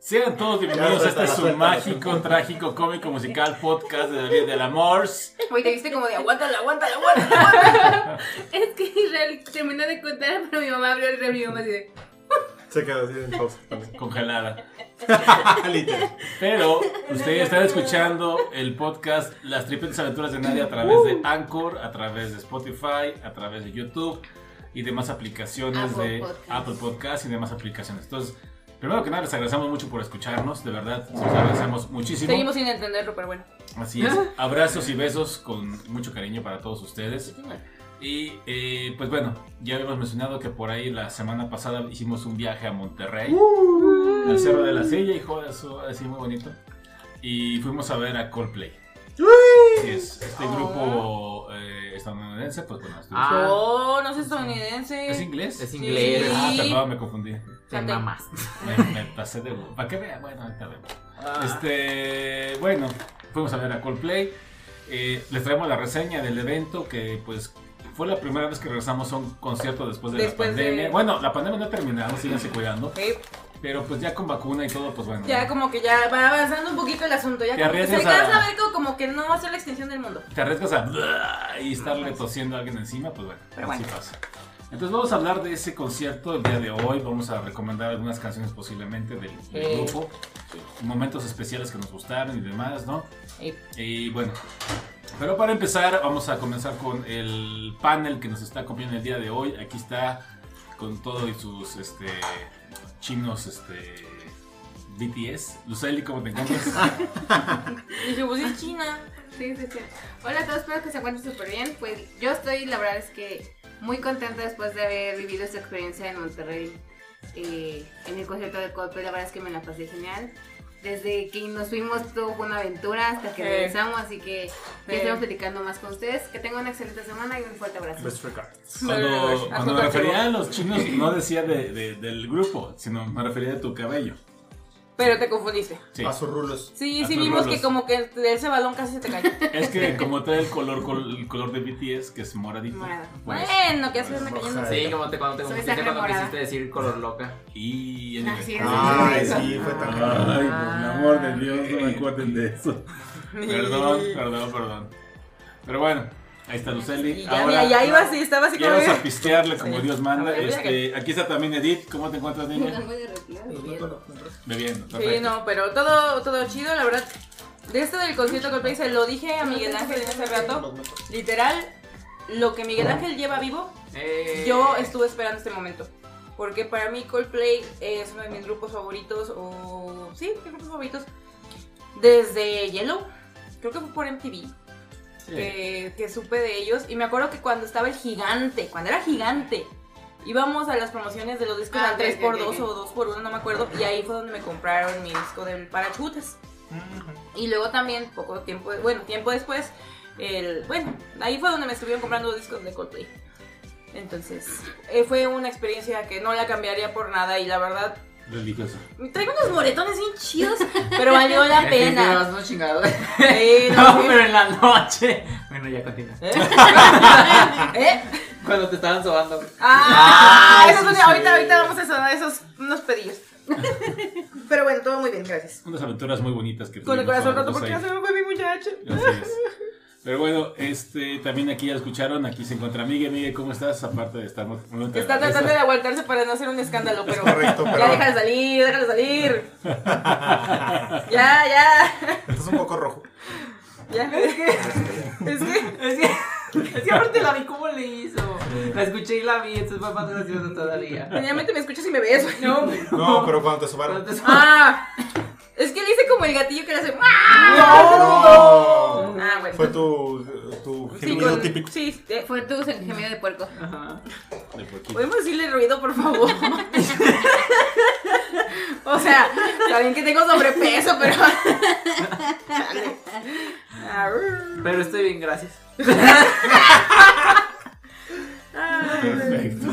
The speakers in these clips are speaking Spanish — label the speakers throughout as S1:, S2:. S1: Sean todos bienvenidos a este su mágico, trágico, cómico, musical podcast de David de la Morse.
S2: Güey, te viste como de aguántala, aguántala, aguántala. aguántala.
S3: Es que Israel terminó de contar, pero mi mamá abrió el refri y mi mamá así de...
S4: Se quedó así en pausa. también.
S1: Congelada.
S4: Literal.
S1: Pero ustedes están escuchando el podcast Las Tripletes Aventuras de Nadia a través de Anchor, a través de Spotify, a través de YouTube y demás aplicaciones
S3: Apple
S1: de
S3: Podcast.
S1: Apple Podcast y demás aplicaciones. Entonces, primero que nada, les agradecemos mucho por escucharnos, de verdad, se los agradecemos muchísimo.
S2: Seguimos sin entenderlo, pero bueno.
S1: Así es. Abrazos y besos con mucho cariño para todos ustedes. Y eh, pues bueno, ya habíamos mencionado que por ahí la semana pasada hicimos un viaje a Monterrey,
S5: Uh.
S1: al Cerro de la Silla, hijo de eso, así muy bonito. Y fuimos a ver a Coldplay. Que es este
S2: Ah.
S1: grupo eh, estadounidense, pues bueno, es,
S5: Ah.
S2: Oh, no es estadounidense.
S1: ¿es inglés.
S5: Es inglés.
S2: Sí.
S1: Ah, perdón, me confundí.
S5: Te mamas.
S1: Me, me pasé de. Para que vean, bueno, ahorita vemos.
S4: Ah.
S1: Este, bueno, fuimos a ver a Coldplay. Eh, les traemos la reseña del evento que pues fue la primera vez que regresamos a un concierto después de
S2: Después
S1: la
S2: de-
S1: pandemia. Bueno, la pandemia no ha terminado, síganse cuidando.
S2: Ok,
S1: Pero pues ya con vacuna y todo, pues bueno.
S2: Ya como que ya va avanzando un poquito el asunto. Ya
S1: Te
S2: como que se
S1: arriesgas
S2: alcanza
S1: a-
S2: a ver como- como que no va a ser la extinción del mundo.
S1: Te arriesgas a y estarle tosiendo a alguien encima, pues bueno,
S2: Pero
S1: así pasa. Entonces vamos a hablar de ese concierto el día de hoy, vamos a recomendar algunas canciones posiblemente del, del
S5: Ey.
S1: grupo, momentos especiales que nos gustaron y demás, ¿no?
S5: Ey.
S1: Y bueno, pero para empezar vamos a comenzar con el panel que nos está acompañando el día de hoy. Aquí está con todo y sus este, chinos este, BTS. Lucely, ¿cómo te encuentras?
S2: Dije, pues
S1: Ah.
S2: es China.
S3: Sí, sí, sí. Hola a todos, espero que se encuentren súper bien. Pues yo estoy, la verdad es que muy contenta después de haber vivido esta experiencia en Monterrey eh, en el concierto de Coldplay. La verdad es que me la pasé genial. Desde que nos fuimos todo fue una aventura hasta que
S2: Sí.
S3: regresamos, así que
S2: Sí.
S3: ya estamos platicando más con ustedes. Que tengan una excelente semana y un fuerte
S6: Pues,
S3: abrazo.
S4: Best regards.
S1: Cuando,
S2: Ajá,
S1: cuando me
S2: ajá.
S1: refería a los chinos no decía de- de- del grupo, sino me refería de tu cabello. Ah,
S2: Pero te confundiste.
S1: Sí.
S4: A sus rulos.
S2: Sí,
S1: A
S2: sí
S1: tus
S2: vimos
S1: rolos.
S2: que como que de ese balón casi se te cayó.
S1: Es que como trae el color, col- el color de BTS, que es moradito.
S3: Morado.
S1: pues,
S2: bueno, que haces me
S4: pues,
S2: cayendo.
S4: roja.
S5: Sí, como te, cuando te
S3: Soy
S5: confundiste
S3: sangre
S5: cuando
S3: morada.
S5: quisiste decir color loca.
S1: y
S3: Así es.
S4: Ay,
S3: eso.
S4: Ah, sí, ah. fue tan
S1: Ay, por el amor de Dios, no me acuerden de eso. Perdón, perdón, perdón. Pero bueno, ahí está Luceli.
S2: Y ya, mira, ya iba así, estaba así
S1: Ya
S2: como...
S1: vas a pistearle como
S2: Sí.
S1: Dios manda.
S2: Ok, mira
S1: Este, aquí está también Edith. ¿Cómo te encuentras, niña? Bebiendo.
S2: Sí,
S1: Perfecto.
S2: no, pero todo, todo chido, la verdad. De esto del concierto Coldplay se lo dije a Miguel Ángel hace rato. Literal, lo que Miguel Ángel lleva vivo
S5: Eh,
S2: Yo estuve esperando este momento. Porque para mí Coldplay es uno de mis grupos favoritos. O. Sí, mis grupos favoritos. Desde Yellow. Creo que fue por MTV. Que, que supe de ellos. Y me acuerdo que cuando estaba el gigante. Cuando era gigante. Íbamos a las promociones de los discos
S3: Ah,
S2: al
S3: ok,
S2: 3x2
S3: ok, ok.
S2: o 2x1, no me acuerdo. Y ahí fue donde me compraron mi disco del Parachutas. Y luego también, poco tiempo, bueno, tiempo después, el, bueno, ahí fue donde me estuvieron comprando discos de Coldplay. Entonces, eh, fue una experiencia que no la cambiaría por nada y la verdad,
S1: Religiosa.
S2: traigo unos moretones bien chidos, pero valió la
S5: Te
S2: pena.
S5: vas unos chingados.
S2: Eh,
S5: No,
S2: no,
S5: pero en la noche. Bueno, ya continúa.
S2: ¿Eh? ¿Eh?
S5: Cuando te estaban sobando.
S2: Ah,
S5: Ah,
S2: eso
S5: sí,
S2: es-
S5: sí.
S2: ahorita, ahorita vamos a sonar esos unos pedillos. Pero bueno, todo muy bien, gracias.
S1: Unas aventuras muy bonitas que
S2: Con el
S1: tuvimos
S2: corazón
S1: todos
S2: roto porque ya
S1: ahí.
S2: se me fue mi muchacho.
S1: Así es. Pero bueno, este, también aquí ya escucharon, aquí se encuentra Miguel. Miguel, ¿cómo estás? Aparte de estar muy muy
S2: Que está tratando de aguantarse para no hacer un escándalo, pero.
S4: Correcto,
S2: Ya
S4: pero
S2: déjale salir, déjale salir. ya, ya.
S4: estás un poco rojo.
S2: Ya, es que. Es que.
S5: Es que, es que aparte la vi cómo le hizo. La escuché y la vi, entonces fue más gracioso todavía.
S2: Generalmente me escuchas y me ves. No,
S4: No, pero cuando te
S5: Pero
S4: sobaron.
S5: te sobaron.
S2: Ah. Es que le hice como el gatillo que le hace.
S4: No.
S2: Ah, bueno.
S4: Fue tu, tu
S2: Sí,
S4: gemido
S2: con-
S4: típico.
S2: Sí, eh,
S3: Fue tu gemido de puerco.
S5: Ajá.
S1: De poquito.
S2: podemos decirle ruido, por favor. o sea, está bien que tengo sobrepeso, pero. Chale. Arr.
S5: Pero estoy bien, gracias.
S1: Perfecto.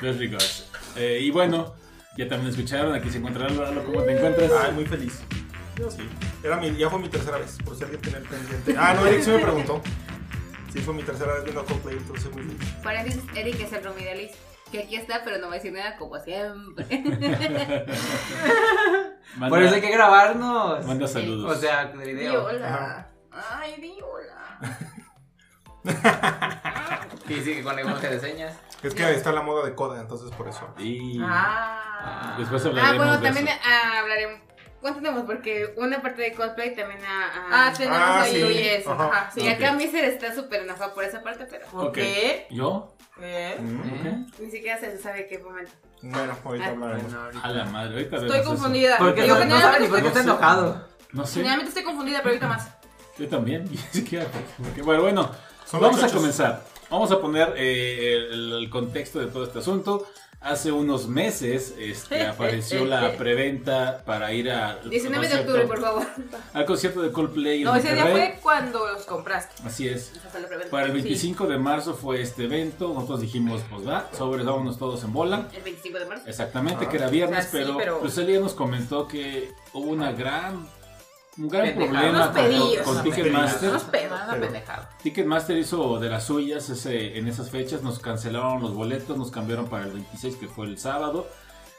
S1: Best regards. Eh, y bueno, ya también escucharon, aquí se encuentra Lalo. Lalo, ¿Cómo te encuentras?
S5: Ah.
S4: Ay, muy feliz. Yo sí. Era mi, ya fue mi tercera vez, por si alguien tenía el pendiente. Ah, no, Eric sí me preguntó. Sí, fue mi tercera vez viendo Coldplay, entonces muy feliz.
S3: Paréntesis, Eric es el roomie de Liz. Que aquí está, pero no va a decir nada como siempre.
S1: Manda,
S5: Por eso hay que grabarnos.
S1: manda saludos.
S5: O sea, de
S2: Di
S5: video.
S4: Ah.
S2: hola. Ay, di hola.
S5: Y sí, que con lenguaje de señas.
S4: Es que está la moda de coda, entonces por eso.
S1: y
S2: Ah.
S1: después
S3: Ah,
S1: hablaremos
S3: bueno,
S1: de
S3: también
S1: eso.
S3: ah, hablaremos. Cuéntanos, porque una parte de cosplay también a.
S2: Ah, tenemos
S4: Ah,
S2: ahí.
S4: sí.
S2: eso.
S4: Ajá.
S2: Ajá, sí.
S3: y acá
S1: ok. Oh.
S3: Miser está súper enojado por esa parte, pero
S2: ¿Por
S1: Ok.
S2: qué?
S1: ¿Yo?
S2: ¿Eh?
S4: Mm.
S1: ¿Ok?
S3: ni siquiera se sabe qué momento.
S4: Bueno, ahorita
S3: Ah,
S4: hablaremos.
S5: Bueno, ahorita.
S1: A la madre, ahorita vemos
S2: Estoy
S1: eso.
S2: confundida.
S5: ¿Por
S2: Yo
S5: qué no, no sabe
S2: generalmente
S5: ni por qué está
S2: estoy-
S5: enojado?
S1: No sé,
S2: Generalmente estoy confundida, pero ahorita más.
S1: yo también. Ni siquiera. porque- Bueno, bueno,
S4: Son
S1: vamos a
S4: muchachos.
S1: comenzar. Vamos a poner eh, el, el contexto de todo este asunto. Hace unos meses este, apareció la preventa para ir a
S3: 19 de octubre, por favor.
S1: al concierto de Coldplay. en
S2: No, ese día
S1: Monterrey.
S2: fue cuando los compraste.
S1: Así es.
S3: Esa fue la pregunta.
S1: Para el 25 de marzo fue este evento. Nosotros dijimos, pues va, sobres, vámonos todos en bola.
S3: El 25 de marzo.
S1: Exactamente,
S4: Ah.
S1: que era viernes,
S2: O sea, sí,
S1: pero,
S2: pero-
S1: pues Celia nos comentó que hubo una gran, un gran
S5: Pendejada.
S1: problema
S2: Unos
S1: con-
S2: pedillos.
S1: con,
S2: Unos
S1: Ticketmaster.
S2: Unos pedos.
S5: Nada
S4: Pero-
S5: pendejado.
S1: Ticketmaster hizo de las suyas ese- en esas fechas, nos cancelaron los boletos, nos cambiaron para el 26 que fue el sábado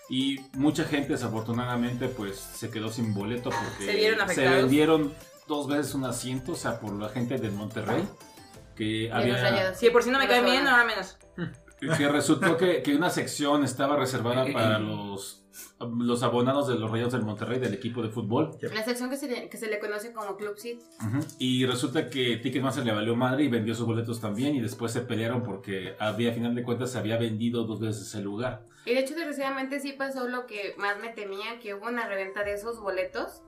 S1: y mucha gente desafortunadamente pues se quedó sin boleto porque
S2: Se vieron afectados.
S1: vendieron dos veces un asiento, o sea, por la gente de Monterrey que
S3: los
S1: había
S3: rayados.
S2: Si de por si no me
S3: Pero
S2: caen bien,
S3: bueno.
S2: ahora menos.
S1: que resultó que, que una sección estaba reservada para los los abonados de los Rayados del Monterrey del equipo de fútbol
S3: La sección que se, le, que se le conoce como Club Seat.
S1: Ujú. Y resulta que Ticketmaster le valió madre y vendió sus boletos también y después se pelearon porque había, a final de cuentas, se había vendido dos veces ese lugar.
S3: Y de hecho, desgraciadamente sí pasó lo que más me temía, que hubo una reventa de esos boletos.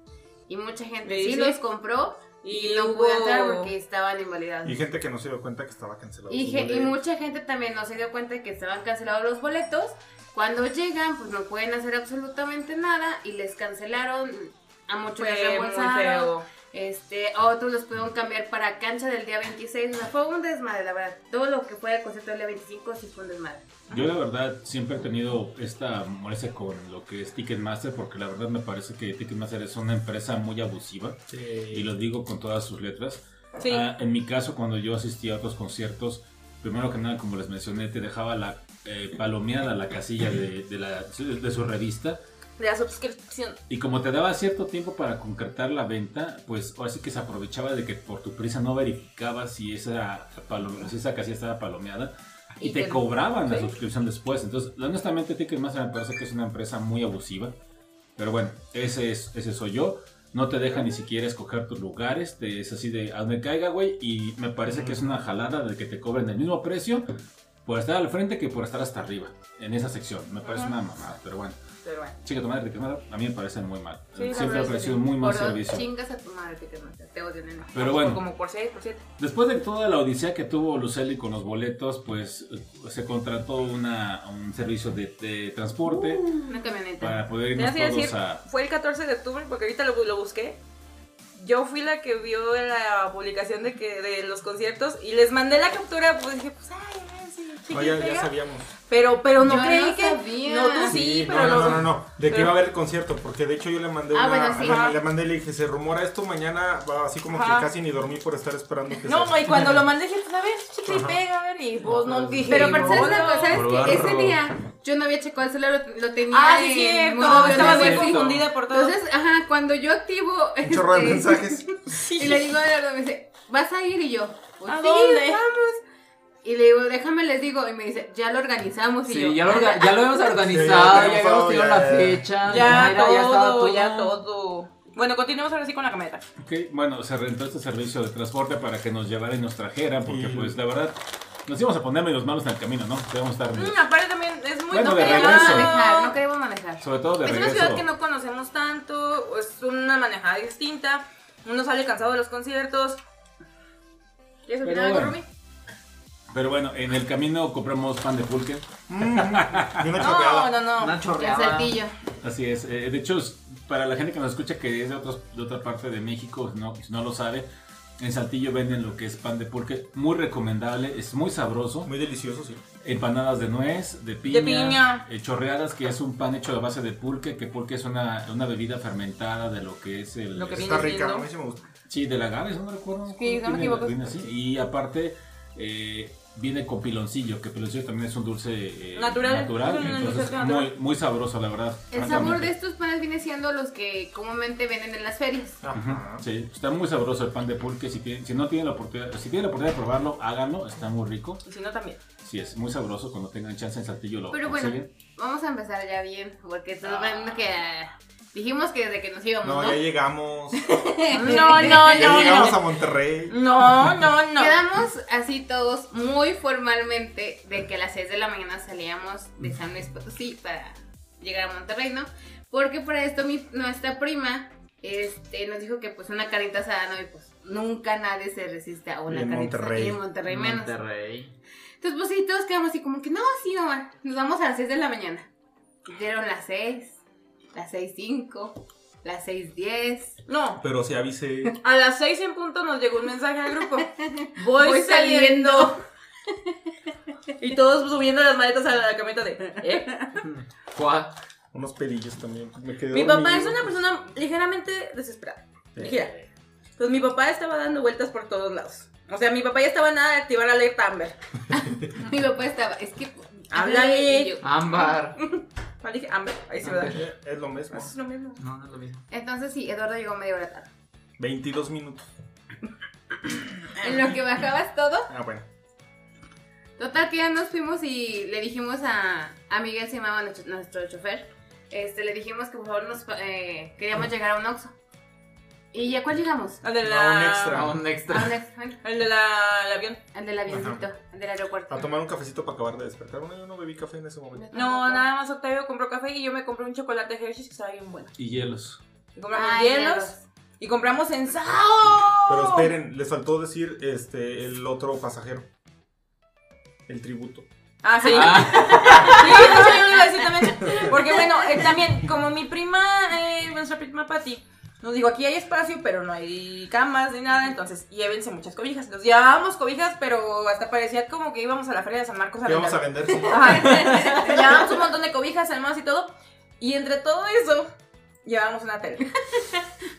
S3: Y mucha gente
S2: Sí,
S3: sí,
S2: sí.
S3: los compró y,
S2: Y
S3: no
S2: hubo-
S3: pudo entrar porque estaban invalidados.
S4: Y gente que no se dio cuenta que estaba cancelado.
S3: Y,
S4: su
S3: ge- y
S4: boleto.
S3: mucha gente también no se dio cuenta de que estaban cancelados los boletos. Cuando llegan, pues no pueden hacer absolutamente nada y les cancelaron. A muchos les
S2: Fue muy
S3: reembolsaron.
S2: feo.
S3: Este, a otros los pudieron cambiar para cancha del día 26. O sea, fue un desmadre, la verdad. Todo lo que fue el concierto del día 25 sí fue un desmadre.
S1: Yo, la verdad, siempre he tenido esta molestia con lo que es Ticketmaster porque la verdad me parece que Ticketmaster es una empresa muy abusiva y lo digo con todas sus letras.
S2: Sí.
S1: Ah, en mi caso, cuando yo asistía a otros conciertos, primero que nada, como les mencioné, te dejaba la eh, palomeada la casilla de, de la- de su revista
S2: De la suscripción.
S1: Y como te daba cierto tiempo para concretar la venta, pues ahora sí que se aprovechaba de que por tu prisa no verificabas si esa, palome- si esa casilla estaba palomeada y,
S3: Y
S1: te
S3: que-
S1: cobraban la
S3: sí.
S1: suscripción después. Entonces, honestamente, Ticketmaster me parece que es una empresa muy abusiva. Pero bueno, ese, es, ese soy yo. No te deja ni siquiera escoger tus lugares. Te, es así de a donde caiga, güey. Y me parece que es una jalada de que te cobren el mismo precio por estar al frente que por estar hasta arriba en esa sección. Me parece una mamada, pero bueno.
S2: Pero bueno.
S1: Chica, tu madre te quema, a mí me parece muy mal.
S2: Sí, la
S1: Siempre
S2: verdad
S1: ha
S2: es que
S1: parecido
S2: sí.
S1: muy mal
S3: Por dos
S1: servicio. Ah.
S3: chingas a tu madre, Ticketmaster, Te odio, nena.
S1: Pero bueno,
S2: Como por 6, por 7.
S1: después de toda la odisea que tuvo Luceli con los boletos, pues eh, se contrató una, un servicio de, de transporte
S2: Uh.
S3: Una camioneta.
S1: para poder
S2: Te
S1: irnos
S2: voy a
S1: todos
S2: decir,
S1: a...
S2: fue el 14 de octubre, porque ahorita lo, bu- lo busqué. Yo fui la que vio la publicación de que de los conciertos y les mandé la captura, pues dije, pues ay, a ver si si
S4: No, ya,
S2: quién
S4: ya
S2: pega.
S4: sabíamos.
S2: Pero pero no
S3: Yo
S2: creí
S3: no
S2: que
S3: sabía.
S2: no tú Ah, sí,
S4: no,
S2: pero no,
S4: no, no, no, de que
S2: pero-
S4: iba a haber el concierto, porque de hecho yo le mandé una,
S3: Ah, bueno, sí.
S4: le, le mandé y le dije, se rumora esto mañana, va así como
S2: Ajá.
S4: que casi ni dormí por estar esperando que
S2: No,
S4: sea.
S2: y cuando lo mandé dije, pues a ver, si
S4: Ajá.
S2: pega, a ver, y pues no dije.
S3: Pero
S2: no,
S3: aparte, ¿sabes una
S2: no.
S3: cosa? ¿Sabes
S5: Por
S3: que Ese
S5: barro.
S3: día yo no había checado el celular, lo, lo tenía
S2: Ah, sí,
S3: en
S2: cierto.
S3: modo avión
S2: Estaba
S3: de
S2: bien
S5: cierto.
S3: wifi.
S2: confundida por todo.
S3: Entonces, ajá, cuando yo activo...
S4: Un chorro de
S3: este,
S4: mensajes.
S3: Y le digo a Eduardo, me dice, ¿vas a ir? Y yo, pues
S2: ¿A
S3: sí,
S2: dónde?
S3: vamos. Y le digo, déjame, les digo. Y me dice, ya lo organizamos. Y yo,
S5: Sí, ya lo, orga- ya lo hemos
S4: Sí,
S5: organizado,
S4: ya
S5: ya habíamos
S4: todo,
S5: tenido
S4: ya,
S5: la
S4: ya.
S5: fecha.
S2: ya,
S5: mira,
S2: todo, ya
S5: ya estaba todo.
S2: todo. Bueno, continuemos ahora sí con la camioneta.
S1: Ok, Bueno, se rentó este servicio de transporte para que nos llevara y nos trajera, porque
S4: Y-
S1: pues la verdad nos íbamos a poner medios malos en el camino, ¿no? Debemos estar
S2: Mm, aparte también es muy
S1: Bueno,
S3: no
S1: de
S3: queremos
S1: regreso.
S3: manejar, no queremos manejar.
S1: sobre todo de
S2: Pues Es una
S1: regreso.
S2: ciudad que no conocemos tanto, es una manejada distinta, uno sale cansado de los conciertos. ¿Quieres
S1: Pero
S2: opinar algo,
S1: bueno.
S2: Rumi?
S1: Pero bueno, en el camino compramos pan de pulque.
S4: Mm, y una
S2: No,
S4: chopeada.
S2: no, no.
S5: Una
S3: El
S5: chorreada.
S3: saltillo.
S1: Así es. Eh, de hecho, es- para la gente que nos escucha que es de, otros- de otra parte de México, no, si no lo sabe, en Saltillo venden lo que es pan de pulque, muy recomendable, es muy sabroso.
S4: Muy delicioso, sí.
S1: Empanadas de nuez, de piña,
S2: piña.
S1: eh, chorreadas, que es un pan hecho a base de pulque, que pulque es una, una bebida fermentada de lo que es el...
S2: Lo que
S4: Está
S2: viene
S4: rica,
S2: siendo-
S4: a mí sí me gusta.
S1: Sí, de la Gaves, no recuerdo.
S2: Sí, no
S1: Viene-
S2: me equivoco.
S1: viene así. Y aparte, eh, viene con piloncillo, que piloncillo también es un dulce eh,
S2: Natural, es un
S1: entonces
S2: dulce natural.
S1: muy, muy sabroso, la verdad.
S3: El sabor
S1: francamente.
S3: de estos panes viene siendo los que comúnmente venden en las ferias.
S4: Ajá.
S1: Sí, está muy sabroso el pan de pulque. Si, tienen- si no tienen la oportunidad, si tienen la oportunidad de probarlo, háganlo. Está muy rico.
S2: Y si no, también.
S1: Sí, es muy sabroso. Cuando tengan chance en Saltillo lo
S3: Pero
S4: ¿Ah,
S3: bueno,
S1: consiguen.
S3: vamos a empezar ya bien, porque todo mundo que ah, dijimos que desde que nos íbamos, ¿no?
S4: No, ya llegamos.
S2: No, no,
S4: Ya
S2: no,
S4: llegamos
S2: no.
S4: a Monterrey.
S2: No, no, no.
S3: Quedamos así todos muy formalmente de que a las 6 de la mañana salíamos de San Luis Potosí para llegar a Monterrey, ¿no? Porque para esto mi- nuestra prima este, nos dijo que pues una carnita asada no, y pues nunca nadie se resiste a una
S4: Y en
S3: carnita asada,
S4: Monterrey.
S3: y en Monterrey menos.
S5: Monterrey.
S3: Entonces pues sí, todos quedamos así como que no, sí, mamá, nos vamos a las 6 de la mañana. Dieron las 6, las 6.05, las 6.10.
S2: No.
S4: Pero se avise.
S2: A las seis en punto nos llegó un mensaje al grupo. Voy,
S3: Voy saliendo.
S2: saliendo. Y todos subiendo las maletas a la camioneta de. ¿eh?
S5: Cuá.
S4: Unos pedillos también. Me quedé
S2: Mi papá es
S4: dormido.
S2: una persona ligeramente desesperada.
S4: Sí.
S2: Ligera. Pues mi papá estaba dando vueltas por todos lados. O sea, mi papá ya estaba nada de activar la alerta Amber.
S3: Mi papá estaba, es que...
S2: Háblale.
S3: y yo,
S5: Ámbar.
S2: Yo dije Amber, ahí se va a dar.
S4: Eh, Es lo mismo.
S2: Eso es lo mismo.
S5: No, no es lo mismo.
S3: Entonces sí, Eduardo llegó media hora tarde.
S4: 22 minutos.
S3: En lo que bajabas todo.
S4: Ah, bueno.
S3: Total que ya nos fuimos y le dijimos a, a Miguel, se llamaba nuestro, nuestro chofer, este, le dijimos que por favor nos eh, queríamos llegar a un Oxxo. ¿Y a cuál llegamos?
S2: Al de
S4: No, un
S2: la.
S4: extra.
S5: A un
S3: A
S5: extra.
S3: un Oxxo, bueno,
S2: Al de la. el avión.
S3: al del avioncito, al del aeropuerto.
S4: A tomar un cafecito para acabar de despertar. Bueno, yo no bebí café en ese momento.
S2: No, nada más Octavio compró café y yo me compré un chocolate Hershey's que estaba bien bueno.
S1: Y hielos.
S2: Y compramos
S3: Ay,
S2: hielos
S3: hielos.
S2: y compramos ensao.
S4: Pero esperen, les faltó decir este el otro pasajero. El tributo.
S2: Ah, sí.
S5: Ah,
S2: Sí, de hecho, yo lo iba a decir también. Porque bueno, eh, también, como mi prima, eh, nuestra prima Patti, nos dijo, aquí hay espacio, pero no hay camas ni nada, entonces llévense muchas cobijas. Nos llevábamos cobijas, pero hasta parecía como que íbamos a la feria de San Marcos a
S4: ¿Qué vamos a
S2: vender.
S4: vender? Sí.
S2: Ajá. Llevábamos un montón de cobijas, almas y todo. Y entre todo eso, llevábamos una tele.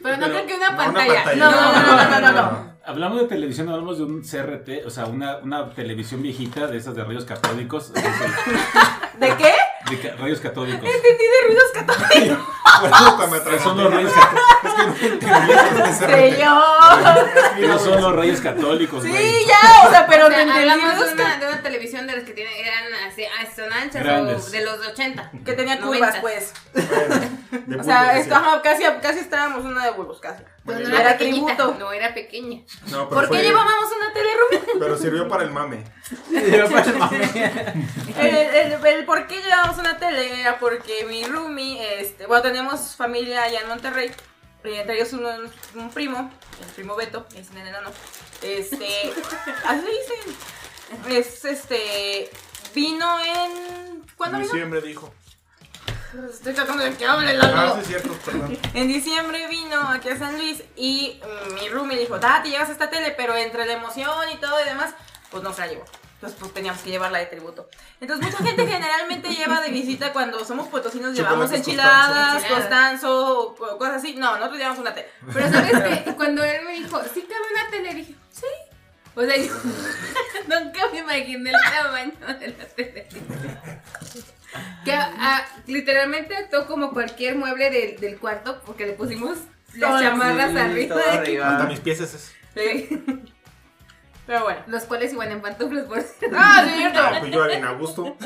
S3: Pero no
S4: Pero
S3: creo que una
S4: no, una
S3: pantalla.
S4: pantalla,
S3: No, no, no, no, no, no, no.
S1: Hablamos de televisión, hablamos de un CRT, o sea, una, una televisión viejita de esas de rayos catódicos. De,
S2: ¿De qué?
S1: de ca- rayos catódicos.
S2: Entendí de ruidos católicos.
S4: Por eso hasta me atrasé.
S1: Son los rayos católicos.
S4: Es que no entendí eso de ser-
S2: Señor.
S1: No son los rayos católicos,
S2: Sí,
S1: güey.
S2: ya, o sea, pero
S3: O
S2: no
S3: sea,
S2: entendí
S3: hablamos de
S2: ruidos
S3: una, de una televisión de las que tienen, eran así, ah, son anchas o
S1: Grandes.
S3: de los de 80.
S2: que tenía curvas,
S3: Noventas.
S2: pues.
S4: Bueno, de
S2: O sea,
S4: bulbo,
S2: esto,
S4: sí.
S2: ajá, casi, casi estábamos una de bulbos, casi.
S3: Pues no
S4: Bueno,
S3: era
S2: Era
S3: pequeñita,
S2: tributo.
S3: no era pequeña.
S4: No, pero
S2: ¿Por qué
S4: fue-
S2: llevábamos una tele, Rubén?
S4: Pero sirvió para el mame.
S5: yo pues, para el mame.
S2: El, Eh, el- el por qué llevábamos una tele era porque mi roomie, este, bueno, tenemos familia allá en Monterrey, eh, entre ellos uno- un, primo, el primo Beto, es un enano, este, así dicen, es este, vino en, ¿cuándo
S4: En
S2: vino?
S4: diciembre dijo.
S2: Estoy tratando de que hable,
S4: Ah,
S2: Lalo.
S4: sí, es cierto, perdón.
S2: En diciembre vino aquí a San Luis y mm, mi roomie dijo, Tati, llevas esta tele, pero entre la emoción y todo y demás, pues no se la llevó. Entonces pues teníamos que llevarla de tributo. Entonces mucha gente generalmente lleva de visita cuando somos potosinos, llevamos
S4: Chocolates
S2: enchiladas,
S3: Costanzo.
S2: costanzo, o co- cosas así. No, nosotros llevamos una tele.
S3: Pero sabes que cuando él me dijo, sí cabe una tele, dije, sí. O sea, yo nunca me imaginé el tamaño de la tele. Que ah, literalmente actuó como cualquier mueble del, del cuarto, porque le pusimos las
S2: Todo,
S3: chamarras
S5: Sí,
S3: arriba.
S5: todo
S4: Hasta
S5: arriba.
S4: mis pies es.
S2: Sí. Pero bueno.
S3: Los cuales iban en pantuflas, por cierto.
S2: Ah, sí, cierto.
S4: Ah, pues yo bien a gusto.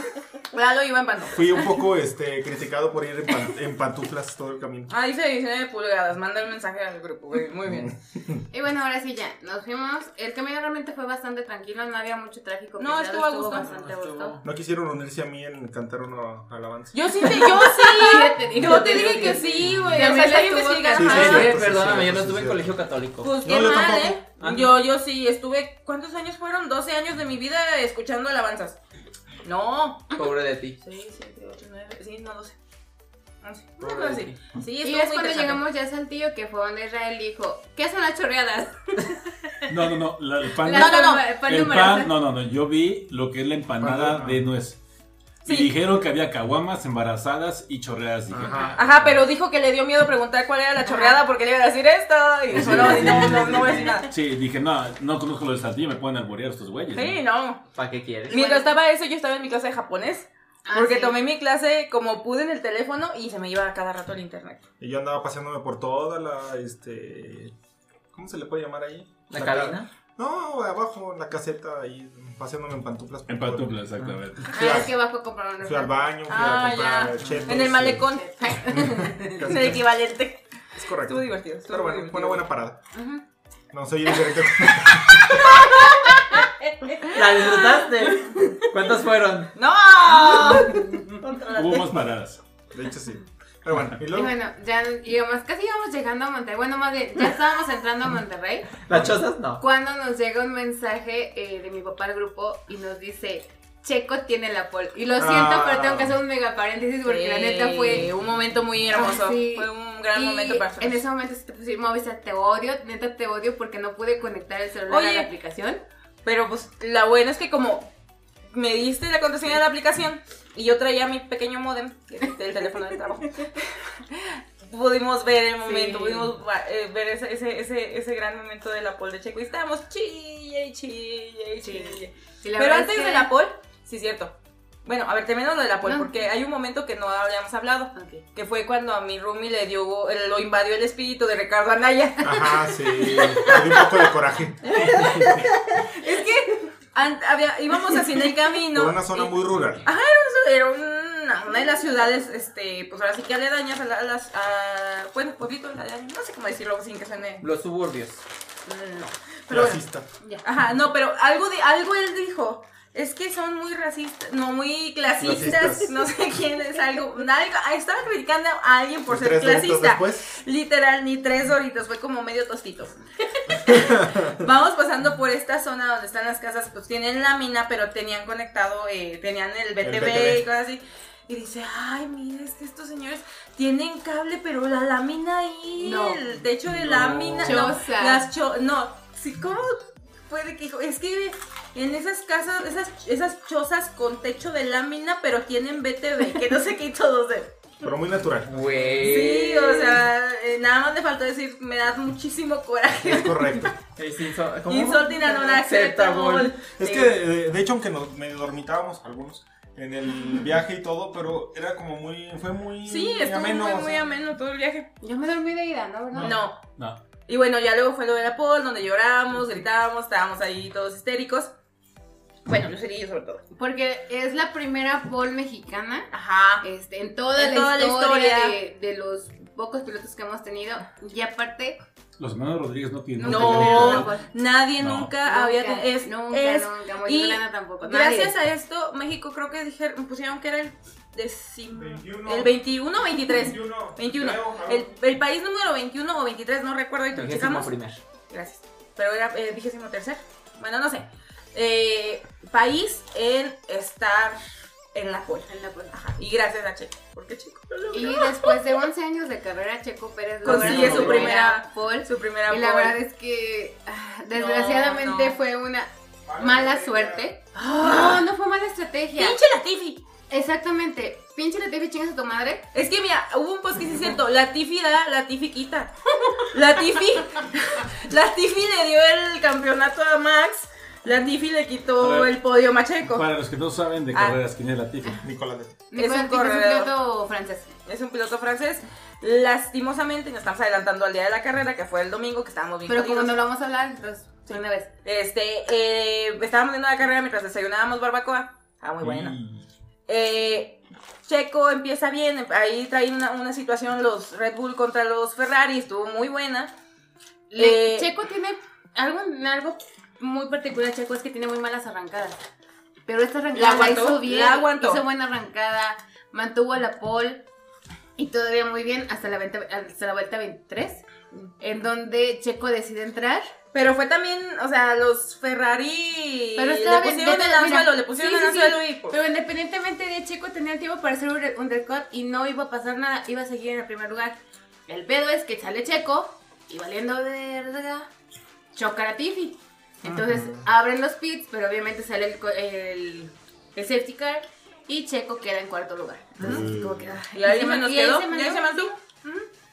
S2: Lalo iba en pantuflas.
S4: Fui un poco este, criticado por ir en, pan- en pantuflas todo el camino.
S2: Ah, dice 19 pulgadas. Manda un mensaje al grupo. güey. Muy bien.
S3: Y bueno, ahora sí ya, nos fuimos. El camino realmente fue bastante tranquilo, no había mucho tráfico.
S2: No,
S3: pesado,
S2: estuvo a gusto.
S3: bastante a gusto.
S4: No quisieron unirse a mí en cantar una alabanza.
S2: Yo sí, te- yo
S3: Ya te
S2: sí.
S3: dije,
S2: yo te
S3: te digo
S2: dije que
S3: que
S2: sí, güey.
S3: Ya
S2: O
S3: me
S2: sea, está
S3: la
S2: bien
S3: estuvo
S2: investigar.
S4: Sí, sí,
S2: Ajá.
S4: sí.
S5: Oye,
S4: cierto,
S5: perdóname, yo
S4: cierto, sí,
S5: no estuve en
S4: cierto.
S5: colegio católico.
S2: Pues
S4: No,
S2: qué
S4: yo
S2: mal,
S4: tampoco.
S2: ¿eh?
S5: Ah, no.
S2: Yo, yo sí, estuve, ¿cuántos años fueron? 12 años de mi vida escuchando alabanzas. No.
S5: Pobre de ti.
S2: 6, 7, 8, 9, sí, no, 12. 11. Una
S5: Pobre
S2: cosa
S5: de
S2: así.
S5: ti.
S2: Sí,
S3: Y
S2: estuvo muy
S3: es cuando
S2: interesante.
S3: llegamos ya a Saltillo, que fue donde Israel dijo, ¿qué son las chorreadas?
S1: No, no, no. la- el pan,
S3: La-
S2: No, no, no,
S3: el pan
S1: el
S3: numeroso.
S1: pan- no, no, no. Yo vi lo que es la empanada
S4: Pan, no.
S1: de nuez. Y dijeron que había caguamas embarazadas y chorreadas. dijeron.
S4: Ajá.
S2: Ajá, pero dijo que le dio miedo preguntar cuál era la chorreada porque le iba a decir esto. Y dijo, no, no, no, no voy a decir nada.
S1: Sí, dije, no, no conozco los de Saltillo, me pueden alborear estos güeyes.
S2: Sí,
S1: ¿no?
S2: no.
S5: ¿Para qué quieres?
S2: Mientras estaba eso, yo estaba en mi clase de japonés.
S3: Ah,
S2: Porque
S3: sí.
S2: tomé mi clase como pude en el teléfono y se me iba a cada rato el internet.
S4: Y yo andaba paseándome por toda la, este... ¿Cómo se le puede llamar ahí?
S5: ¿La
S4: ca-
S5: cabina?
S4: No, abajo, en la caseta, ahí, paseándome en pantuflas. por
S1: En
S4: todo.
S1: Pantufla, exactamente.
S4: Fui
S3: Ah,
S4: a-
S3: es que bajo a comprar una
S4: Fui al
S3: ropa.
S4: baño, fui
S2: Ah,
S4: a comprar
S2: ya.
S4: chetos, este,
S2: En el malecón.
S4: eh,
S2: Es el equivalente.
S4: Es correcto.
S2: Estuvo divertido. estuvo
S4: Pero bueno,
S2: divertido.
S4: fue una buena parada.
S3: Ujú.
S4: No, soy indirecto.
S2: Eh,
S5: ¿La disfrutaste? ¿Cuántas fueron?
S2: ¡No!
S1: Hubo más paradas.
S4: De hecho, sí. Pero bueno, y
S3: Y
S4: luego...
S3: bueno, ya íbamos, casi íbamos llegando a Monterrey. Bueno, más bien, ya estábamos entrando a Monterrey.
S5: ¿Las chozas? No.
S3: Cuando nos llega un mensaje eh, de mi papá al grupo y nos dice: Checo tiene la pol. Y lo siento,
S4: Ah.
S3: pero tengo que hacer un mega paréntesis porque la neta fue.
S2: un momento muy hermoso.
S3: Ah, sí.
S2: Fue un gran
S3: Y
S2: momento para
S3: En
S2: nosotros.
S3: ese momento se te pusieron Movistar, te odio, neta te odio porque no pude conectar el celular a
S2: Oye.
S3: la aplicación.
S2: Pero pues la buena es que como me diste la contraseña de la aplicación y yo traía mi pequeño modem, que es el teléfono del trabajo, pudimos ver el momento,
S3: Sí.
S2: pudimos eh, ver ese, ese, ese, ese gran momento de la pol de Checo y estábamos chille, y chille, y
S3: Sí.
S2: chille.
S3: Y la
S2: Pero
S3: verdad es
S2: antes
S3: que-
S2: de la pol, sí cierto. Bueno, a ver, terminamos lo de la pol,
S3: No.
S2: porque hay un momento que no habíamos hablado,
S3: Ok.
S2: que fue cuando a mi roomie le dio, eh, lo invadió el espíritu de Ricardo Anaya.
S4: Ajá, sí. Me dio un poco de coraje.
S2: Es que an- había- íbamos así en el camino.
S4: Por una zona
S2: y- Ah,
S4: muy rural.
S2: Era una, una de las ciudades, este, pues ahora sí que aledañas a, la- a las. A, bueno, pueblito aledaño, no sé cómo decirlo sin que suene.
S5: Los suburbios.
S2: No. Pero bueno.
S4: Clasista.
S3: Ya.
S2: Ajá, no, pero algo, de, algo él dijo. Es que son muy racistas, no muy clasistas,
S4: Clasistas.
S2: no sé quién es algo. nadie- estaba criticando a alguien por
S4: Y
S2: ser
S4: tres doritos
S2: clasista.
S4: después.
S2: Literal, ni tres doritos, fue como medio tostito. Vamos pasando por esta zona donde están las casas, pues tienen lámina, pero tenían conectado, eh, tenían el BTV,
S4: BTV.
S2: y cosas así. Y dice, ay, mira, es que estos señores tienen cable, pero la lámina ahí,
S3: No.
S2: el techo de
S5: No.
S2: lámina, no,
S3: Choza.
S2: las cho no, sí, ¿cómo puede que, hijo? es que en esas casas, esas, esas chozas con techo de lámina, pero tienen BTV, que no se quitó todos de...
S4: Pero muy natural.
S5: Güey.
S2: Sí, o sea, eh, nada más le faltó decir, me da muchísimo coraje.
S4: Es correcto.
S5: Es inso- ¿cómo?
S2: Insulting a un
S5: Acceptable.
S2: acceptable.
S4: Es que, de, de hecho, aunque nos medio dormitábamos algunos en el viaje y todo, pero era como muy. Fue muy.
S2: Sí, estuvo
S4: ameno,
S2: muy,
S4: o sea,
S2: muy ameno todo el viaje.
S3: Yo me dormí de ida, ¿no? ¿Verdad?
S2: No.
S1: No.
S2: Y bueno, ya luego fue lo de la Paul, donde lloramos, gritábamos, estábamos ahí todos histéricos. Bueno, yo sería yo sobre todo.
S3: Porque es la primera pole mexicana
S2: Ajá.
S3: este, en toda,
S2: En
S3: la,
S2: toda la
S3: historia
S2: historia.
S3: De, de los pocos pilotos que hemos tenido. Y aparte,
S1: Los hermanos Rodríguez no tienen.
S2: No. pues,
S1: tienen-
S2: Nadie
S1: No.
S2: nunca, había
S3: nunca,
S2: tenido. Es,
S3: nunca,
S2: es-
S3: nunca, muy
S2: y
S3: Yolanda tampoco.
S2: Gracias
S3: nadie.
S2: a esto, México creo que dijeron, pusieron que era el décimo.
S4: 21.
S2: El 21 o 23.
S4: 21.
S2: 21.
S4: creo, ¿no?
S2: El, el país número 21 o 23, no recuerdo. ahorita lo
S5: Vigésimo
S2: checamos.
S5: primer.
S2: Gracias. Pero era eh, vigésimo tercer. Bueno, no sé. Eh, país en estar en la cola.
S3: En la pole.
S2: Ajá. Y gracias a Checo. Porque Checo lo logró.
S3: Y después de 11 años de carrera, Checo Pérez logra
S2: Consigue
S4: su
S2: primera
S3: pole.
S2: Su primera
S3: Y la
S2: pole.
S3: verdad es que ah, desgraciadamente
S2: No, no.
S3: fue una mala suerte. No, no fue mala estrategia.
S2: ¡Pinche Latifi!
S3: Exactamente. Pinche la TV chingas a tu madre.
S2: Es que mira, hubo un post que sí es cierto. Latifi da, Latifi quita. Latifi. Latifi le dio el campeonato a Max. Latifi le
S1: A
S2: quitó
S1: ver.
S2: el podio a Checo.
S1: Para los que no saben de
S2: Ah.
S1: carreras, ¿quién es la tifa?
S4: Nicolás de.
S3: Nicolás
S2: un
S3: Tijoux es
S2: corredor.
S3: piloto francés.
S2: Es un piloto francés. Lastimosamente nos estamos adelantando al día de la carrera, que fue el domingo, que estábamos bien
S3: Pero como
S2: jodidos.
S3: no lo vamos a hablar, entonces, una vez.
S2: Este, eh, estábamos viendo la carrera mientras desayunábamos barbacoa. Ah, muy
S1: Mm.
S2: buena.
S4: Y-
S2: Eh, Checo empieza bien, em- ahí trae una, una situación los Red Bull contra los Ferrari, estuvo muy buena.
S3: Le-
S2: Eh,
S3: Checo tiene algo, algo muy particular, Checo, es que tiene muy malas arrancadas. Pero esta
S2: La
S3: arrancada la,
S2: aguantó,
S3: hizo bien,
S2: la aguantó.
S3: hizo buena arrancada, mantuvo a la pole y todavía muy bien hasta la, venta- hasta la vuelta 23, en donde Checo decide entrar.
S2: Pero fue también, o sea, los Ferrari
S3: Pero
S2: le
S3: estaba bien,
S2: pusieron
S3: neta,
S2: el
S3: mira,
S2: anzuelo, le pusieron
S3: sí,
S2: el
S3: sí,
S2: anzuelo
S3: sí,
S2: y pues,
S3: Pero independientemente de Checo tenía tiempo para hacer un re- undercut y no iba a pasar nada, iba a seguir en el primer lugar. El pedo es que sale Checo y valiendo de verga, choca la Tiffy. Entonces abren los pits, pero obviamente sale el, co- el, el safety car Y Checo queda en cuarto lugar. Entonces, como que, ay,
S2: Y ahí se
S3: se man-
S2: nos
S3: y ahí
S2: quedó.
S3: se
S2: ¿Y
S3: mantuvo.
S2: ahí se mantuvo?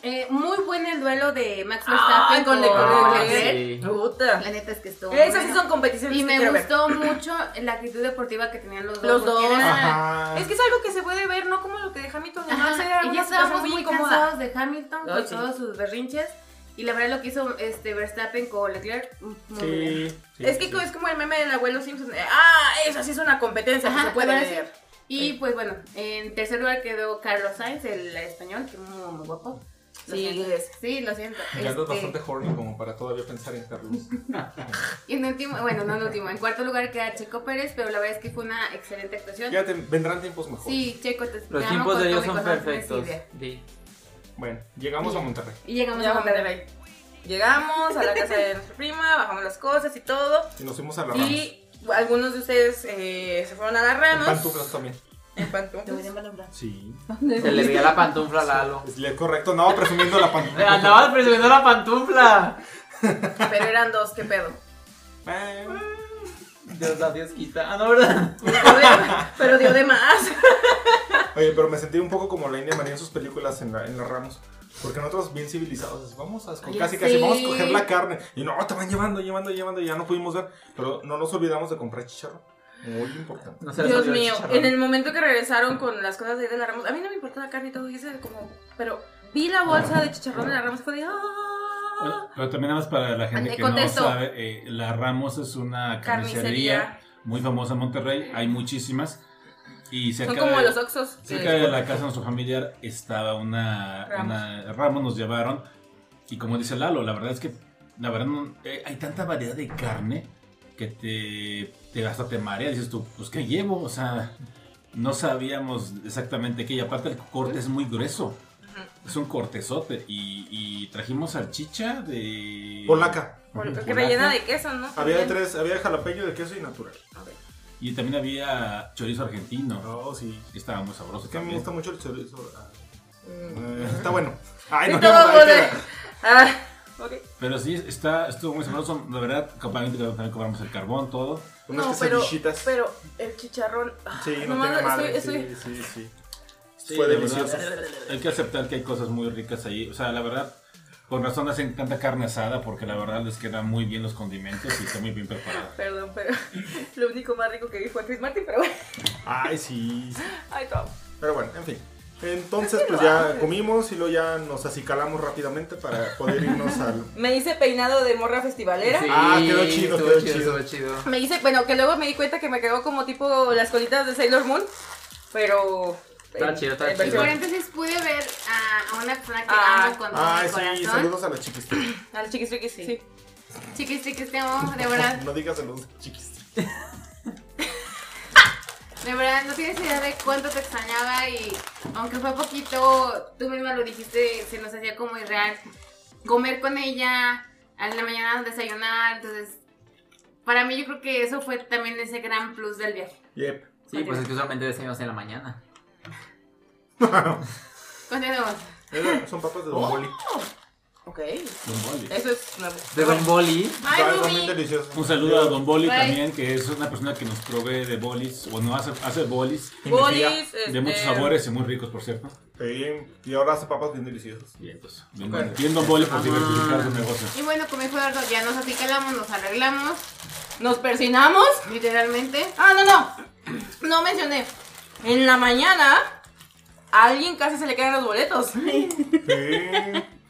S3: Eh, muy buen el duelo de Max Verstappen
S2: Ay,
S3: con
S5: Ah,
S3: Leclerc.
S5: sí.
S2: Puta.
S3: La neta es que estuvo. muy
S2: Esas sí
S3: bueno.
S2: son competiciones
S3: y
S2: que
S3: me
S2: quiero ver.
S3: gustó mucho la actitud deportiva que tenían los dos.
S2: Los
S3: porque
S2: dos.
S3: era-
S4: Ajá.
S2: Ah, Es que es algo que se puede ver, no como lo que de Hamilton
S3: Ajá,
S2: nomás era
S3: y ya
S2: una
S3: estábamos
S2: situación
S3: muy,
S2: muy incómoda.
S3: cansados de Hamilton
S2: Ay,
S3: con
S2: sí.
S3: todos sus berrinches. Y la verdad lo que hizo este Verstappen con Leclerc, mm, muy bien.
S4: Sí, sí,
S2: es que
S4: sí.
S2: es como el meme del abuelo Simpson. eh, Ah, esa sí es una competencia
S3: Ajá,
S2: que se puede
S3: la verdad,
S2: ver.
S3: Y pues bueno, en tercer lugar quedó Carlos Sainz, el español, que muy, muy guapo. Lo
S2: Sí,
S3: siento.
S2: es.
S3: sí, lo siento.
S6: Ya andas
S3: Este,
S6: bastante horny como para todavía pensar en Carlos.
S3: Y en último, bueno, no en último, en cuarto lugar queda Checo Pérez, pero la verdad es que fue una excelente actuación.
S4: Ya te- vendrán tiempos mejores.
S3: Sí, Checo, te te
S5: Los
S3: amo
S5: tiempos
S3: con
S5: de ellos
S3: todo mi
S5: son
S3: corazón,
S5: perfectos.
S3: Silvia.
S5: Di.
S6: Bueno, llegamos a Monterrey.
S3: Y llegamos a
S2: Llegamos a
S3: Monterrey.
S2: Monterrey. Llegamos a la casa de nuestra prima, bajamos las cosas y todo.
S6: Y nos fuimos a la rama.
S2: Y algunos de ustedes eh, se fueron a las
S6: En
S2: ramas.
S6: pantuflas también.
S2: En
S3: Te voy a
S2: pantuflas.
S3: embalombrar.
S6: Sí.
S5: Se le veía la pantufla a Lalo.
S6: Es le- correcto, andaba presumiendo la
S5: Eh,
S6: pantufla.
S5: Andabas presumiendo la pantufla.
S2: Pero eran dos, qué pedo.
S6: Eh,
S5: Dios, adiós, quita. Ah, no, ¿verdad?
S2: Pero de- Pero dio de más.
S6: Oye, pero me sentí un poco como la India María en sus películas en la, en la Ramos. Porque nosotros bien civilizados, vamos a
S3: Ya
S6: casi casi
S3: sé.
S6: vamos a coger la carne. Y no, te van llevando, llevando, llevando, y ya no pudimos ver. Pero no nos olvidamos de comprar chicharrón. Muy importante.
S5: No se les
S2: Dios
S5: olvidó el
S2: mío,
S5: chicharrón.
S2: en el momento que regresaron con las cosas ahí de la Ramos, a mí no me importó la carne y todo, y ese como, pero vi la bolsa de chicharrón de la Ramos y fue de, ¡ah!
S1: Pero también nada más para la gente
S2: Ante
S1: que
S2: contexto.
S1: no sabe, eh, la Ramos es una carnicería
S2: Carnicería.
S1: muy famosa en Monterrey, hay muchísimas. Y
S2: Son
S1: cerca,
S2: como
S1: de,
S2: los oxos.
S1: cerca de la casa de nuestro familiar estaba una
S2: Ramos.
S1: una Ramos, nos llevaron. Y como dice Lalo, la verdad es que la verdad no- eh, hay tanta variedad de carne que te, te hasta te marea. Dices tú, pues ¿qué llevo? O sea, no sabíamos exactamente qué. Y aparte el corte es muy grueso. Es un cortezote. Y, y trajimos salchicha de.
S6: Polaca.
S2: Con- Que
S1: Polaca.
S2: rellena de queso, ¿no?
S6: Había de
S2: También.
S6: tres, había de jalapeño, de queso y natural.
S1: Y también había chorizo argentino.
S6: Oh, sí.
S1: que Estaba muy sabroso
S6: Es que a mí me
S1: también.
S6: gusta mucho el chorizo. Ah,
S2: Mm.
S6: eh, está bueno. Ay,
S2: Sí,
S6: no,
S2: todo
S6: ahí
S2: de-
S6: queda.
S2: Ah, ok.
S1: Pero sí, está, estuvo muy sabroso. La verdad, compañero, también cobramos el carbón, todo.
S6: Unas
S2: No, pero,
S6: quesadillitas.
S2: pero el chicharrón. ah,
S6: Sí, no
S2: mames,
S6: tiene madre.
S2: estoy- estoy-
S6: Sí, sí, sí.
S1: Sí,
S6: Fue
S1: la
S6: delicioso.
S1: verdad, Hay que aceptar que hay cosas muy ricas ahí. O sea, la verdad, con razón hacen tanta carne asada porque la verdad les quedan muy bien los condimentos y está muy bien preparada.
S2: Perdón, pero lo único más rico que vi fue Chris Martin, pero bueno.
S6: Ay, sí. sí.
S2: Ay, todo.
S6: Pero bueno, en fin. Entonces, pues ya comimos y luego ya nos acicalamos rápidamente para poder irnos al.
S2: Me hice peinado de morra festivalera.
S5: Sí,
S6: Ah, quedó chido,
S5: estuvo
S6: quedó chido.
S5: chido. estuvo chido.
S2: Me hice, bueno, que luego me di cuenta que me quedó como tipo las colitas de Sailor Moon, pero...
S5: Está
S2: eh,
S5: chido, está
S2: en
S5: chido.
S3: Por
S2: versión-
S3: entonces pude ver a, a una persona que
S2: Ah.
S3: amo con todo
S6: Ay,
S3: mi corazón.
S6: sí, saludos a los chiquis.
S2: A los chiquis triquis, sí.
S3: Sí. Chiquis, chiquis, te amo, de verdad.
S6: No digas saludos a los chiquis.
S3: De verdad, no tienes idea de cuánto te extrañaba y aunque fue poquito, tú misma lo dijiste, se nos hacía como irreal comer con ella, a la mañana desayunar, entonces para mí yo creo que eso fue también ese gran plus del viaje.
S6: Yep.
S5: Sí, pues es que usualmente decimos en la mañana.
S3: Continuamos.
S6: Eh, Son papas de Don Boli.
S2: Ok,
S1: Don Boli.
S2: eso es nuevo.
S5: De Don Boli.
S3: Ay,
S6: Saben, son bien
S3: Rumi,
S6: deliciosos.
S1: Un saludo a Don Boli
S3: Bye.
S1: también, que es una persona que nos provee de bolis, o no hace, hace bolis,
S2: Bolis, este,
S1: de muchos sabores y muy ricos, por cierto.
S6: Sí, y ahora hace papas bien deliciosas.
S1: Bien, pues, Don Boli. Bien, Don Boli por diversificar su negocio.
S3: Y bueno, como dijo Eduardo, ya nos acicalamos, nos arreglamos,
S2: ¿Nos persinamos?
S3: literalmente.
S2: Ah, no, no, no mencioné. En la mañana, a alguien casi se le caen los boletos.
S6: Sí.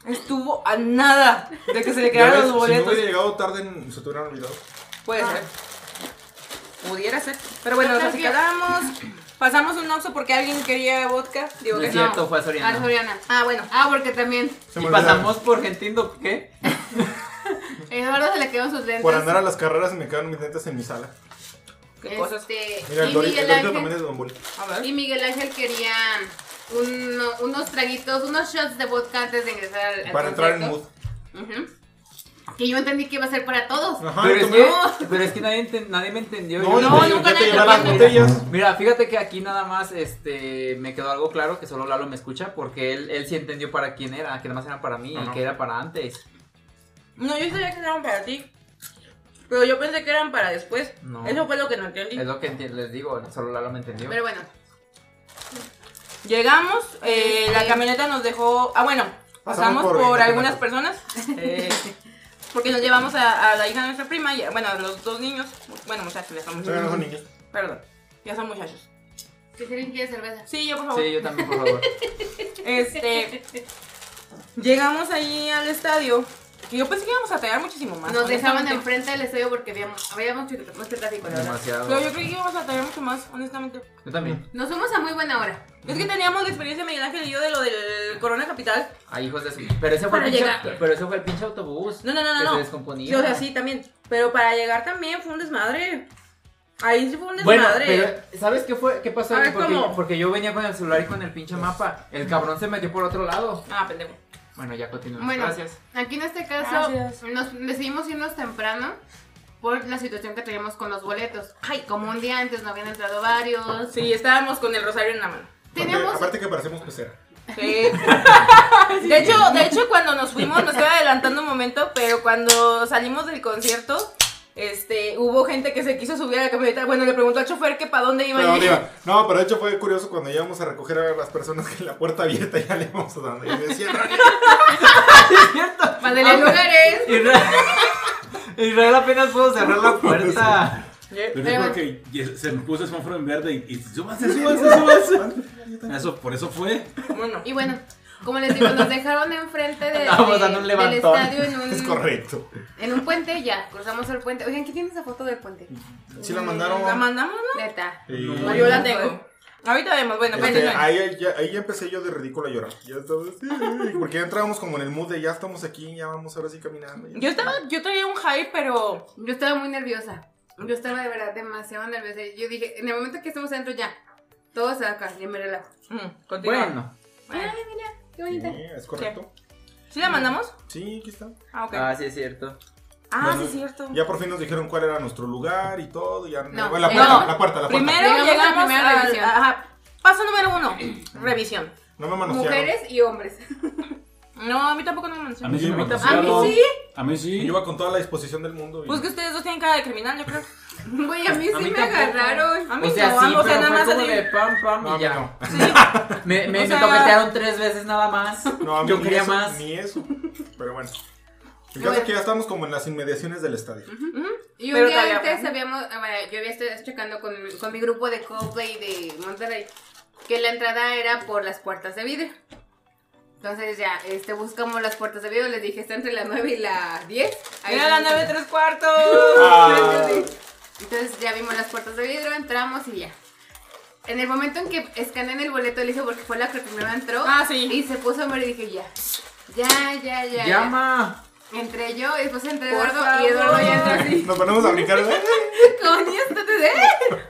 S2: Estuvo a nada de que se le
S6: Ya
S2: cayeran
S6: ves,
S2: los
S6: Si no
S2: boletos.
S6: hubiera llegado tarde, se te hubieran olvidado.
S2: Puede ser. Pudiera ser. Pero bueno, nos
S3: Total que-
S2: acicalamos. Pasamos un oxo porque alguien quería vodka. Digo
S5: No
S2: que
S5: es
S2: no.
S5: cierto, fue a
S3: Ah,
S5: Soriana.
S3: Soriana.
S2: Ah, bueno.
S3: Ah, porque también
S6: Se
S5: Y
S6: me olvidaba.
S5: pasamos por Gentindo, ¿qué?
S3: Eduardo se le quedaron sus lentes.
S6: Por andar a las carreras y me quedan mis lentes en mi sala.
S2: Qué cosas.
S3: Este,
S6: Mira, el
S3: y
S6: Dorito, el
S3: Miguel
S6: Dorito
S3: Ángel-
S6: también es de Don Boli.
S2: A ver.
S3: Y Miguel Ángel quería uno- unos traguitos, unos shots de vodka antes de ingresar al, al
S6: Para entrar en mood.
S3: concierto. Ujú. Que yo entendí que iba a ser para todos.
S6: Ajá,
S5: Pero es
S6: tomé-
S5: que, pero es que nadie, enten- nadie me entendió.
S6: No, no,
S5: Yo-
S3: no,
S6: yo
S3: nunca
S6: te
S3: nadie
S6: llevé
S3: lo
S6: las
S3: manda.
S6: botellas.
S5: Mira, fíjate que aquí nada más este me quedó algo claro que solo Lalo me escucha porque él, él sí entendió para quién era, que nada más era para mí y
S6: Ajá.
S5: que era para antes.
S2: No, yo sabía que eran para ti. Pero yo pensé que eran para después.
S5: No.
S2: Eso fue lo que no entendí.
S5: Es lo que enti- les digo, solo Lalo me entendió.
S3: Pero bueno,
S2: Llegamos, eh, la camioneta nos dejó. Ah, bueno, pasamos
S6: Pasamos
S2: por,
S6: por Veinticuatro.
S2: algunas personas. eh, porque nos llevamos a, a la hija de nuestra prima, y, a- bueno, a los dos niños. Bueno, muchachos, ya son
S6: Todavía no
S2: muchachos.
S6: son niños.
S2: Perdón, ya son muchachos.
S3: ¿Te quieren que cerveza?
S2: Sí, yo por favor.
S5: Sí, yo también, por favor.
S2: Este. Llegamos ahí al estadio. Que yo pensé que íbamos a tallar muchísimo más.
S3: Nos dejaban
S2: honestamente.
S3: enfrente del estadio porque habíamos, había mucho, mucho tráfico, la verdad.
S2: Pero yo
S5: Demasiado.
S2: creí que íbamos a tallar mucho más, honestamente.
S5: Yo también.
S3: Nos fuimos a muy buena hora.
S2: Es que teníamos la experiencia Miguel Ángel y yo de lo del Corona Capital.
S5: Ay, hijos de su. Pero ese fue
S3: Para
S5: el pinche,
S3: llegar.
S5: pero ese fue el pinche autobús.
S2: No, no, no,
S5: que
S2: no. no.
S5: se descomponía.
S2: Sí, o sea, sí, también. Pero para llegar también fue un desmadre. Ahí sí fue un
S5: Bueno,
S2: desmadre.
S5: pero ¿sabes qué fue? ¿Qué pasó?
S2: A ver,
S5: porque,
S2: ¿cómo?
S5: porque yo venía con el celular y con el pinche mapa. El cabrón se metió por otro lado.
S2: Ah, pendejo.
S5: Bueno, ya continuamos.
S3: Bueno,
S5: Mm, Gracias.
S3: Aquí en este caso
S2: Gracias.
S3: nos decidimos irnos temprano por la situación que teníamos con los boletos. Ay, como un día antes no habían entrado varios.
S2: Sí, estábamos con el rosario en la mano.
S3: Teníamos
S6: Aparte que parecemos pecera.
S2: Sí. De hecho, de hecho, cuando nos fuimos, nos estaba adelantando un momento, pero cuando salimos del concierto, este, hubo gente que se quiso subir a la camioneta. Bueno, le preguntó al chofer que para dónde iba
S6: Pero,
S2: a ir.
S6: digo, no, pero de hecho fue curioso cuando íbamos a recoger a las personas que la puerta abierta ya le íbamos dando. Y decía,
S2: Ah,
S3: Madeleine lugares.
S5: Israel, Israel apenas pudo cerrar la puerta.
S1: Pero es porque ya se me puso el semáforo en verde y, y súbanse, súbanse, súbanse. Eso, por eso fue.
S2: Bueno,
S3: Y bueno, como les digo, nos dejaron enfrente de,
S5: Estábamos
S3: de-
S5: dando un
S3: del
S5: levantón.
S3: estadio en
S6: es
S2: Mm.
S3: un,
S6: correcto.
S3: en un puente. Ya, cruzamos el puente. Oigan, ¿qué tiene esa foto del puente?
S6: Sí la mandaron.
S2: Mm, la mandamos,
S3: Neta.
S6: Y-
S2: ¿no? Yo la tengo. Ahorita vemos, bueno,
S6: Este,
S2: bueno, bueno.
S6: ahí, ya, ahí ya empecé yo de ridículo a llorar. Ya estaba así, porque ya entrábamos como en el mood de ya estamos aquí, ya vamos ahora sí caminando. ya.
S2: Yo estaba, yo traía un hype, pero
S3: Yo estaba muy nerviosa. Yo estaba de verdad demasiado nerviosa. Yo dije, en el momento que estemos adentro, ya. Todos acá, ya me relajo.
S2: mm, continúa.
S5: Bueno.
S2: Bueno.
S3: Qué
S6: Sí,
S3: bonita.
S6: es correcto.
S2: ¿Sí la mandamos?
S6: Sí, aquí está.
S2: Ah, ok.
S5: Ah, sí, es cierto.
S2: Ah,
S6: bueno,
S2: sí, es cierto.
S6: Ya por fin nos dijeron cuál era nuestro lugar y todo. Ya,
S3: No,
S6: Bueno, la,
S3: eh,
S6: puerta,
S2: no.
S6: la puerta, la puerta.
S2: Primero
S3: Llegamos a
S2: llegamos a
S3: primera revisión.
S2: Ajá. Paso número uno, revisión.
S6: No me manosearon.
S3: Mujeres y hombres.
S2: No, a mí tampoco no me
S1: A
S2: mencionó.
S1: mí sí me
S6: A mí
S1: manosearon.
S3: sí.
S1: A mí
S6: Yo
S1: sí.
S6: iba con toda la disposición del mundo. y-
S2: Pues que ustedes dos tienen cara de criminal, yo creo.
S3: Güey, a mí sí me
S5: mí tampoco.
S3: agarraron.
S2: A mí
S5: O sea,
S2: no,
S5: sí,
S2: o sea,
S5: pero
S2: nada más
S5: fue como
S2: así.
S5: de pam, pam
S6: No,
S5: y ya.
S6: no.
S5: Me, me,
S2: O
S5: me
S2: sea-
S5: toquetearon tres veces nada más.
S6: No, a mí
S5: Yo
S6: ni
S5: quería
S6: eso,
S5: más.
S6: Ni eso. Pero bueno. El caso
S3: Bueno.
S6: es que ya estamos como en las inmediaciones del estadio.
S3: Y un
S2: Pero
S3: día
S2: todavía-
S3: antes habíamos, ah, bueno, yo había estado checando con, con mi grupo de Coldplay de Monterrey que la entrada era por las puertas de vidrio. Entonces ya, este, buscamos las puertas de vidrio, les dije, está entre la 9 y la 10. Ahí
S2: Era la
S3: vamos a-
S2: 9 tres cuartos.
S6: Ah.
S3: Entonces ya vimos las puertas de vidrio, entramos y ya. En el momento en que escanean el boleto, le dije, porque fue la que primero entró.
S2: Ah, sí.
S3: Y se puso hombre y dije, ya. Ya, ya, ya. ya.
S5: Llama.
S3: Entré yo, y después entré
S2: Por
S3: Eduardo y
S2: favor.
S3: Eduardo ya entró así.
S6: Nos ponemos a brincar. ¿eh?
S3: Con esto te- ¡Eh!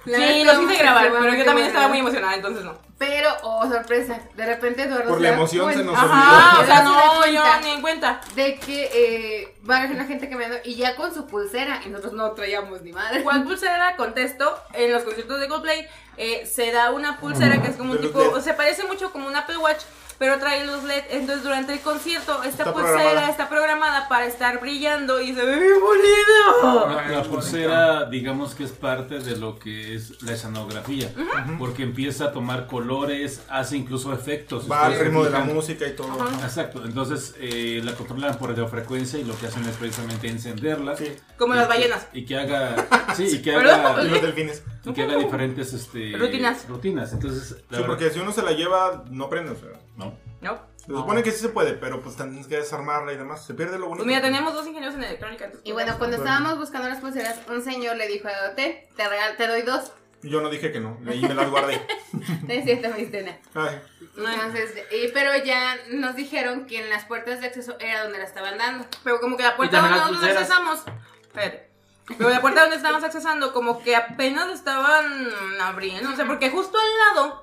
S3: La
S2: Sí,
S3: verdad,
S2: los
S3: muy
S2: hice grabar, pero
S3: sumamente
S2: yo también estaba muy
S3: bueno.
S2: emocionada, entonces no.
S3: Pero, oh, sorpresa, de repente Eduardo
S6: Por
S3: se
S6: la
S3: da
S6: emoción se
S3: cuenta
S6: nos
S2: Ajá, Ah, o sea,
S3: olvidó. Se da
S2: no,
S3: cuenta.
S2: yo ni en cuenta.
S3: De que eh, va a haber una gente caminando y ya con su pulsera, y nosotros no traíamos ni madre.
S2: ¿Cuál pulsera? Contesto, en los conciertos de Coldplay eh, se da una pulsera que es como un
S6: De los
S2: tipo,
S6: LED.
S2: o se parece mucho como un Apple Watch, pero trae los LED, entonces durante el concierto esta
S6: Está
S2: pulsera
S6: programada.
S2: está programada para estar brillando y se ve bien bonito.
S1: La, la pulsera, digamos que es parte de lo que es la escenografía, porque empieza a tomar colores, hace incluso efectos.
S6: Va al
S1: ustedes se
S6: ritmo de la
S1: fijan.
S6: música y todo.
S1: Exacto, entonces eh, la controlan por radiofrecuencia y lo que hacen es precisamente encenderla.
S6: Sí.
S2: Como
S1: Y
S2: las
S1: que-
S2: ballenas.
S1: Y que haga, sí, y que
S6: Y
S1: haga,
S6: los delfines.
S1: y que haga diferentes este,
S2: Rutinas.
S1: rutinas. Entonces, la
S6: Sí,
S1: verdad-
S6: porque si uno se la lleva, no prende. o sea,
S1: No.
S2: ¿No?
S6: se supone que sí se puede, pero pues tienes que desarmarla y demás. Se pierde lo bonito.
S2: Pues mira, teníamos dos ingenieros en electrónica. entonces,
S3: Y bueno, cuando estábamos buscando las pulseras, un señor le dijo a Dote, te, regal- te doy dos.
S6: Y Yo no dije que no. Y me las guardé.
S3: Te siento mi cena.
S6: Ay,
S3: Entonces, y- pero ya nos dijeron que en las puertas de acceso era donde la estaban dando.
S2: Pero como que la puerta
S5: Y también
S2: donde
S5: las
S2: nosotros
S5: pulseras.
S2: accesamos. Espérate. Pero la puerta donde estábamos accesando, como que apenas estaban abriendo. O sea, porque justo al lado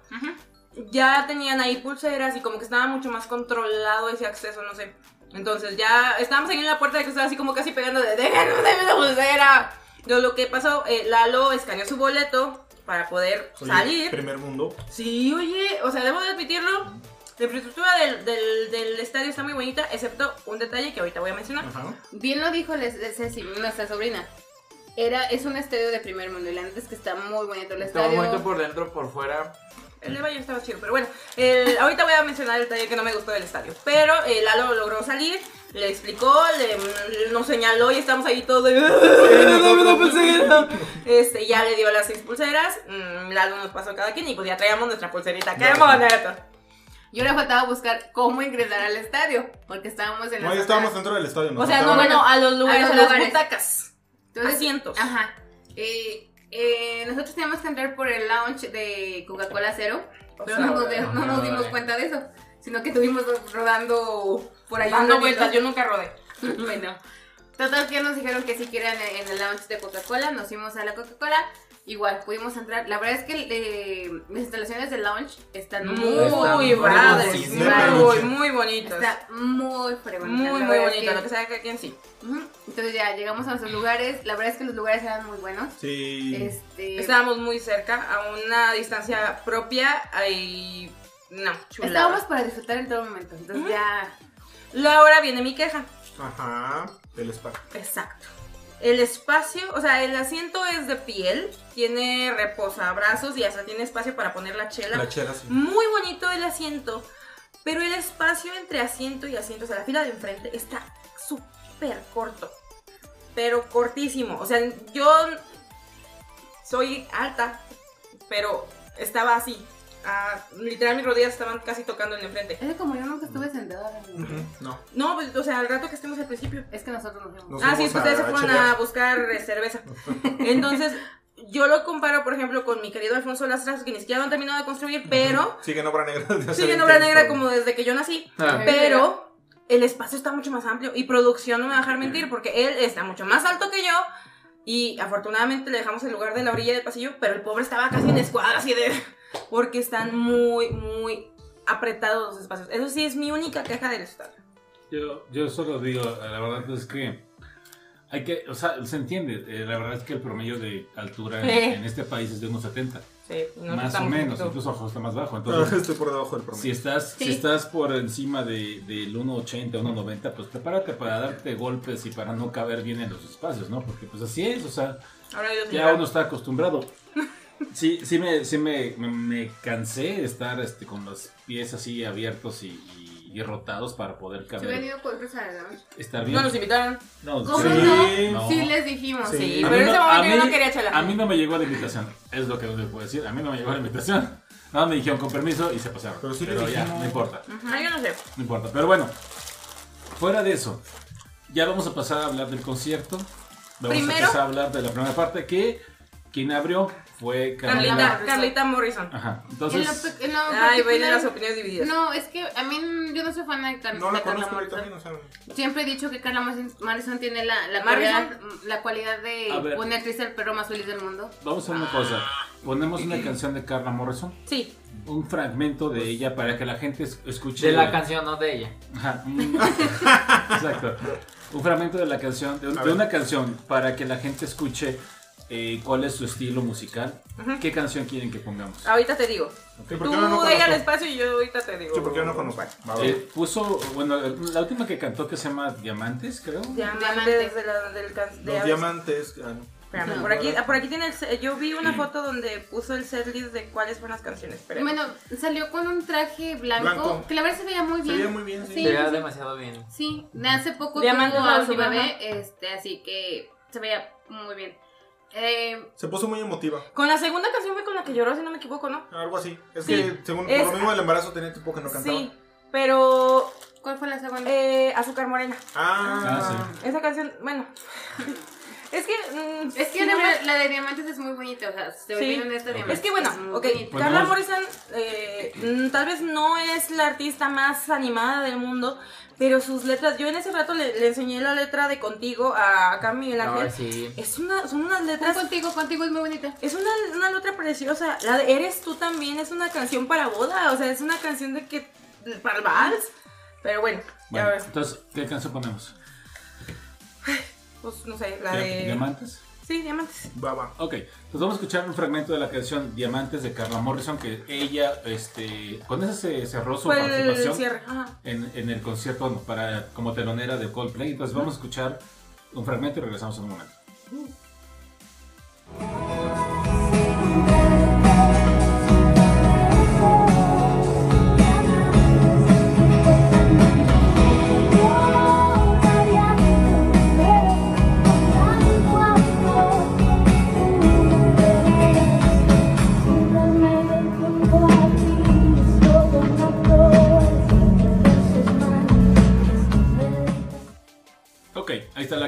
S2: ya tenían ahí pulseras y como que estaba mucho más controlado ese acceso, no sé. Entonces ya estábamos ahí en la puerta de que estaba así como casi pegando de déjenos de la pulsera. Entonces lo que pasó, eh, Lalo escaneó su boleto para poder
S6: soy
S2: salir.
S6: el Primer mundo.
S2: Sí, oye, o sea, debo de admitirlo. La infraestructura del, del- del estadio está muy bonita, excepto un detalle que ahorita voy a mencionar.
S6: Ajá.
S3: Bien lo dijo les- les- Ceci, nuestra sobrina. Era, es un estadio de primer mundo y la neta es que está muy bonito el
S5: Está
S3: estadio.
S5: un momento por dentro, por fuera.
S2: El de Bayo estaba chido, pero bueno. el- ahorita voy a mencionar el taller que no me gustó del estadio. Pero eh, Lalo logró salir, le explicó, le- nos señaló y estamos ahí todos de. "Ah, dame la pulsera". Este, ya le dio las seis pulseras. mm, Lalo nos pasó cada quien y pues ya traíamos nuestra pulserita. ¡Qué bonito!
S3: Yo le faltaba buscar cómo ingresar al estadio, porque estábamos en
S6: No,
S3: las
S6: ya estábamos
S3: afueras.
S6: dentro del estadio. ¿no?
S2: O sea, no,
S6: Estábamos-
S2: bueno, a los lugares, a,
S3: los
S2: las
S3: lugares.
S2: butacas, asientos.
S3: Ajá. Eh, eh, nosotros teníamos que entrar por el lounge de Coca-Cola Cero, pero no nos, de- no nos dimos cuenta de eso, sino que estuvimos rodando por ahí. un
S2: Dando
S3: ratito.
S2: Ah, vueltas, yo nunca rodé.
S3: Bueno, total que nos dijeron que si quieran en el lounge de Coca-Cola, nos fuimos a la Coca-Cola. Igual pudimos entrar. La verdad es que eh, las instalaciones del lounge están muy,
S2: Mm, Muy padres,
S5: Sí, sí,
S2: muy, muy bonitos.
S3: Está muy fregón.
S2: Muy, muy bonito, lo que sea que aquí en sí.
S3: Entonces ya llegamos a nuestros lugares. La verdad es que los lugares eran muy buenos.
S6: Sí.
S3: Este,
S2: Estábamos muy cerca, a una distancia propia y... No, chulada.
S3: estábamos para disfrutar en todo momento. Entonces ya.
S2: Ahora viene mi queja.
S6: Ajá. Del spa.
S2: Exacto. El espacio, o sea, el asiento es de piel, tiene reposabrazos y hasta tiene espacio para poner la Mm. chela.
S6: La chera, sí.
S2: Muy bonito el asiento, pero el espacio entre asiento y asiento, o sea, la fila de enfrente está súper corto, pero cortísimo. O sea, yo soy alta, pero estaba así. ah, literal, mis rodillas estaban casi tocando el de enfrente.
S3: Es que como yo nunca estuve sentada.
S6: Ujú, Mm, No.
S2: No, pues, o sea, al rato que estemos al principio.
S3: Es que nosotros nos vemos.
S6: Nos
S2: ah, sí,
S6: fuimos
S2: es que ustedes se
S6: a
S2: fueron
S6: chelear.
S2: a buscar eh, cerveza. Entonces, yo lo comparo, por ejemplo, con mi querido Alfonso Lastras, que ni siquiera lo han terminado de construir, pero
S6: Sigue en obra negra. desde hace
S2: sigue en
S6: 20
S2: obra
S6: años,
S2: negra
S6: pero-
S2: como desde que yo nací.
S5: Ah,
S2: Pero el espacio está mucho más amplio y producción no me va a dejar mentir porque él está mucho más alto que yo y afortunadamente le dejamos el lugar de la orilla del pasillo, pero el pobre estaba casi en escuadra así de... porque están muy, muy apretados los espacios. Eso sí es mi única queja del estadio.
S1: Yo, yo solo digo, la verdad es que hay que, o sea, se entiende, eh, la verdad es que el promedio de altura en,
S2: Sí.
S1: en este país es de unos 70,
S2: Sí, nos
S1: más o
S2: estamos
S1: menos,
S2: un poquito-
S1: incluso hasta más bajo.
S6: No,
S1: Entonces,
S6: Ah, estoy por debajo del
S1: si
S6: promedio.
S1: estás, si
S3: Sí.
S1: estás por encima de, del 1,80, 1,90, pues prepárate para darte golpes y para no caber bien en los espacios, ¿no? Porque pues así es, o sea,
S2: Ahora yo
S1: ya uno está acostumbrado. Sí, sí me, sí me, me- me cansé de estar este, con los pies así abiertos y, y- y rotados para poder
S3: Se hubieran
S1: caber,
S3: ido con otros a la lounge.
S1: estar bien.
S2: No nos invitaron.
S1: No,
S3: ¿Cómo
S1: sí.
S3: no?
S1: No.
S3: Sí, les dijimos.
S2: Sí,
S1: A
S2: pero
S1: mí
S2: en ese
S1: no-
S2: momento
S1: a
S2: yo no
S1: mí-
S2: quería chela.
S1: A mí no me llegó la invitación, es lo que les puedo decir. A mí no me llegó la invitación. Nada, me dijeron con permiso y se pasaron.
S6: Pero
S1: Pero,
S6: sí le
S1: ya,
S6: dijimos.
S1: no importa,
S2: Ay, yo no sé.
S1: no importa. Pero bueno, fuera de eso, ya vamos a pasar a hablar del concierto. Vamos
S2: Primero-
S1: a empezar a hablar de la primera parte que quien abrió fue Carolina.
S2: Carlita, Carlita Morrison.
S1: Ajá,
S3: En lo
S1: entonces,
S3: pe- en lo
S2: Ay, bueno,
S3: particular-
S2: las opiniones divididas.
S3: No, es que a mí mm, yo no soy fan de, Car-
S6: No la
S3: de Carla
S6: conozco ahorita
S3: Morrison.
S6: también, o sea.
S3: Siempre he dicho que Carla Morrison- Morrison tiene la,
S2: Morrison.
S3: la, cualidad, mm, la cualidad
S1: A
S3: de
S1: ver.
S3: poner triste al perro más feliz del mundo.
S1: vamos a una cosa. Ponemos una canción de Carla Morrison,
S2: Sí,
S1: un fragmento de ella para que la gente es- escuche.
S5: De la canción, no de ella.
S1: Ajá, un- Exacto. Un fragmento de la canción, de, un-
S6: A
S1: de
S6: ver.
S1: una canción, para que la gente escuche eh, cuál es su estilo musical.
S2: Ujú. Ah,
S1: ¿Qué canción quieren que pongamos?
S2: ahorita te digo.
S6: Sí,
S2: Tú
S6: ¿por qué no, no
S2: de ella al
S6: conozco?
S2: espacio y yo ahorita te digo.
S6: Sí, porque yo no conozco. Va, va.
S1: Eh, puso, bueno, la última que cantó que se llama Diamantes, creo.
S2: Diamantes de la, del can- de
S6: Los diamantes. ah, no.
S2: Espérame, por aquí, ah, por aquí tiene el, se- yo vi una foto donde puso el setlist de cuáles fueron las canciones. Espera.
S3: Bueno, salió con un traje blanco,
S6: Blanco.
S3: que la verdad se veía muy
S6: Se
S3: bien.
S6: veía muy bien, sí.
S3: Sí,
S5: Se veía
S3: sí.
S5: demasiado bien.
S3: Sí, de hace poco
S2: Diamantes
S3: tuvo a
S2: para su
S3: su bebé,
S2: mamá.
S3: este, así que se veía muy bien. Eh,
S6: Se puso muy emotiva.
S2: Con la segunda canción fue con la que lloró, si no me equivoco, ¿no?
S6: Algo así. Es
S2: Sí,
S6: que según
S2: es-
S6: por lo mismo del embarazo tenía tiempo que no cantaba.
S2: Sí, pero
S3: ¿Cuál fue la segunda?
S2: eh, Azúcar Morena.
S6: Ah,
S1: Ah,
S2: Esa canción, bueno. es que. mm,
S3: es que
S2: si no
S3: la,
S2: me-
S3: la de diamantes es muy bonita, o sea, se
S2: Sí.
S3: ve en esta
S1: Ok.
S3: diamante.
S2: Es que bueno,
S3: muy
S2: ok,
S3: bonita.
S1: Pues
S2: Carla
S1: no-
S2: Morrison eh, mm, tal vez no es la artista más animada del mundo, pero sus letras, yo en ese rato le, le enseñé la letra de Contigo a acá Miguel
S5: No,
S6: Ah,
S2: Ángel.
S5: sí.
S2: Es una, son unas
S3: Fue
S2: letras,
S3: Contigo, contigo es muy bonita.
S2: es una, una letra preciosa. La de Eres tú también es una canción para boda, o sea, es una canción de que, para el vals. Pero bueno, ya
S1: Bueno,
S2: ves,
S1: entonces, ¿qué canción ponemos?
S2: pues no sé, la
S1: Dia-
S2: de...
S1: ¿Diamantes?
S2: Sí, diamantes.
S6: va, va.
S1: Ok, entonces vamos a escuchar un fragmento de la canción Diamantes de Carla Morrison, que ella, este, con esa se cerró su
S2: Fue el
S1: participación.
S2: cierre. ajá.
S1: en, en el concierto bueno, para, como telonera de Coldplay. Entonces vamos a escuchar un fragmento y regresamos en un momento.
S7: Eres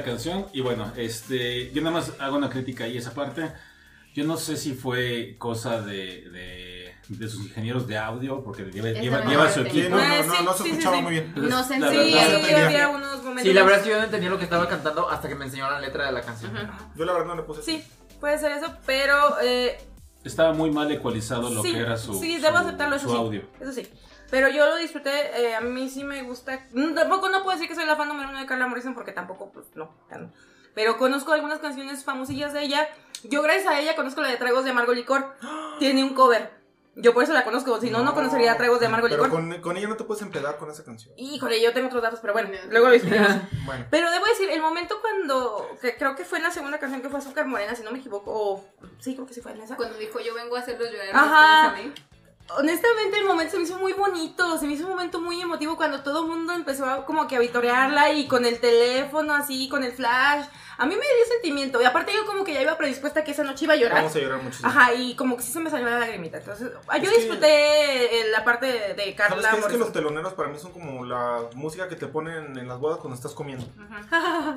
S1: canción. Y bueno, este, yo nada más hago una crítica ahí esa parte. Yo no sé si fue cosa de, de- de sus ingenieros de audio, porque lleva,
S3: Eso
S1: lleva-
S3: no
S1: lleva
S3: lo
S1: su
S3: entendí.
S1: equipo.
S6: Sí, no, no,
S2: Ah,
S6: no,
S2: sí,
S6: no se
S2: sí,
S6: escuchaba
S2: sí, sí.
S6: muy bien.
S5: Entonces,
S3: No se
S5: la
S2: Sí,
S5: verdad-
S2: había unos momentos.
S5: Sí, la verdad es que yo no entendía lo que estaba cantando hasta que me enseñó la letra de la canción.
S2: Ajá.
S6: Yo la verdad no le puse.
S2: Sí, puede ser eso, pero eh,
S1: Estaba muy mal ecualizado lo
S2: sí,
S1: que era su,
S2: sí, debo
S1: su-
S2: aceptarlo, eso
S1: su
S2: sí.
S1: audio.
S2: Eso sí. Pero yo lo disfruté, eh, a mí sí me gusta. Mm, Tampoco no puedo decir que soy la fan número uno de Carla Morrison porque tampoco, pues no. ya no. Pero conozco algunas canciones famosillas de ella. Yo gracias a ella conozco la de Tragos de Amargo Licor. Tiene un cover. Yo por eso la conozco, si no, no, conocería Tragos de Amargo
S6: Pero
S2: Licor.
S6: con, con ella no te puedes empedar con esa canción.
S2: Híjole, yo tengo otros datos, pero bueno, luego lo discutimos.
S6: Bueno,
S2: Pero debo decir, el momento cuando, que creo que fue en la segunda canción que fue Azúcar Morena, si no me equivoco, o sí, creo que sí fue en esa.
S3: Cuando dijo yo vengo a hacerlos llorar.
S2: Ajá.
S3: ustedes a mí".
S2: Honestamente el momento se me hizo muy bonito, se me hizo un momento muy emotivo cuando todo el mundo empezó a, como que a vitorearla y con el teléfono así, con el flash. A mí me dio sentimiento y aparte yo como que ya iba predispuesta a que esa noche iba a llorar.
S6: vamos a llorar muchísimo.
S2: Ajá, y como que sí se me salió la lagrimita. Entonces, ah, yo
S6: Es que-
S2: disfruté eh, la parte de, de
S6: ¿Sabes
S2: Carla.
S6: qué? Es que
S2: Morrison.
S6: los teloneros para mí son como la música que te ponen en las bodas cuando estás comiendo.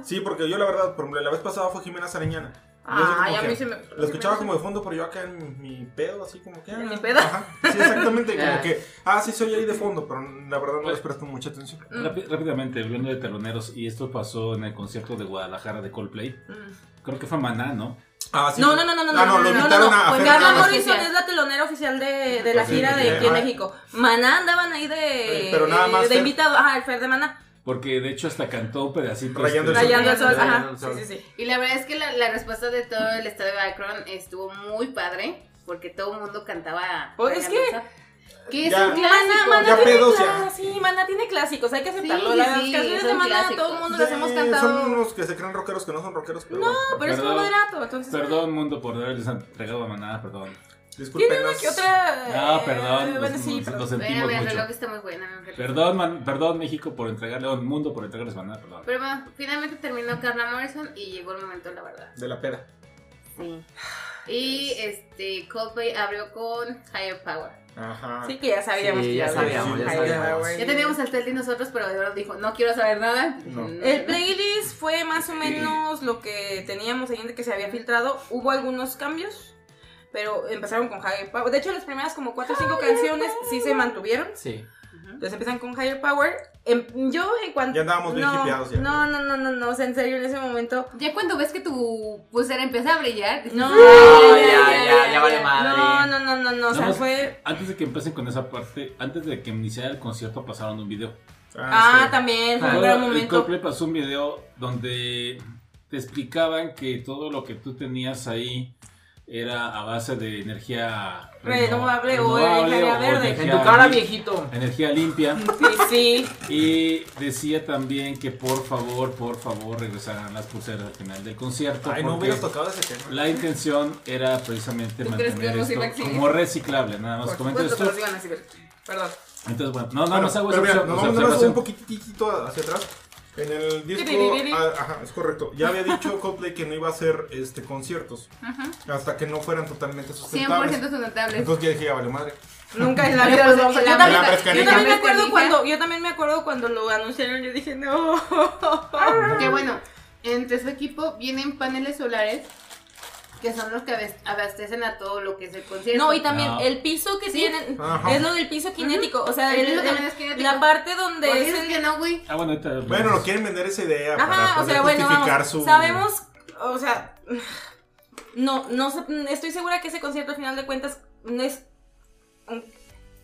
S6: Sí, porque yo la verdad, por ejemplo, la vez pasada fue Jimena Sariñana. Y yo así
S2: Ay,
S6: como
S2: Ah, a
S6: que
S2: mí se me...
S6: Lo escuchaba como de fondo, pero yo acá en mi pedo, así como que... ah,
S2: ¿En mi pedo?
S6: Ajá. Sí, exactamente, como
S5: Ah.
S6: que... Ah, sí, soy ahí de fondo, pero la verdad no les presto mucha atención.
S2: Mm.
S1: Rápi- Rápidamente, hablando de teloneros, y esto pasó en el concierto de Guadalajara de Coldplay.
S2: Mm.
S1: Creo que fue Maná, ¿no?
S6: Ah, sí.
S2: No, no, no, no, no,
S6: Ah, no,
S2: no,
S6: lo
S2: no, no,
S6: invitaron
S2: no,
S6: a
S2: Pues
S6: Fer
S2: Carla
S6: Navas.
S2: Morrison es la telonera oficial de, de la
S6: Sí,
S2: gira de
S6: ok.
S2: aquí
S6: Ah.
S2: en México. Maná andaban ahí de,
S6: Eh, pero nada más
S2: de
S6: Fer.
S2: invitado, ajá, el Fer de Maná,
S1: Porque de hecho hasta cantó un pedacito.
S6: Rayando el
S1: este,
S2: rayando el sol,
S5: Rayando
S2: ajá.
S5: el
S2: Sí,
S5: sol.
S2: sí, sí.
S3: Y la verdad es que la, la respuesta de todo el estado de Akron estuvo muy padre, porque todo el mundo cantaba.
S2: Pues es que-
S3: Rayando el Sol, Que es
S6: Ya.
S3: un
S2: Maná,
S3: clásico.
S2: Maná
S6: Ya
S2: tiene
S6: pedos, ya.
S2: clásicos, sí, Maná tiene clásicos, hay que aceptarlo.
S3: Sí,
S2: Las
S3: sí,
S2: canciones de
S3: son
S2: Maná
S3: clásicos.
S2: todo el mundo las hemos
S6: Sí,
S2: cantado. Ah,
S6: Son unos que se creen rockeros que no son rockeros, pero... No.
S2: Pero es
S1: Perdón.
S2: como moderato, entonces.
S1: Perdón, mundo, por haberles entregado a Maná, perdón.
S2: Tiene
S6: Disculpenos.
S2: una que otra.
S1: No,
S2: eh,
S1: Ah, perdón, lo-
S2: Bueno, sí,
S1: lo-
S2: pero.
S1: lo
S3: Pero
S1: sentimos
S3: el
S1: mucho.
S3: reloj está muy bueno. ¿no?
S1: Perdón, man- perdón México por entregarle, o mundo por entregarles Maná, perdón.
S3: Pero bueno, finalmente terminó Carla Morrison y llegó el momento, la verdad.
S6: De la peda.
S3: Sí. Y este Coldplay abrió con Higher Power.
S6: Ajá.
S2: Sí, que ya sabíamos.
S5: Sí,
S2: que
S5: ya
S2: iba a haber.
S5: sabíamos,
S6: ya
S2: Ay,
S6: sabíamos.
S2: güey.
S3: Ya teníamos el tel de nosotros, pero de verdad dijo, no quiero saber nada.
S6: No.
S2: El playlist fue más o menos lo que teníamos ahí de que se había filtrado. Hubo algunos cambios, pero empezaron con Higher Power. De hecho, las primeras como 4 o 5 canciones sí se mantuvieron.
S5: Sí.
S2: Entonces empiezan con Higher Power. Em- yo en cuanto...
S6: Ya andábamos bien
S2: no,
S6: hipeados ya.
S2: No, no, no, no, no, o sea, en serio, en ese momento...
S3: Ya cuando ves que tu pulsera empieza a brillar, dices,
S2: No,
S5: No, ya, ya, ya vale madre.
S2: No, no, no, no, no, o sea,
S1: Vamos.
S2: fue...
S1: Antes de que empiecen con esa parte, antes de que iniciara el concierto pasaron un video.
S2: Ah,
S6: sí.
S2: también, fue
S5: Ah,
S2: un gran
S1: Bueno, el
S2: momento.
S1: Coldplay pasó un video donde te explicaban que todo lo que tú tenías ahí era a base de energía
S2: Renovable o energía verde.
S5: En
S1: energía
S5: tu cara,
S1: lim-
S5: viejito.
S1: Energía limpia.
S2: Sí, sí.
S1: Y decía también que por favor, por favor, regresaran las pulseras al final del concierto.
S6: Ay, no
S1: porque
S6: hubieras tocado ese tema.
S1: La intención era precisamente
S3: ¿Tú crees que
S1: mantener
S3: nos iba a
S1: esto
S3: exhibir?
S1: como reciclable, nada más
S2: Por
S1: comento
S2: supuesto
S1: esto.
S2: que los iban a decir. Perdón.
S1: Entonces, bueno, no, no,
S6: Bueno,
S1: más hago esa
S6: pero mira,
S1: observ-
S6: nos
S1: esa
S6: vamos nada más
S1: observación.
S6: un poquitito hacia atrás. En el disco,
S2: Tiririri.
S6: ah, ajá, es correcto. Ya había dicho Coldplay que no iba a hacer este conciertos hasta que no fueran totalmente
S3: 100%
S6: sustentables.
S3: sustentables.
S6: Entonces ya dije, "Ah, vale madre.
S1: Pues
S2: Nunca en la vida los vamos a
S3: El
S2: yo
S3: hambre
S2: también,
S6: es canija.
S2: yo también me
S3: El hambre es
S2: acuerdo
S3: canija.
S2: cuando Yo también me acuerdo cuando lo anunciaron, yo dije, no.
S3: Que bueno, entre su equipo vienen paneles solares, que son los que abas- abastecen a todo lo que es el concierto.
S2: No, y también
S1: No.
S2: el piso que
S3: Sí.
S2: tienen
S6: Ajá.
S2: es lo del piso kinético. O sea,
S3: El
S2: el-
S3: piso
S2: el-
S3: también es kinético.
S2: la parte donde
S3: ¿Por qué
S2: es el-
S3: dices que no, güey?
S1: Ah, bueno, ahorita.
S6: Bueno, no quieren vender esa idea para
S2: Ajá, o
S6: poder
S2: sea, bueno,
S6: justificar
S2: vamos.
S6: su.
S2: Sabemos, o sea, no, no sé, estoy segura que ese concierto al final de cuentas no es un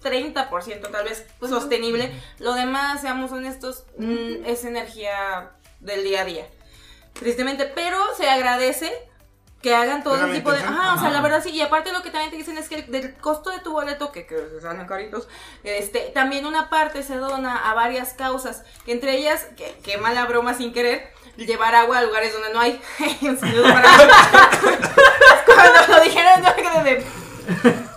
S2: 30% tal vez sostenible. Lo demás, seamos honestos, mm, es energía del día a día. Tristemente, pero se agradece que hagan todo
S6: Era
S2: el
S6: la
S2: tipo de...
S6: intención.
S2: Ajá, o sea,
S1: Ajá.
S2: la verdad sí. Y aparte lo que también te dicen es que el- del costo de tu boleto, que, que se salen caritos, este, también una parte se dona a varias causas, que entre ellas, que, que mala broma sin querer, llevar agua a lugares donde no hay. Un saludo para- Cuando lo dijeron, yo me quedé de...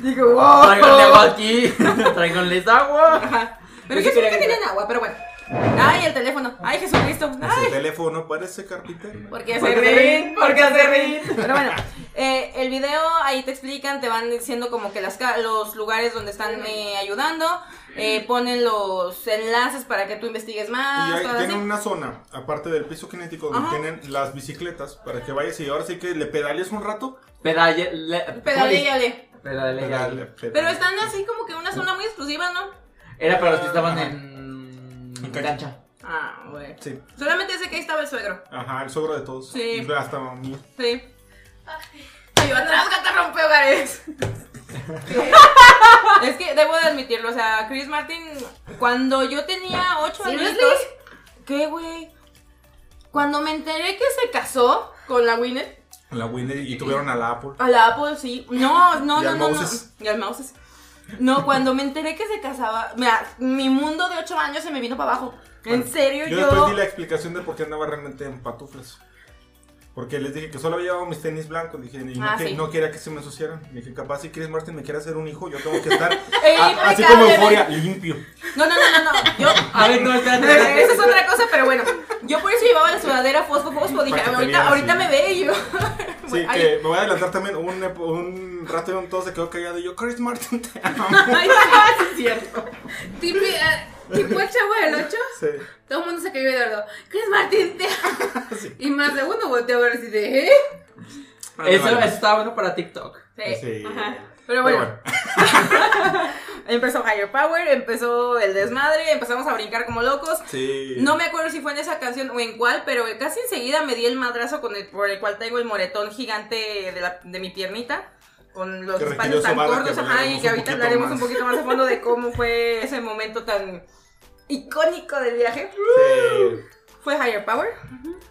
S2: Digo, wow.
S5: Tráiganle agua aquí. Tráiganles agua.
S2: Ajá. Pero
S5: Yo
S2: yo
S5: sí
S2: creo
S5: quería
S2: que
S5: que-
S2: tienen agua, pero bueno. Ay, el teléfono. Ay, Jesucristo.
S6: Su
S2: Ay.
S6: teléfono parece carpintero.
S2: Porque hace rin, porque hace rin. Pero bueno, Eh, el video ahí te explican, te van diciendo como que las, ca- los lugares donde están eh, ayudando, eh, ponen los enlaces para que tú investigues
S6: Y
S2: más,
S6: ahí
S2: cosas ah, así.
S6: tienen una zona, aparte del piso cinético, donde
S2: Ajá.
S6: tienen las bicicletas para que vayas y ahora sí que le pedales un rato.
S5: Pedalle. le-
S2: Pedale y ale.
S5: Pedale-
S6: pedale, pedale.
S2: Pero están así como que una zona muy exclusiva, ¿no?
S5: Era para los que estaban en.
S6: En cancha.
S5: cancha.
S2: Ah, bueno.
S6: Sí,
S2: Solamente sé que ahí estaba el suegro.
S6: ajá, el sobro de todos.
S2: Sí.
S6: Y Hasta mío.
S2: Sí. Ay, yo atrás, gata rompe hogares. es que debo de admitirlo, o sea, Chris Martin, cuando yo tenía 8
S3: ¿Seriously?
S2: años, ¿qué, güey? Cuando me enteré que se casó con la Winnet,
S6: La Winner y tuvieron a la Apple.
S2: a la Apple, sí. No, no,
S6: Y
S2: no,
S6: al
S2: no, no.
S6: Moses.
S2: Y al Moses. No, cuando me enteré que se casaba, mira, mi mundo de 8 años se me vino para abajo. en serio,
S6: Yo
S2: yo.
S6: después di la explicación de por qué andaba realmente en patuflas. Porque les dije que solo había llevado mis tenis blancos. Dije, y no,
S2: Ah,
S6: que-
S2: sí.
S6: no quería que se me ensuciaran. Dije, capaz si Chris Martin me quiere hacer un hijo, yo tengo que estar
S2: Eh,
S6: a- así como
S2: impecablemente.
S6: euforia, limpio.
S2: No, no, no, no, no. Yo
S5: A ver, Ah, no, espérate.
S2: Esa es otra cosa, pero bueno. Yo por eso llevaba la sudadera fosfo fosfo. Dije, "Ah,
S6: Para que te
S2: ahorita,
S6: vieran,
S2: ahorita
S6: sí.
S2: me ve y yo.
S6: Sí,
S2: Ay.
S6: que me voy a adelantar también un, ep- un rato y un todo se quedó callado y yo, Chris Martin, te amo.
S2: Ay, sí, es cierto.
S3: Tipo, eh, tipo el chavo del 8,
S6: Sí.
S3: todo el mundo se cayó de gordo. Chris Martin, te amo. Y más de uno volteó a ver así de, ¿eh?
S5: Eso, eso estaba bueno para TikTok.
S6: Sí.
S2: Pero
S6: Pero
S2: bueno,
S6: bueno,
S2: empezó Higher Power, empezó el desmadre, empezamos a brincar como locos.
S6: sí.
S2: No me acuerdo si fue en esa canción o en cuál, pero casi enseguida me di el madrazo con el, por el cual tengo el moretón gigante de, la- de mi piernita. Con los
S6: Que requirió
S2: espacios tan
S6: sobada, que
S2: cortos, ajá, y
S6: hablaremos
S2: que
S6: un
S2: ahorita
S6: poquito
S2: hablaremos
S6: más.
S2: un poquito más a fondo de cómo fue ese momento tan icónico del viaje.
S6: Sí.
S2: Fue Higher Power.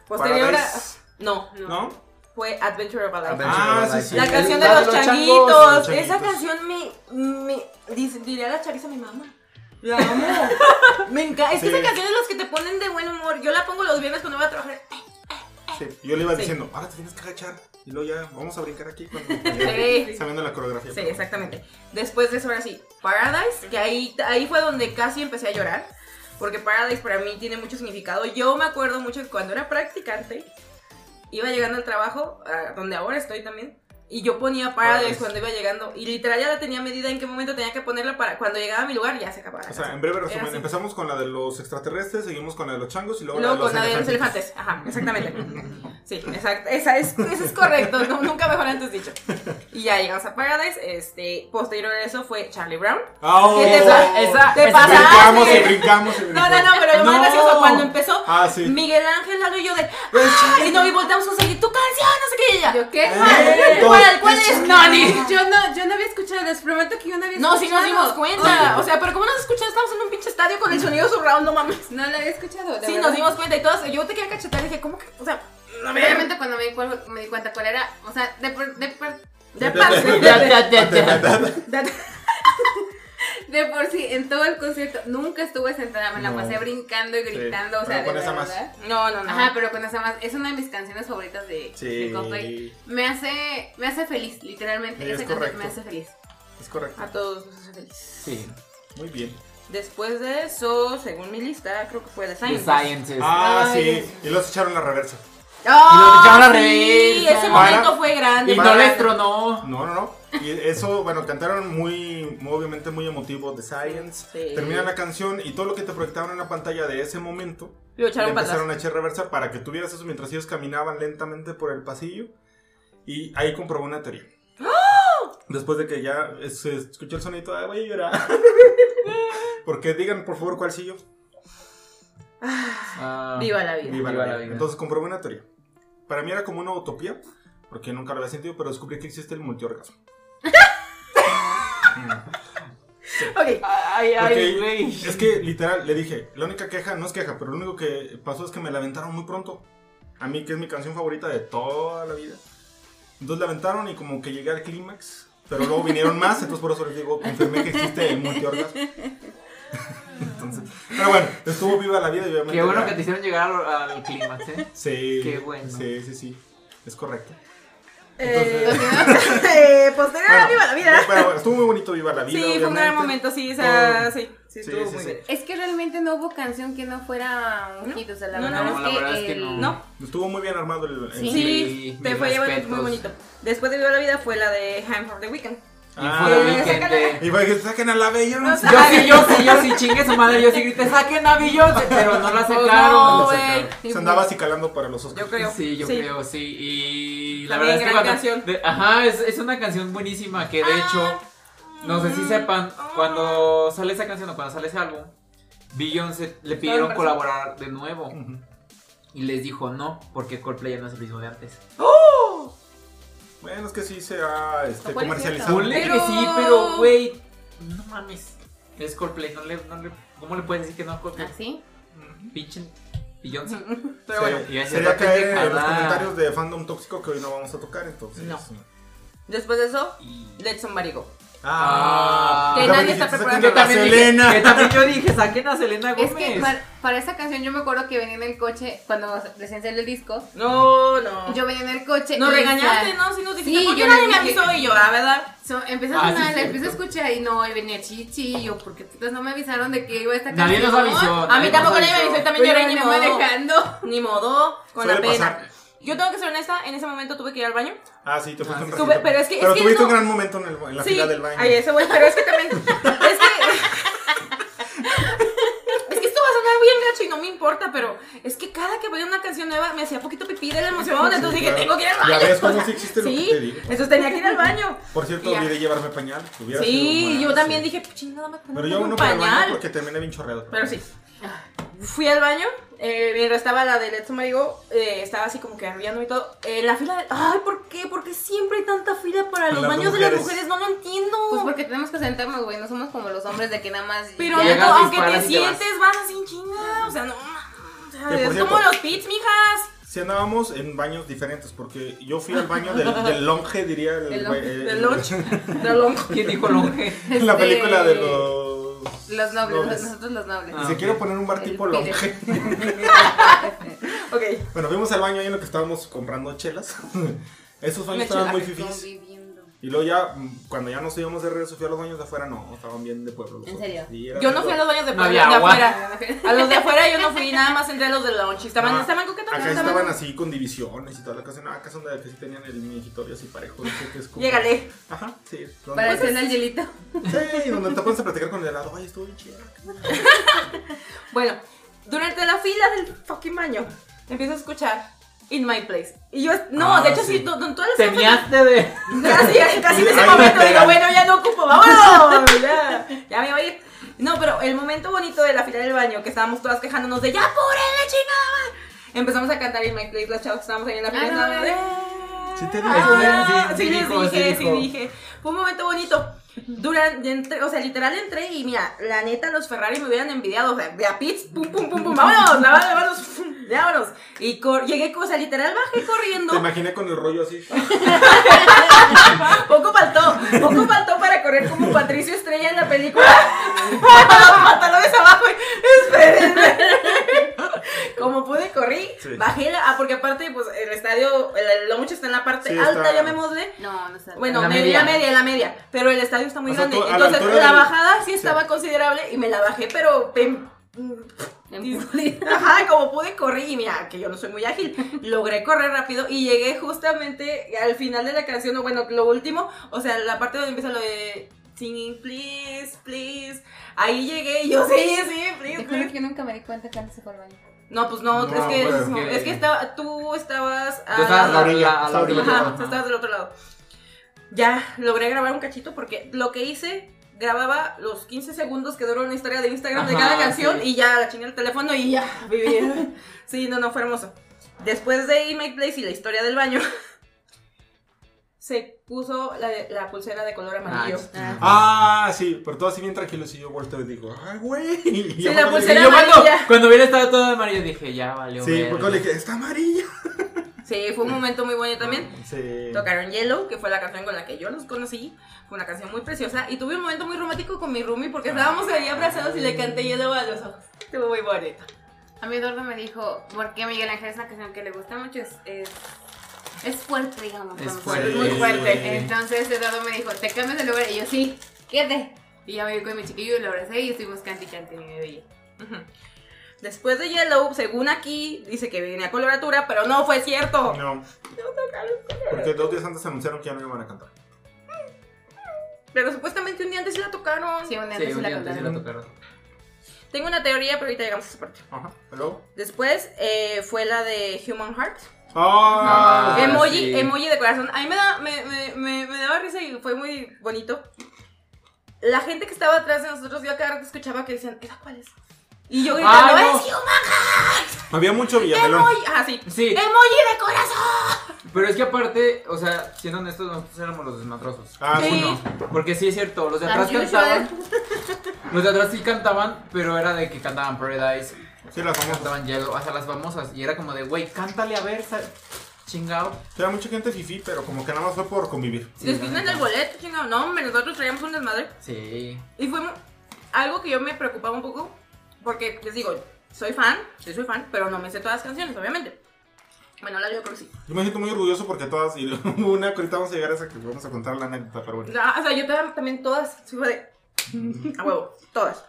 S2: Posterior a.
S6: Paradise.
S2: No,
S6: ¿No?
S2: fue Adventure of a Life.
S5: Adventure.
S6: Ah, sí,
S5: Paradise.
S6: sí.
S2: La
S5: El-
S2: canción de
S5: la de
S2: los,
S5: los
S2: changuitos.
S6: changos, los
S2: Esa
S6: changuitos.
S2: canción me. me dice- diría la chaviza mi mamá. La amo. me encanta. Es que
S6: Sí.
S2: esa canción es los que te ponen de buen humor. Yo la pongo los viernes cuando voy a trabajar.
S6: Sí. Yo le iba
S2: Sí.
S6: diciendo, ahora te tienes que agachar. Y luego ya, vamos a brincar aquí cuando
S2: Sí.
S6: sabiendo la coreografía.
S2: Sí, exactamente. Después de eso, ahora sí, Paradise, que ahí, ahí fue donde casi empecé a llorar, porque Paradise para mí tiene mucho significado. Yo me acuerdo mucho que cuando era practicante, iba llegando al trabajo, a donde ahora estoy también, y yo ponía Paradise,
S6: Paradise.
S2: cuando iba llegando, y literal ya la tenía medida en qué momento tenía que ponerla para cuando llegaba a mi lugar, ya se acababa. la
S6: O sea,
S2: canción.
S6: en breve
S2: Era
S6: resumen,
S2: así.
S6: empezamos con la de los extraterrestres, seguimos con la de los changos y luego,
S2: Luego con
S6: la
S2: la de los
S6: elefantes.
S2: elefantes. Ajá, exactamente. Sí, exacto. Esa es, eso es correcto. no- nunca mejor antes dicho. Y ya llegamos a Paradise. Este, posterior a eso fue Charlie Brown.
S6: Ah, oh.
S2: ¿Qué te pasa?
S5: esa-
S2: ¿Te
S5: esa-
S2: pasaste?
S6: Brincamos y brincamos y
S2: No,
S6: brincamos.
S2: no, no, pero lo más
S6: No.
S2: gracioso cuando empezó
S6: Ah, sí.
S2: Miguel Ángel Lalo y yo de "Ay", y no y volteamos a seguir tu canción, no sé qué y ella.
S3: ¿Yo qué?
S6: Eh,
S2: ¿Cuál, cuál es? No, ni.
S3: Yo no, yo no había escuchado, les prometo que yo no había escuchado.
S2: No, si nos dimos cuenta. O sea, pero ¿cómo nos escuchas? Estamos en un pinche estadio con el sonido surround, no mames.
S3: No la había escuchado. de
S2: Sí,
S3: verdad.
S2: nos dimos cuenta y todas. Yo te quería cachetar y dije, ¿cómo que? O sea, no me.
S3: Obviamente cuando me di, cual- me di cuenta cuál era, o sea, de, por- de, por-
S2: De parte.
S5: Ya, ya, ya, ya.
S3: de por sí, en todo el concierto nunca estuve sentada, me la
S6: No.
S3: pasé brincando y gritando,
S6: pero
S3: o sea, de
S6: con esa más.
S3: verdad.
S2: No, no, no.
S3: Ajá, pero con esa más, es una de mis canciones favoritas de, de Coldplay.
S6: Sí,
S3: Me hace, me hace feliz, literalmente.
S6: Sí, es
S3: Esa canción
S6: correcto.
S3: me hace feliz.
S6: es correcto.
S2: A todos nos hace feliz.
S5: Sí.
S6: Muy bien.
S2: Después de eso, según mi lista, creo que fue The
S5: The
S2: Science.
S5: Sciences.
S6: Ah,
S2: Ay,
S6: sí. Y los echaron la reversa.
S5: Y lo echaron a la
S2: sí,
S5: reversa.
S2: ese momento
S6: Para-
S2: fue grande.
S5: Y no
S2: para-
S5: le tronó.
S6: No, no, no. Y eso, bueno, cantaron muy, muy, obviamente muy emotivo The Science.
S2: Sí.
S6: Termina la canción y todo lo que te proyectaron en la pantalla de ese momento,
S2: Lo
S6: le
S2: echaron para atrás.
S6: empezaron a echar reversa para que tuvieras eso mientras ellos caminaban lentamente por el pasillo. Y ahí comprobó una teoría.
S2: ¡Ah!
S6: Después de que ya eh, se escuchó el sonido, "Ay, voy a llorar. Porque digan, por favor, cuál sillo.
S5: Ah.
S2: Viva la vida.
S6: Viva
S5: Viva
S6: la
S5: la
S6: vida.
S5: vida.
S6: Entonces comprobé una teoría. Para mí era como una utopía, porque nunca lo había sentido, pero descubrí que existe el multiorgasmo.
S2: Ok.
S5: Ay, ay,
S6: Porque
S5: güey.
S6: Es que literal, le dije, la única queja, no es queja, pero lo único que pasó es que me la aventaron muy pronto. A mí, que es mi canción favorita de toda la vida. Entonces la aventaron y como que llegué al clímax, pero luego vinieron más, entonces por eso les digo, confirmé que existe el multiorgasmo. entonces, pero bueno, estuvo viva la vida y obviamente...
S5: Qué bueno
S6: ya-
S5: que te hicieron llegar al, al clímax, ¿eh?
S6: Sí,
S5: Qué bueno.
S6: sí, sí, sí, es correcto.
S2: Eh, eh, posterior a
S6: Bueno,
S2: Viva la vida. Ah,
S6: pero estuvo muy bonito Viva la Vida.
S2: Sí, fue un
S6: obviamente.
S2: gran momento, sí, o sea,
S6: Todo-
S2: sí.
S7: Sí,
S6: Sí,
S7: estuvo
S6: sí,
S7: muy
S6: sí.
S7: bien.
S3: Es que realmente no hubo canción que no fuera un
S2: No.
S3: hit, o sea, la
S2: No,
S3: verdad,
S2: no,
S3: Ah, es,
S5: la
S3: que
S5: verdad es que
S3: el-
S5: no.
S2: No.
S6: Estuvo muy bien armado el. el-
S2: Sí,
S5: Sí,
S2: te
S5: mis
S2: fue llevando
S5: respetos.
S2: muy bonito. Después de Viva la Vida fue la de Ham for the Weekend.
S5: Y fue
S6: Ah,
S5: el weekend de-
S6: y fue que saquen a la bella.
S2: No,
S5: Yo sí, yo sí, yo sí, chingue su madre, yo sí grité, saquen a Beyoncé, pero no la sacaron.
S2: no,
S5: la
S2: güey.
S5: sacaron.
S6: Se andaba así calando para los Oscars.
S2: Yo creo.
S5: Sí, yo
S2: Sí.
S5: creo, sí. Y la
S2: También
S5: verdad es que
S2: gran
S5: cuando-
S2: canción. Ah,
S5: de- ajá, es, es una canción buenísima que de hecho, no sé
S2: mm,
S5: si sepan, cuando sale esa canción o cuando sale ese álbum, Beyoncé le pidieron
S2: embarazada.
S5: colaborar de nuevo. Y les dijo no, porque Coldplay ya no es el mismo de antes.
S6: Bueno, es que sí se ha este,
S3: ¿Cuál es
S6: comercializado.
S5: Ponle
S2: Ah, Pero-
S5: que sí, pero güey, no mames. Es Coldplay, no le, no le- ¿cómo le puedes decir que no a Coldplay?
S2: Ah.
S3: Así.
S5: Pinche Beyoncé.
S6: Se-
S2: Pero bueno,
S5: Y así
S6: sería
S5: otra
S6: caer en los
S5: pendejada.
S6: comentarios de fandom tóxico que hoy no vamos a tocar, entonces.
S5: No.
S2: después de eso, Let's Somebody Go.
S5: Ah.
S3: Que
S6: Ya
S3: nadie
S6: ven,
S3: está
S6: dijiste,
S3: preparado.
S6: "Saquen a la
S5: dije-
S6: Selena".
S5: que también yo dije, saquen a Selena Gómez.
S3: Es que para, para esa canción yo me acuerdo que venía en el coche, cuando recién salió el disco,
S2: No, no.
S3: yo venía en el coche.
S2: Ah. Nos
S3: y
S2: regañaste,
S3: decía-
S2: ¿no? Si nos dijiste,
S3: Sí,
S2: ¿por qué
S3: yo
S2: nadie
S3: les
S2: me
S3: dije-
S2: avisó? Y yo, ah, ¿verdad?
S3: So, empezó
S5: Ah,
S3: a
S5: sí,
S3: sonar, la
S5: cierto.
S3: empecé a escuchar y no, y venía chichi, y yo, ¿por qué putas no me avisaron de que iba a esta
S5: Nadie
S3: canción?
S5: nos avisó.
S2: A mí
S5: nadie
S2: tampoco
S5: nos
S2: nadie me
S5: avisó.
S2: avisó,
S3: Pero
S2: también lloré, ni
S3: venía
S2: modo.
S3: manejando.
S2: Ni modo, con la
S6: Suele
S2: pena.
S6: pasar.
S2: Yo tengo que ser honesta, en ese momento tuve que ir al baño.
S6: Ah, sí, te fuiste un
S5: sí.
S6: ratito.
S2: Tuve- pero es que- es que
S6: tuviste
S2: no-
S6: un gran momento en, el, en la fila del baño.
S2: Ahí eso, güey, pero es que también. es que. Es que esto va a sonar bien gacho y no me importa, pero es que cada que veía una canción nueva me hacía poquito pipí de la emoción, entonces dije,
S6: claro.
S2: tengo que ir al
S6: Ya
S2: baño.
S6: ves cómo sí existe lo
S2: Sí,
S6: que te digo.
S2: entonces tenía que ir al baño.
S6: Por cierto,
S2: Ya.
S6: olvidé llevarme pañal. hubiera sido
S2: Sí,
S6: más,
S2: yo también
S6: sí.
S2: dije, "Pues chingada, nada más
S6: Pero yo
S2: un
S6: uno para el baño
S2: pañal.
S6: porque terminé bien chorreado.
S2: Pero sí. Fui al baño, eh, mientras estaba la de Let's Somebody Go, eh, estaba así como que ardiendo y todo. Eh, la fila de- Ay, ¿por qué? ¿Por qué siempre hay tanta fila para los
S6: Las
S2: baños de las
S6: mujeres.
S2: mujeres? No lo entiendo.
S3: Pues porque tenemos que sentarnos, güey, no somos como los hombres de que nada más...
S2: Pero no,
S5: Y llegas,
S2: aunque te
S5: disparas y te vas.
S2: sientes, vas así en chinga. O sea, no. o sea,
S6: Que,
S2: es
S6: por cierto-
S2: como los pits, mijas.
S6: Si andábamos en baños diferentes, porque yo fui al baño del, del longe, diría el,
S3: Del
S6: güey,
S3: longe.
S6: el-
S2: Del lunch. Del lunch.
S5: ¿Quién dijo longe?
S6: en la
S3: Este,
S6: película de los.
S3: Los nobles, nosotros los nobles.
S5: Ah,
S6: Dice,
S5: ok.
S6: quiero poner un bar
S3: El
S6: tipo
S3: pire.
S6: longe.
S5: Ah.
S2: Ok.
S6: Bueno, fuimos al baño ahí en lo que estábamos comprando chelas. Esos baños
S2: Una
S6: estaban
S2: chela.
S6: muy fifís.
S3: Conviviendo.
S6: Y luego ya, mm, cuando ya nos íbamos de regreso, fui a los baños de afuera, no, estaban bien de pueblo. los
S3: ¿En
S6: otros.
S3: serio?
S6: Sí, era
S2: Yo no
S6: de
S2: fui a los baños de,
S5: No
S2: de
S5: había agua.
S2: afuera. A los de afuera yo no fui, nada más entré a los del lunch. Estaban,
S6: No,
S2: estaban coquetos.
S6: Ah, Acá
S2: pero
S6: estaban así con divisiones y toda la cosa. No, acá son de que sí tenían el mingitorio así parejo. No sé qué es como...
S2: Llégale.
S6: Ajá, sí. Donde,
S3: Para hacer el hielito.
S6: Sí, donde te pones a platicar con el helado. Ay, estuvo bien chido.
S2: Bueno, durante la fila del fucking baño, empiezo a escuchar In My Place. Y yo, no,
S6: Ah,
S2: de hecho
S6: sí.
S2: sí, to- to- todas las
S5: Te
S2: canciones-
S5: miaste de.
S2: Casi, casi en ese
S6: Ay,
S2: momento digo,
S6: literal.
S2: bueno, ya no ocupo, vámonos, ya, ya me voy a ir. No, pero el momento bonito de la fila del baño, que estábamos todas quejándonos de ya la chingada. Empezamos a cantar en My Place, los chavos que estábamos ahí en la fila.
S3: Ah, no,
S2: estábamos de,
S6: Sí te
S2: "Ah",
S5: dije, sí, sí
S2: sí, les
S5: dijo, sí
S2: dije, sí
S5: dijo.
S2: dije. Fue un momento bonito. Durante, entré- o sea, literal entré y mira, la neta, los Ferrari me hubieran envidiado. O sea, de a pits, pum, pum, pum, pum, vámonos, vámonos, vámonos, vámonos. Y cor- llegué, o sea, literal bajé corriendo.
S6: Te imaginé con el rollo así.
S2: Poco faltó, poco faltó para correr como Patricio Estrella en la película. Con los pantalones abajo. y, Espérenme. Como pude, corrí,
S6: Sí.
S2: bajé, la- ah, porque aparte, pues el estadio, el, el Lomucho está en la parte
S6: Sí,
S2: alta,
S6: está-
S2: llamémosle.
S3: No, no sé.
S2: Bueno,
S5: La
S2: en la
S5: media.
S2: media, en la media. Pero el estadio está muy
S6: O sea,
S2: grande.
S6: tú, a la
S2: entonces,
S6: altura
S2: la
S6: del-
S2: bajada sí
S6: sí.
S2: estaba considerable y me la bajé, pero. pem-
S3: Em, Empujé.
S2: Ajá, como pude corrí y mira, que yo no soy muy ágil, logré correr rápido y llegué justamente al final de la canción, o bueno, lo último, o sea, la parte donde empieza lo de singing, please, please, ahí llegué y yo, sí, sí, please,
S3: Te juro
S2: please.
S3: que nunca me di cuenta cuando se fue al baño.
S2: No, pues no,
S6: No,
S2: es que,
S6: pues,
S2: es, no,
S5: que-
S2: es que estaba, tú estabas...
S5: Tú estabas a la orilla. A la
S6: Ajá,
S5: orilla.
S2: Ajá, o sea, estabas del otro lado. Ya logré grabar un cachito porque lo que hice, grababa los 15 segundos que duró una historia de Instagram de
S5: Ajá,
S2: cada canción
S5: sí.
S2: y ya la chingué el teléfono y ya viví. sí, no, no, fue hermoso. Después de Make Place y la historia del baño, se puso la, la pulsera de color amarillo.
S5: Ah,
S6: Ah, sí, pero todo así bien tranquilo. Y yo vuelto y digo, ay, güey. Y yo
S2: la
S6: cuando
S2: pulsera-
S6: dije-
S5: Y yo cuando,
S2: amarilla.
S5: cuando hubiera estado todo amarillo dije, ya valió.
S6: Sí,
S5: verga.
S6: porque le dije, está amarilla.
S2: Sí, fue un momento muy bueno también.
S6: Sí.
S2: Tocaron Yellow, que fue la canción con la que yo los conocí. Fue una canción muy preciosa. Y tuve un momento muy romántico con mi roomie porque estábamos ahí abrazados y le canté Yellow a los ojos. Estuvo muy bonito.
S3: A mí Eduardo me dijo, porque Miguel Ángel es una canción que le gusta mucho, es, es, es fuerte, digamos.
S5: Es
S3: vamos a
S5: fuerte.
S3: decir.
S2: muy fuerte.
S3: Entonces Eduardo me dijo, te cambias de lugar y yo sí, quédate. Y ya me vi con mi chiquillo y lo abracé y estuvimos cante y cante, mi bebé.
S2: Ujú. Después de Yellow, según aquí, dice que venía coloratura, pero no fue cierto.
S6: No. Porque dos días antes anunciaron que ya no iban a cantar.
S2: Pero supuestamente un día antes sí la tocaron.
S3: Sí, un día
S5: Sí,
S3: antes
S5: un
S3: la
S5: día antes sí la
S3: contaron.
S5: tocaron.
S2: Tengo una teoría, pero ahorita llegamos a esa parte.
S6: Ajá. ¿Hello?
S2: Después eh, fue la de Human Heart.
S6: Ah,
S5: Ah,
S2: emoji,
S5: sí.
S2: emoji de corazón. A mí me, da, me, me, me, me daba risa y fue muy bonito. La gente que estaba atrás de nosotros, yo a cada rato escuchaba que decían, ¿era cuál es? Y yo gritaba,
S5: Ah, no.
S2: ¡es Human
S6: Había mucho Villamelón.
S2: Emoji! Ah, sí.
S5: Sí,
S2: ¡Emoji de corazón!
S5: pero es que aparte, o sea, siendo honestos, nosotros éramos los desmatrosos.
S6: Ah, sí,
S2: Sí.
S6: no.
S5: Porque sí es cierto, los de
S3: Las
S5: atrás cantaban.
S3: usual.
S5: Los de atrás sí cantaban, pero era de que cantaban Paradise,
S6: Sí, la famosa.
S5: cantaban Yellow, hasta las famosas. Y era como de, güey, cántale a ver, sa- chingao.
S6: Sí, Era mucha gente fifi, pero como que nada más fue por convivir.
S5: Sí, la
S2: Desquitan
S5: neta.
S2: el boleto, chingado. No, hombre, nosotros traíamos un desmadre.
S5: Sí.
S2: Y fue mu- algo que yo me preocupaba un poco, porque les digo, soy fan, sí soy fan, pero no me sé todas las canciones, obviamente. Bueno, la yo creo que sí.
S6: Yo me siento muy orgulloso porque todas. Y hubo una que ahorita vamos a llegar a esa que vamos a contar la anécdota, pero bueno.
S2: La- Ah, o sea, yo tam- también todas, soy de... A huevo, todas.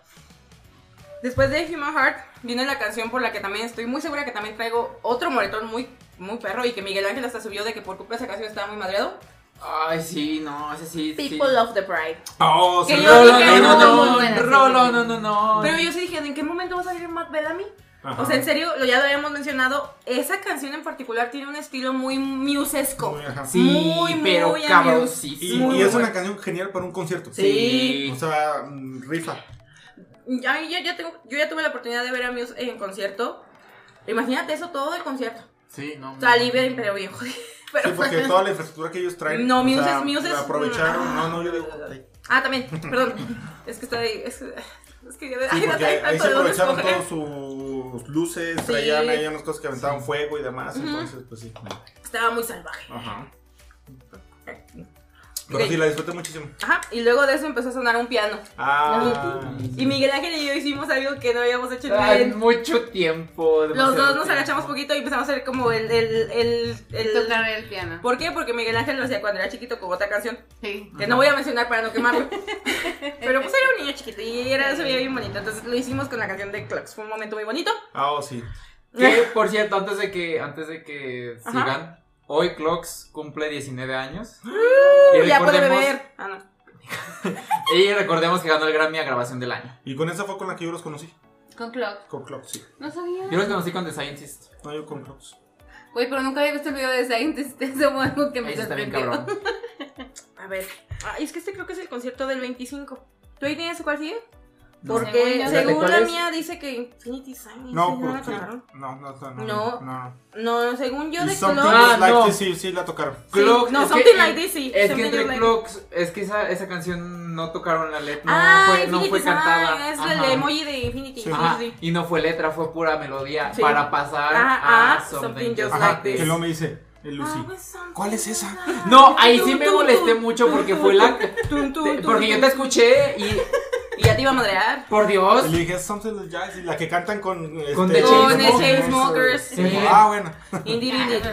S2: Después de Human Heart viene la canción por la que también estoy muy segura que también traigo otro moretón muy, muy perro y que Miguel Ángel hasta subió de que por culpa de esa canción estaba muy madreado.
S5: Ay, sí, no, ese sí. sí.
S2: People of the Pride.
S6: Oh,
S2: Que
S6: sí.
S2: yo
S5: Rolo,
S2: dije,
S5: no,
S2: no,
S5: no,
S3: muy buena, sí,
S5: no, Rolo,
S3: sí.
S5: no, no, no.
S2: Pero yo sí dije, ¿en qué momento va a salir Matt Bellamy?
S6: Ajá.
S2: O sea, en serio, lo ya lo habíamos mencionado, esa canción en particular tiene un estilo muy musesco.
S6: Muy, ajá.
S5: Sí,
S2: muy,
S5: pero
S2: muy
S6: Y,
S5: cabrosísimo.
S6: y es
S5: güey.
S6: una canción genial para un concierto.
S5: Sí.
S6: O sea, mm, rifa.
S2: Ya- ya- ya tengo- yo ya tuve la oportunidad de ver a Muse en concierto. Imagínate eso todo el concierto.
S5: Sí, no.
S2: O sea,
S5: no.
S2: Liber, pero bien jodido. Pero pues
S6: Sí, porque toda la infraestructura que ellos traen.
S2: No,
S6: o
S2: Muse
S6: sea,
S2: es- Muse es-
S6: la aprovecharon. No, no, yo digo. sí.
S2: Ah, también, perdón. Es que está ahí. Es, es que.
S6: Sí,
S2: ay, la
S6: porque
S2: trae
S6: ahí
S2: tanto
S6: se
S2: de dónde
S6: aprovecharon
S2: escoger.
S6: todos sus luces,
S2: Sí.
S6: traían ahí unas cosas que aventaban fuego y demás, entonces pues sí.
S2: Estaba muy salvaje.
S6: Ajá.
S2: Ok.
S6: Pero sí, la disfruté muchísimo.
S2: Ajá, y luego de eso empezó a sonar un piano.
S6: Ah,
S2: Y Miguel Ángel y yo hicimos algo que no habíamos hecho
S5: Ay,
S2: en
S5: mucho tiempo.
S2: Los dos
S5: demasiado
S2: nos
S5: tiempo.
S2: agachamos poquito y empezamos a hacer como el. el, el, el-
S3: Tocar el piano.
S2: ¿Por qué? Porque Miguel Ángel lo hacía cuando era chiquito con otra canción.
S3: Sí.
S2: Que no voy a mencionar para no quemarlo. Pero pues era un niño chiquito y era, se veía bien bonito. Entonces lo hicimos con la canción de Clocks. Fue un momento muy bonito.
S6: ah, oh, sí.
S5: Que, por cierto, antes de que, antes de que
S2: Ajá.
S5: sigan, hoy Clocks cumple 19 años.
S2: ¡Ah! ya puede
S5: recordemos-
S2: beber. Ah, no.
S5: Y recordemos que ganó el Grammy a grabación del año.
S6: Y con esa fue con la que yo los conocí.
S3: Con Clock.
S6: Con Clocks, sí.
S3: No sabía.
S5: Yo los conocí con The Scientist.
S6: No, yo con Clocks.
S3: Güey, pero nunca había visto el video de Scientist. Eso fue algo que me
S5: Ese está bien
S3: sorprendió.
S5: cabrón.
S2: A ver. Ah, es que este creo que es el concierto del 25. ¿Tú ahí tienes cuál sigue?
S5: No.
S2: Porque
S3: Según yo-
S2: según
S5: ¿Cuál
S2: la
S5: es?
S2: mía dice que Infinity
S6: No,
S2: Sign. ¿sí? ¿No la
S6: porque-
S2: tocaron?
S6: No, no, no.
S2: No.
S6: No. no.
S2: No, según yo
S6: Y
S2: de
S6: Something
S2: Clocks.
S5: Ah,
S6: Is Like
S5: no.
S6: This, sí, sí la tocaron.
S2: Sí,
S5: Clocks,
S2: no,
S5: es
S2: Something
S5: que-
S2: Like This, sí.
S5: Es
S2: Something
S5: que entre
S2: Like
S5: Clocks, es que esa, esa canción no tocaron la letra, no,
S2: ah,
S5: fue, no
S2: Infinity
S5: fue
S2: Sign,
S5: cantada.
S2: Es
S5: Ajá.
S2: el emoji de Infinity. Sí,
S5: Ajá,
S2: sí, sí.
S5: Ah, Y no fue letra, fue pura melodía
S2: Sí.
S5: para pasar
S2: Ah,
S5: a
S2: ah,
S5: Something,
S2: Something
S5: Just
S2: Just
S6: Ajá,
S5: Like
S2: Like
S5: This.
S6: que luego me dice el Lucy.
S2: Ah, pues, something
S6: ¿Cuál es esa?
S2: like that.
S5: No, ahí sí
S2: Tum,
S5: me
S2: tum,
S5: molesté
S2: tum,
S5: mucho
S2: tum,
S5: porque
S2: tum,
S5: fue la...
S2: tum, tum,
S5: te-
S2: tum,
S5: Porque yo
S2: tum.
S5: te escuché y,
S2: Y ya te iba a madrear.
S5: por Dios,
S6: Y le dije, Something Like Jazz, y la que cantan Pues con. Este,
S5: Con The
S2: Con el
S5: Chainsmokers.
S2: Chainsmokers.
S5: Sí.
S2: Sí.
S6: Ah, bueno.
S2: Indeed, indeed.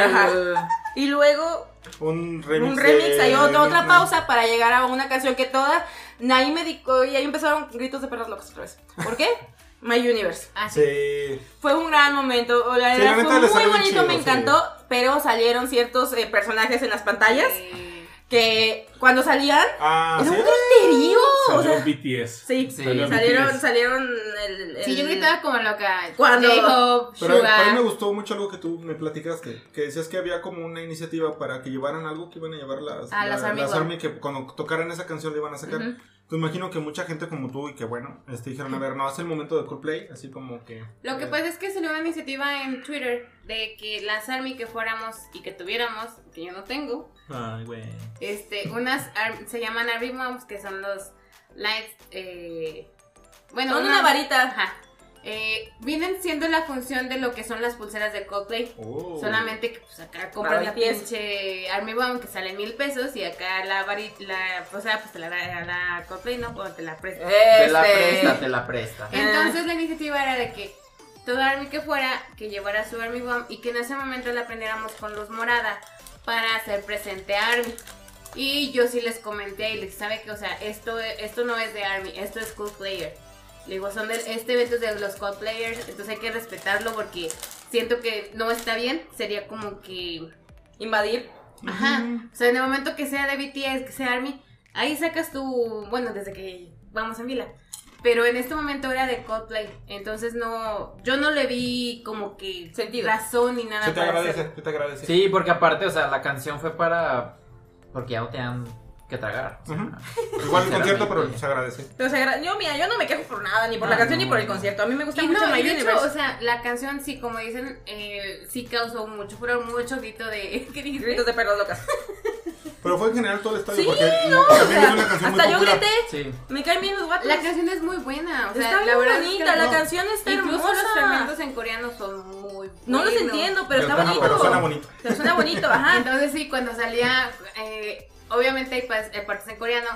S5: Ajá.
S2: Y luego
S6: Un remix.
S2: un remix,
S6: de-
S2: hay otra, otra
S6: de-
S2: pausa para llegar a una canción que toda. Ahí me dedicó y ahí empezaron gritos de perros locos otra vez. ¿Por qué? My Universe.
S3: Ah, sí.
S6: Sí.
S2: Fue un gran momento, o la
S6: Sí, la
S2: verdad
S6: neta
S2: fue
S6: le
S2: muy
S6: salió bien
S2: bonito,
S6: chido,
S2: me
S6: sí.
S2: encantó, pero salieron ciertos eh, personajes en las pantallas
S3: Sí.
S2: que cuando salían
S6: Ah,
S2: era
S6: sí.
S2: un griterío. O
S1: Salió
S2: sea,
S1: BTS.
S2: sí,
S5: Sí.
S1: Salió
S2: salieron,
S1: BTS.
S2: salieron el, el-
S3: Sí, yo gritaba como loca.
S2: Cuando-
S3: J-Hope,
S6: Pero a- a mí me
S3: Suga.
S6: gustó mucho algo que tú me platicaste, que decías que había como una iniciativa para que llevaran algo que iban a llevar las,
S3: Ah, las Army World.
S6: Army, que cuando tocaran esa canción le iban a sacar.
S3: Ujú.
S6: Pues imagino que mucha gente como tú y que bueno, este, dijeron, a ver, no, hace el momento de Coldplay, así como que...
S3: Lo que
S6: eh,
S3: pasa es que salió una iniciativa en Twitter de que las Army que fuéramos y que tuviéramos, que yo no tengo,
S6: Ay, güey.
S3: este, unas Ar- se llaman Army Moms, que son los lights, eh, bueno,
S2: Con una varita.
S3: Ajá. Eh, vienen siendo la función de lo que son las pulseras de Coldplay.
S6: Oh.
S3: Solamente que pues acá compras la
S2: BTS.
S3: pinche Army Bomb que sale mil pesos y acá la varita, la, o sea, pues te la da la Coldplay, ¿no? O te la presta.
S5: Te la
S2: Este,
S5: presta, te la presta.
S3: Entonces la iniciativa era de que todo Army que fuera, que llevara su Army Bomb y que en ese momento la aprendiéramos con luz morada para hacer presente a Army. Y yo sí les comenté y les dije, sabe que, o sea, esto, esto no es de Army, esto es Coldplayer. Le digo, son de, este evento es de los Coldplayers, entonces hay que respetarlo porque siento que no está bien. Sería como que
S2: Invadir.
S3: Ajá. O sea, en el momento que sea de BTS, que sea Army, ahí sacas tu. Bueno, desde que vamos en fila. Pero en este momento era de Coldplay. Entonces no. Yo no le vi como que.
S2: Sentido.
S3: Razón ni nada.
S6: Se te
S3: para hacer.
S6: agradece, se te agradece.
S5: Sí, porque aparte, o sea, la canción fue para. Porque ya no te dan que tragar. o sea,
S6: Ujú. Igual el concierto, pero
S5: sinceramente.
S6: se agradece.
S2: Pero se agra- yo, mira, yo no me quejo por nada, ni por la
S5: Ah,
S2: canción
S5: no.
S2: ni por el concierto. A mí me gusta
S3: Y
S2: mucho
S3: no,
S2: My
S3: y de hecho,
S2: Universe.
S3: o sea, la canción sí, como dicen, eh, sí causó mucho furor, mucho grito de. ¿Qué dijiste?
S2: Gritos de perros locas.
S6: Pero fue en general todo el estadio
S2: Sí,
S6: porque también es una canción muy
S2: Hasta yo
S6: popular.
S2: grité.
S5: Sí.
S2: Me caen bien los guatos.
S3: La canción es muy buena. O sea,
S2: está
S3: la
S2: bien
S3: verdad es
S2: bonita,
S3: que
S2: la
S3: no.
S2: canción está
S3: Incluso
S2: hermosa.
S3: los fragmentos en coreano son muy buenos.
S2: No los entiendo, pero, está
S6: suena-
S2: bonito.
S6: pero suena bonito.
S2: Pero suena bonito,
S6: Ah.
S2: ajá.
S3: Entonces sí, cuando salía, eh, obviamente hay pas- eh, partes en coreano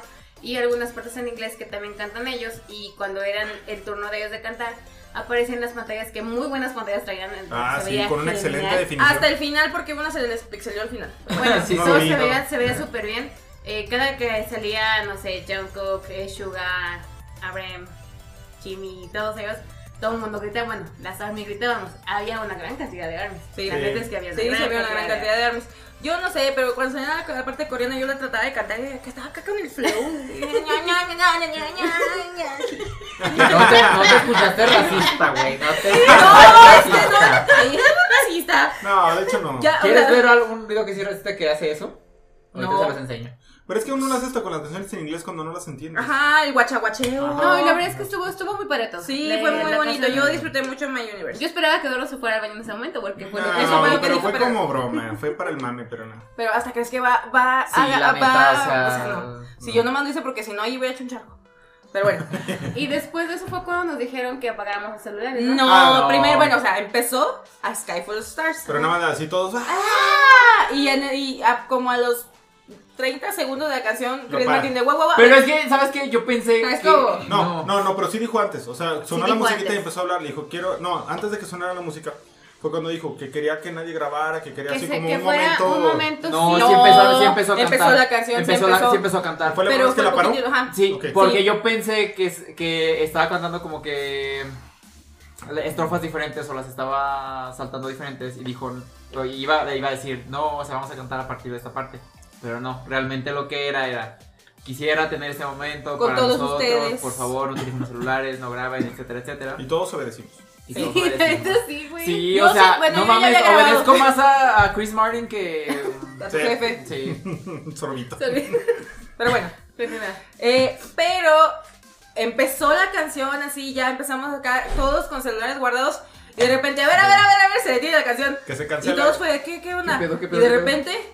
S3: y algunas partes en inglés que también cantan ellos y cuando eran el turno de ellos de cantar, aparecían las pantallas que muy buenas pantallas traían. entonces
S6: Ah,
S3: se
S6: sí,
S3: veía
S6: con una excelente
S3: genial.
S6: definición.
S2: Hasta el final, porque una se le despixeló al final.
S3: Bueno,
S5: Sí,
S3: todo
S6: sí.
S3: se veía, se veía súper bien. Eh, cada que salía, no sé, Jungkook, eh, Suga, Abraham, Jimmy, todos ellos, todo el mundo gritaba, bueno, las ARMY gritábamos. Había una gran cantidad de ARMY.
S2: Sí.
S3: la
S6: Sí.
S3: neta es que había
S2: Sí, se vio una gran cantidad de armas. Yo no sé, pero cuando salía la- la parte coreana yo la trataba de cantar y decía, que estaba acá con el flow. este,
S5: No te, no te escuchaste racista, güey. No te
S2: No, es
S5: escuchaste
S2: que no,
S5: racista.
S2: ahí es racista.
S6: No, de hecho no.
S2: Ya, o
S5: ¿Quieres
S2: sea,
S5: ver algún video que sí racista que hace eso? Ahorita
S2: No.
S5: se los enseño.
S6: Pero es que uno lo hace hasta con las canciones en inglés cuando no las entiende.
S2: Ajá, el guachaguacheo.
S3: No, y la verdad es que estuvo, estuvo muy barato.
S2: Sí,
S3: Le-
S2: fue muy
S3: la
S2: bonito.
S3: canción-
S2: Yo disfruté mucho My Universe.
S3: Yo esperaba que Doro se fuera al baño en ese momento porque fue
S6: No,
S3: lo que eso fue lo que
S6: pero
S3: dijo.
S6: fue
S2: pero-
S6: como broma, fue para el mame, pero no.
S2: Pero hasta crees que va, va,
S5: Sí,
S2: haga-
S5: la
S2: va-
S5: neta, o sea,
S2: o sea, no. Si yo nomás lo hice porque si no, ahí voy a echar un charco. Pero bueno.
S3: Y después de eso fue cuando nos dijeron que apagáramos los celulares.
S2: No,
S6: Ah,
S5: no.
S2: primero, bueno, o sea, empezó a Skyfall Stars.
S6: Pero nada más así todos. ¡ah!
S2: Ah, y en- y a- como a los 30 segundos de la canción, Chris
S6: para.
S2: Martin de guau, guau, guau.
S5: Pero es que, ¿sabes qué? Yo pensé.
S2: ¿Sabes
S5: que-
S2: cómo?
S6: No, no, no, pero sí dijo antes. O sea, sonó la
S3: dijo
S6: musiquita
S3: antes.
S6: y empezó a hablar. Le dijo, quiero. No, antes de que sonara la música, fue cuando dijo que quería que nadie grabara, que quería
S3: Que,
S6: así
S3: se-
S6: como
S3: que
S6: un
S3: fuera
S6: momento.
S3: un momento
S5: No,
S3: sí.
S5: sí empezó, sí empezó a cantar.
S2: empezó la canción, sí
S5: Empezó la-
S2: empezó.
S5: sí empezó a cantar.
S6: Fue la primera
S2: Pero
S6: vez que
S2: fue
S6: la paró.
S2: poquito, ajá.
S5: Sí,
S6: Ok.
S5: porque
S2: Sí.
S5: yo pensé que, es- que estaba cantando como que estrofas diferentes o las estaba saltando diferentes y dijo, o iba, iba a decir, no, o sea, vamos a cantar a partir de esta parte. Pero no, realmente lo que era era, quisiera tener este momento
S2: Con
S5: para
S2: todos
S5: nosotros,
S2: ustedes.
S5: por favor, no utilicen los celulares, no graben, etcétera, etcétera.
S6: Y todos obedecimos.
S5: Y
S3: Sí,
S5: todos
S3: la
S5: obedecimos.
S3: neta sí, güey.
S5: Sí,
S2: Yo
S5: o
S2: sí,
S5: sea,
S2: bueno,
S5: no
S2: yo ya
S5: mames,
S2: había grabado.
S5: obedezco más a, a Chris Martin que...
S2: A su
S6: Sí.
S2: jefe.
S5: Sí,
S6: Un sorbito.
S2: Pero bueno. Eh, pero empezó la canción así, ya empezamos acá, todos con celulares guardados. Y de repente, a ver, a ver, a ver, a ver, se detiene la canción.
S6: Que se
S2: Y
S6: cancela.
S2: todos fue de, ¿qué, qué onda?
S5: ¿Qué pedo, qué pedo,
S2: y de
S5: qué pedo?
S2: repente,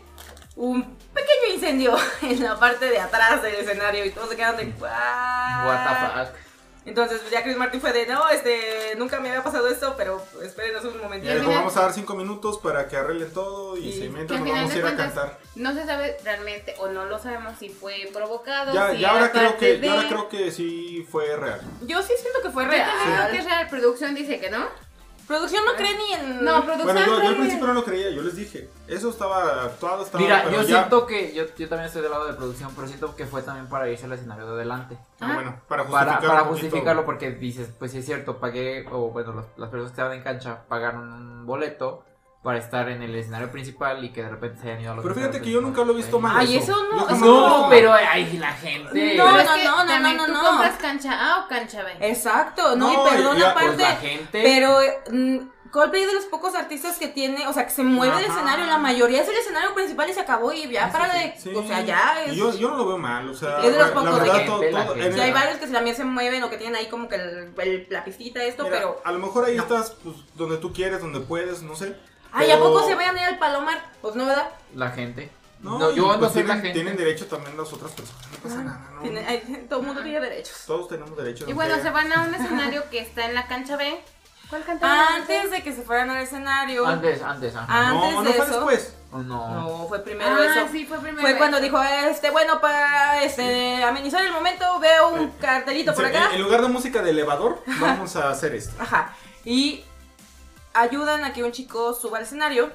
S2: un pequeño incendio en la parte de atrás del escenario. Y todos se quedaron de,
S5: what the
S2: ¿What
S5: fuck.
S2: Entonces pues, ya Chris Martin fue de, no, este, nunca me había pasado esto, pero espérenos un
S6: Y
S2: momentito.
S6: le dijo, vamos a dar cinco minutos para que arreglen todo y,
S2: Sí.
S6: se
S3: Que
S6: mientras nos
S3: al final
S6: vamos a
S3: de
S6: ir a
S3: cuentas
S6: cantar.
S3: no se sabe realmente o no lo sabemos si fue provocado.
S6: Ya,
S3: si
S6: ya ahora
S3: era
S6: creo
S3: parte
S6: que,
S3: de-
S6: ya ahora creo que sí fue real.
S2: Yo sí siento que fue
S3: Yo también creo
S2: real.
S3: que es real. Producción dice que no.
S2: Producción no cree ni en...
S3: No, producción.
S6: Bueno, yo, yo al
S3: cree-
S6: principio no lo creía, yo les dije. Eso estaba actuado, estaba.
S5: Mira,
S6: pero
S5: yo
S6: ya-
S5: siento que, yo, yo también estoy del lado de producción, pero siento que fue también para irse al escenario de adelante.
S6: pero Ah, bueno, para
S5: Para,
S6: justificarlo.
S5: para
S6: un poquito.
S5: justificarlo, porque dices, pues sí es cierto, pagué, o bueno, los- las personas que estaban en cancha pagaron un boleto para estar en el escenario principal y que de repente se hayan ido a los
S6: Pero fíjate
S5: escenarios
S6: que yo nunca lo he visto mal.
S5: principales.
S2: Ay, eso no,
S6: Yo jamás
S2: eso
S6: lo he visto
S5: No,
S6: mal.
S5: pero ay, la gente.
S2: No,
S3: Pero
S5: Pues,
S3: es que
S2: no, no, no,
S3: también
S2: no,
S3: tú
S2: no.
S3: compras cancha A o cancha B.
S2: Exacto,
S6: No,
S2: no, y perdón
S6: y la-
S2: aparte,
S5: pues, la gente.
S2: pero eh, mm, Coldplay es de los pocos artistas que tiene, o sea, que se mueve del
S5: Ajá.
S2: escenario, la mayoría es el escenario principal y se acabó y ya para de,
S6: Sí,
S2: o sea, ya es,
S6: y Yo, yo no lo veo mal, o sea.
S2: Es de los
S6: la-
S2: pocos
S6: la
S2: de
S6: verdad,
S5: que
S6: todo-
S5: pela,
S6: todo-
S5: que-
S6: en
S2: Sí, hay
S6: el-
S2: varios que también se mueven o que tienen ahí como que el, el- la pistita esto,
S6: mira,
S2: pero
S6: A lo mejor ahí estás pues, donde tú quieres, donde puedes, no sé.
S2: ay,
S6: pero-
S2: a poco se vayan a ir al Palomar? Pues no, ¿verdad?
S5: La gente. No,
S6: No,
S5: yo
S6: y,
S5: no
S6: pues,
S5: soy
S6: tienen,
S5: la gente.
S6: tienen derecho también las otras personas. No
S2: Ah.
S6: pasa nada, no.
S2: Tiene- ay, todo el mundo tiene derechos.
S6: Todos tenemos derecho.
S3: Y bueno,
S6: aunque-
S3: se van a un escenario que está en la cancha B. ¿Cuál cancha
S2: Antes de que se fueran al escenario, antes,
S5: Antes, antes, ajá. Oh,
S6: No, no
S2: de
S6: fue
S2: eso.
S6: después.
S5: Ah, No.
S2: No, fue primero
S3: Ah,
S2: eso.
S3: sí, fue primero.
S2: Fue cuando
S3: eso.
S2: dijo, este, bueno, para este, amenizar el momento, veo un cartelito por
S6: Dice,
S2: acá.
S6: En, en lugar de música de elevador, vamos a hacer esto.
S2: Ajá. Y ayudan a que un chico suba al escenario.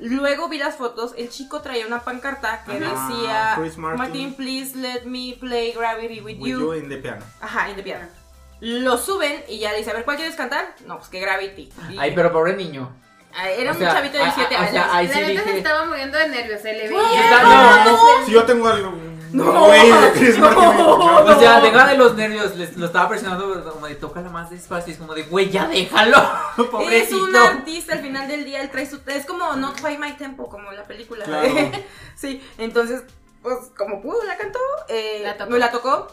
S2: Luego vi las fotos, el chico traía una pancarta que
S6: Ah,
S2: decía
S6: Chris
S2: Martin.
S6: Martin.
S2: please let me play Gravity with,
S6: With
S2: you.
S6: you in the piano.
S2: Ajá, in the piano.
S3: Ah.
S2: Lo suben y ya le dice, a ver, ¿cuál quieres cantar? No, pues que Gravity. Y-
S5: Ay, pero pobre niño.
S2: Ah, Era
S5: o
S2: un
S5: sea,
S2: chavito
S5: a-
S2: de
S5: a-
S2: 7
S5: o
S2: años.
S5: sea, ahí
S3: la
S5: sí
S3: neta se
S5: dije-
S3: estaba muriendo de nervios, se le
S5: Está-
S3: veía.
S5: no, no,
S6: Si yo tengo algo.
S2: No.
S6: Güey, de Chris Martin.
S2: No.
S5: O sea, deja de los nervios, les- lo estaba presionando como de tócala más despacio, es como de, güey, ya déjalo,
S2: Es
S5: pobrecito.
S2: un artista al final del día, él trae su. Es como Not by My Tempo, como la película.
S6: Claro.
S2: sí, entonces, pues como pudo, la cantó, eh,
S3: La tocó.
S2: me la tocó.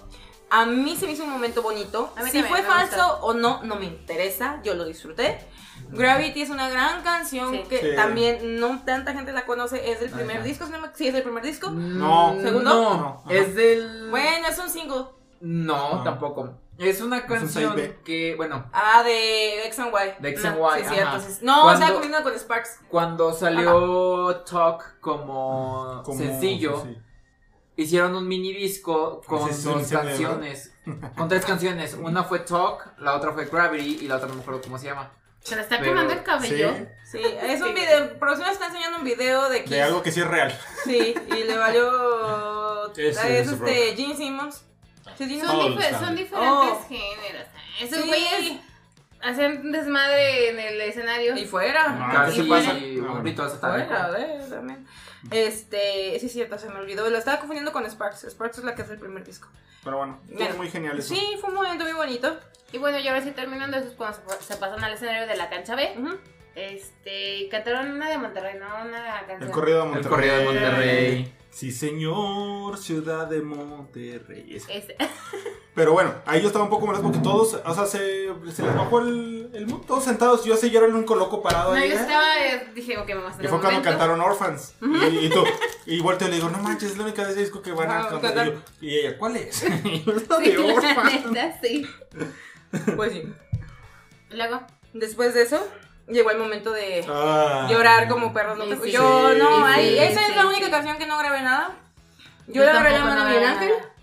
S2: A mí se me hizo un momento bonito.
S3: A mí
S2: Si
S3: también,
S2: fue
S3: me
S2: falso
S3: gustó.
S2: o no, no me interesa, yo lo disfruté. Gravity es una gran canción
S3: Sí.
S2: que
S6: Sí.
S2: también no tanta gente la conoce. Es del primer
S5: Ajá.
S2: disco, si no me- sí, es del primer disco.
S3: Mm.
S5: No,
S2: ¿Segundo?
S5: No,
S6: Ajá.
S5: es del...
S2: Bueno, es un single.
S5: No,
S6: Ah.
S5: tampoco. Es una canción
S6: 6B.
S5: que, bueno,
S2: Ah, de X and Y.
S5: De X and
S2: No,
S5: Y,
S2: sí, es cierto,
S5: ajá.
S2: sí, es- No,
S5: Cuando-
S2: estaba comiendo con Sparks.
S5: cuando salió Talk como,
S6: Como- pues,
S5: sencillo,
S6: sí.
S5: hicieron un mini disco con
S6: Ese es un
S5: dos
S6: incendio,
S5: canciones, con tres canciones. Una fue Talk, la otra fue Gravity y la otra no me acuerdo cómo se llama.
S3: Se le está
S5: Pero-
S3: quemando el cabello.
S6: Sí.
S2: Sí, es un video. Producción está enseñando un video de Kiss.
S6: De algo que sí es real.
S2: Sí, y le valió. Es,
S1: Es, es
S2: este Gene Simmons. ¿Sí, es Gene
S3: Ah. Son,
S1: Oh,
S2: Simmons?
S3: dife-
S1: está
S3: son
S1: bien.
S3: diferentes
S2: Oh.
S3: géneros. Esos güeyes
S2: Sí,
S3: hacen desmadre en el escenario.
S2: y fuera.
S6: Ah,
S5: Casi
S6: sí
S5: un
S6: pasa.
S5: ritual satánico.
S2: Fuera, eh, también. Este, sí, es cierto, se me olvidó. Lo estaba confundiendo con Sparks. Sparks es la que hace el primer disco.
S6: Pero bueno,
S2: Mira.
S6: es muy genial eso.
S2: Sí, fue un momento muy bonito.
S3: Y bueno, y ahora sí terminando, eso es cuando se, se pasan al escenario de la cancha B.
S2: Ujú.
S3: Este, cantaron una de Monterrey, no una
S6: El
S3: canción.
S6: corrido de
S5: El
S6: Monterrey.
S5: corrido de Monterrey.
S6: Sí, señor, ciudad de Monterrey. Ese.
S3: Este,
S6: Pero bueno, ahí yo estaba un poco molesto porque todos, o sea, se, se les bajó el, el mood, todos sentados. Yo sé, yo era el único loco parado
S3: no,
S6: ahí.
S3: yo
S6: ¿eh?
S3: estaba, eh, dije, ok, vamos a
S6: Que
S3: hacer
S6: fue
S3: un
S6: cuando
S3: momento.
S6: cantaron Orphans. Y, y tú. Y volteo y le digo, no manches, es la única de ese disco que van
S2: Ah,
S6: a cantar. Y, yo,
S2: cantar.
S6: y ella, ¿cuál es? Y yo, "Es la
S3: Sí,
S6: de
S3: la
S6: Orphans.
S3: neta, sí.
S2: Pues sí.
S3: Luego,
S2: Después de eso, llegó el momento de
S6: Ah.
S2: llorar como perros. No
S3: Sí,
S2: te-
S3: sí.
S2: Yo,
S6: Sí,
S2: no,
S6: sí,
S2: ahí- esa
S3: sí,
S2: es la
S3: sí.
S2: única canción que no grabé nada. Yo, le agarré la
S3: tampoco
S2: mano a
S3: no
S2: Miguel
S3: veo
S2: Ángel.
S3: nada.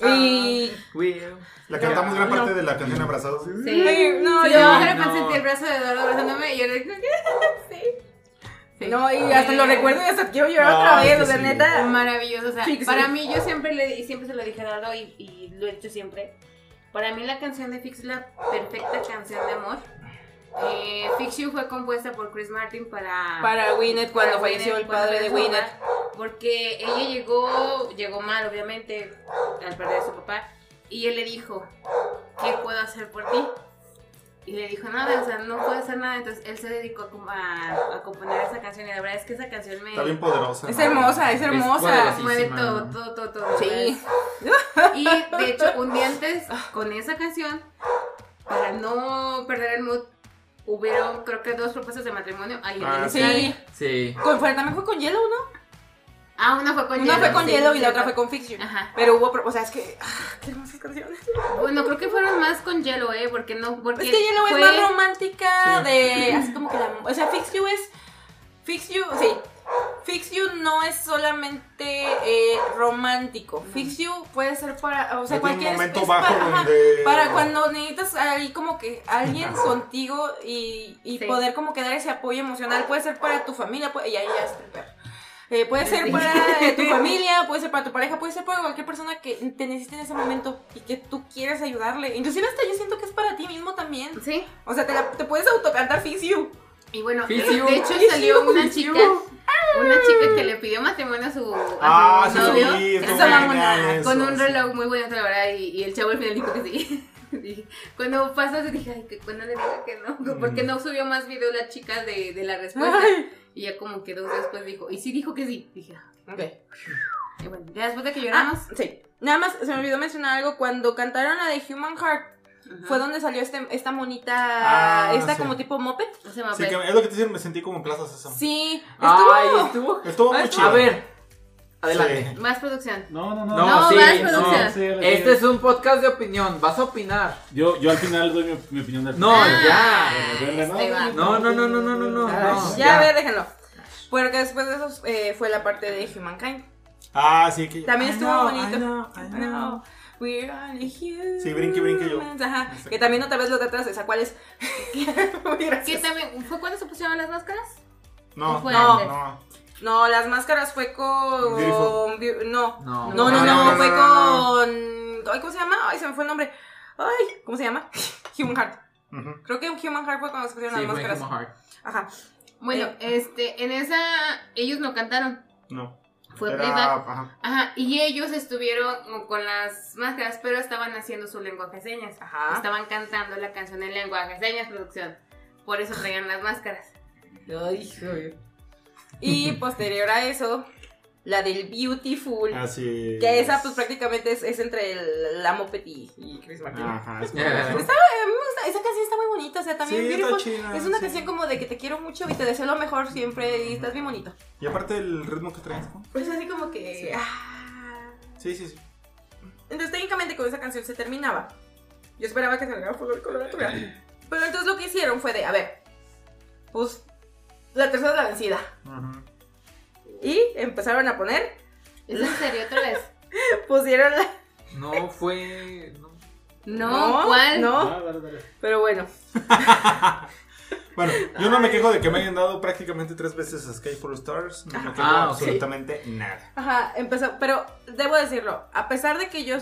S3: Ah,
S2: Y
S5: Will.
S6: La cantamos gran parte de la canción Abrazados.
S3: Sí.
S2: Sí, no,
S3: no,
S2: yo-
S3: yo ahora
S5: no.
S3: sentí el brazo de Eduardo abrazándome y yo le dije, ¿qué? Sí. Sí.
S2: No, y hasta lo recuerdo y hasta quiero llorar
S6: No,
S2: otra vez,
S6: Ah, que
S2: o sea,
S6: sí.
S2: neta.
S3: Maravilloso, o sea,
S2: Fix it.
S3: para mí yo siempre le di- siempre se lo dije a Eduardo y, y lo he hecho siempre. Para mí la canción de Fix es la perfecta canción de amor. Eh, Fix You fue compuesta por Chris Martin para
S2: Para Winnet, cuando
S3: Ah. para
S2: falleció
S3: Gwyneth,
S2: el padre de
S3: cuando falleció
S2: Winnet.
S3: su papá, Porque ella llegó, llegó mal, obviamente, al perder a su papá. Y él le dijo, ¿qué puedo hacer por ti? Y le dijo, nada, o sea, no puedo hacer nada. Entonces él se dedicó como a, a componer esa canción. Y la verdad es que esa canción me
S6: Está bien poderosa.
S2: Es
S6: ¿no?
S2: hermosa, es hermosa.
S5: poderosísima.
S3: mueve todo, todo, todo, todo.
S2: Sí.
S3: Y de hecho, un día antes, con esa canción, para no perder el mood, hubieron creo que dos propuestas de matrimonio ahí en el
S6: Ah,
S3: estadio.
S2: Sí.
S5: Sí.
S2: Con, fue- también fue con hielo, ¿no?
S3: Ah, una fue con
S2: Una fue con
S3: sí,
S2: hielo y
S3: sí,
S2: la otra
S3: sí.
S2: fue con Fiction.
S3: Ajá.
S2: Pero hubo, pro- o sea, es que. ah, ¡Qué hermosas canciones!
S3: Bueno, creo que fueron más con hielo, ¿eh? Porque no. Porque
S2: Es que hielo
S3: fue-
S2: es más romántica
S6: Sí.
S2: de. Así como que la. O sea, Fix You es. Fix You, sí. Fix You no es solamente eh, romántico. Fix You puede ser para. O sea,
S6: Es de un
S2: cualquier.
S6: momento
S2: es
S6: bajo
S2: para, ajá,
S6: donde-
S2: para cuando necesitas ahí como que alguien contigo y, y
S3: Sí.
S2: poder como que dar ese apoyo emocional. Puede ser para tu familia, puede- y ahí ya está el perro. Eh, puede ser
S3: Sí.
S2: para eh, tu familia, puede ser para tu pareja, puede ser para cualquier persona que te necesite en ese momento y que tú quieres ayudarle. Inclusive hasta yo siento que es para ti mismo también.
S3: Sí.
S2: O sea, te, la- te puedes autocantar Fix You.
S3: Y bueno,
S5: Fix
S3: eh,
S5: you,
S3: de hecho
S2: fix
S3: salió
S2: you,
S3: una
S2: fix you.
S3: chica. Una chica que le pidió matrimonio a su, a su
S6: Ah, sí,
S3: novio.
S6: sí, estuvo
S2: Esa
S6: genial
S2: mamona,
S6: eso,
S3: con un
S6: sí.
S3: reloj muy bonito, la verdad, y, y el chavo al final dijo que sí. Y Cuando pasó, se dije, ay, que cuando le diga que
S6: Mm.
S3: no, porque no subió más video la chica de, de la respuesta. Y ya como que dos días después dijo, y sí dijo que sí. Dije, ah. y bueno, ya después de que lloramos,
S2: Ah, sí. Nada más se me olvidó mencionar algo. Cuando cantaron la de Human Heart,
S3: ajá,
S2: fue donde salió este, esta monita,
S6: Ah,
S2: esta
S6: sí.
S2: como tipo moped.
S3: no se me
S6: Sí,
S3: fue.
S6: que es lo que te dicen, me sentí como en Plaza Sésamo.
S2: Sí,
S5: Ay,
S2: estuvo.
S5: estuvo.
S6: Estuvo muy chido.
S5: A ver, adelante.
S6: Sí.
S3: Más producción.
S1: No, no, no.
S5: No,
S3: No,
S5: sí,
S3: vas,
S5: no.
S3: producción.
S1: Sí, sí.
S5: Este es un podcast de opinión, vas a opinar.
S1: Yo, yo al final doy mi, mi opinión del
S5: No, ya.
S3: Este va.
S5: No, no, no, no, no, no, no.
S2: ya,
S5: no,
S2: a ver, déjenlo. Porque después de eso eh, fue la parte de Humankind.
S6: Ah, sí, que.
S2: También
S6: I
S2: estuvo
S6: know,
S2: bonito.
S6: I know, I know.
S2: No, we're only humans.
S6: Sí, brinque, brinque yo.
S2: Ajá, que también otra vez lo de atrás, esa cuál es. Muy
S3: Que
S2: gracioso.
S3: también, ¿fue cuando se pusieron las máscaras?
S4: No,
S3: Fue
S4: no,
S3: antes.
S4: no.
S2: No, las máscaras fue con.
S4: Grifo.
S2: vi- No.
S5: No,
S2: No, no, no,
S4: no, no,
S2: fue
S4: no,
S2: con. Ay, ¿cómo se llama? Ay, se me fue el nombre. Ay, ¿cómo se llama? Human Heart.
S4: Ujú.
S2: Creo que Human Heart fue cuando se pusieron
S5: Sí,
S2: las
S5: fue
S2: máscaras.
S5: Human Heart.
S2: Ajá.
S3: Bueno, este, en esa ellos no cantaron,
S4: No.
S3: fue
S4: Era-
S3: playback.
S4: ajá.
S3: Ajá, y ellos estuvieron como con las máscaras, pero estaban haciendo su lenguaje de señas.
S2: Ajá.
S3: Estaban cantando la canción en lenguaje de señas, producción. Por eso traían las máscaras.
S2: Ay, joder. Y posterior a eso, la del Beautiful.
S4: Ah, Así.
S2: Que
S4: es.
S2: esa, pues prácticamente es, es entre el, la Moped y, y Chris Martin.
S4: Ajá, es
S5: Yeah.
S4: correcto.
S2: A mí me gusta, esa canción está muy bonita, o sea, también
S4: Sí, está
S2: Beautiful.
S4: chida,
S2: es una
S4: sí.
S2: canción como de que te quiero mucho y te deseo lo mejor siempre y estás bien bonito.
S4: Y aparte el ritmo que traes, ¿no?
S2: Pues así como que.
S4: Sí.
S2: ah.
S4: Sí, sí, sí.
S2: Entonces, técnicamente con esa canción se terminaba. Yo esperaba que salga Folklore Coloratura. Pero entonces lo que hicieron fue de, a ver, pues la tercera es la vencida. Y empezaron a poner,
S3: ¿Es en serio otra vez?
S2: pusieron la.
S5: No fue. no.
S3: No, ¿cuál?
S2: No, pero bueno.
S4: Bueno, yo no me quejo de que me hayan dado prácticamente tres veces a Sky for Stars. No me quejo
S5: Ah, ok.
S4: absolutamente nada.
S2: Ajá, empezó, pero debo decirlo, a pesar de que yo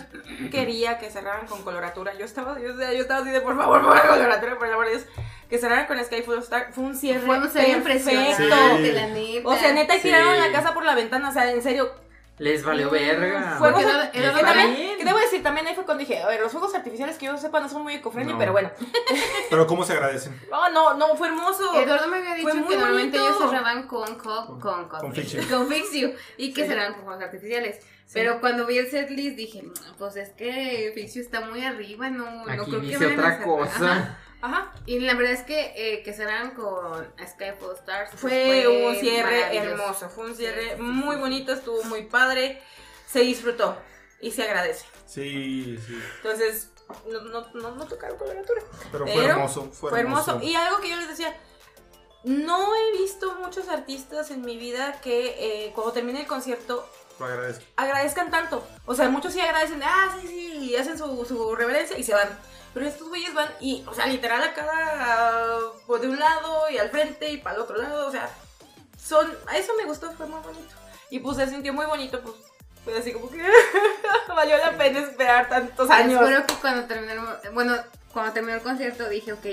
S2: quería que cerraran con coloratura, yo estaba, yo, yo estaba así de por favor, por favor, coloratura, por el amor de Dios, que cerraran con Sky Full of Star, fue un cierre
S3: Fue un serio
S2: perfecto.
S3: impresionante, la neta.
S2: O sea, neta
S5: Sí.
S2: tiraron la casa por la ventana, o sea, en serio,
S5: Les valió verga.
S2: fuegos
S3: Porque
S2: ar-
S3: era- era
S2: que
S3: lo
S2: también-
S5: bien.
S2: que debo decir, también ahí fue cuando dije, a ver, los fuegos artificiales que yo sepa no son muy ecofriendly,
S4: No.
S2: pero bueno.
S4: Pero cómo se agradecen.
S2: Oh, no, no, fue hermoso.
S3: Eduardo me había dicho
S2: Fue
S3: que
S2: muy
S3: normalmente
S2: bonito.
S3: ellos cerraban con co- con
S4: Con
S3: con
S4: Fixio.
S3: con Fixio, y que cerraban con juegos artificiales. Pero cuando vi el setlist dije, "Mm, pues es que Fixio está muy arriba, no, no
S5: Aquí
S3: creo que
S5: dice
S3: vayan a
S5: otra
S3: cerrar".
S5: cosa.
S3: Ajá.
S2: Ajá,
S3: Y la verdad es que eh, que cerraran con Skyfall Stars pues,
S2: fue un cierre
S3: maravilloso.
S2: hermoso, fue un
S3: Sí,
S2: cierre
S3: sí,
S2: muy
S3: sí.
S2: bonito, estuvo muy padre, se disfrutó y se agradece.
S4: Sí, sí.
S2: Entonces, no, no, no, no tocaron coloratura.
S4: Pero fue
S2: Pero
S4: hermoso. Fue,
S2: Fue hermoso. Y algo que yo les decía, no he visto muchos artistas en mi vida que eh, cuando termine el concierto
S4: Lo agradezco.
S2: agradezcan tanto. O sea, muchos sí agradecen, ah, sí, sí, y hacen su, su reverencia y se van. Pero estos güeyes van y, o sea, literal a cada, pues, de un lado y al frente y para el otro lado, o sea, son, a eso me gustó, fue muy bonito. Y pues se sintió muy bonito, pues, pues así como que valió la pena esperar tantos
S3: Les
S2: años.
S3: juro que cuando terminó, bueno, cuando terminó el concierto dije, ok,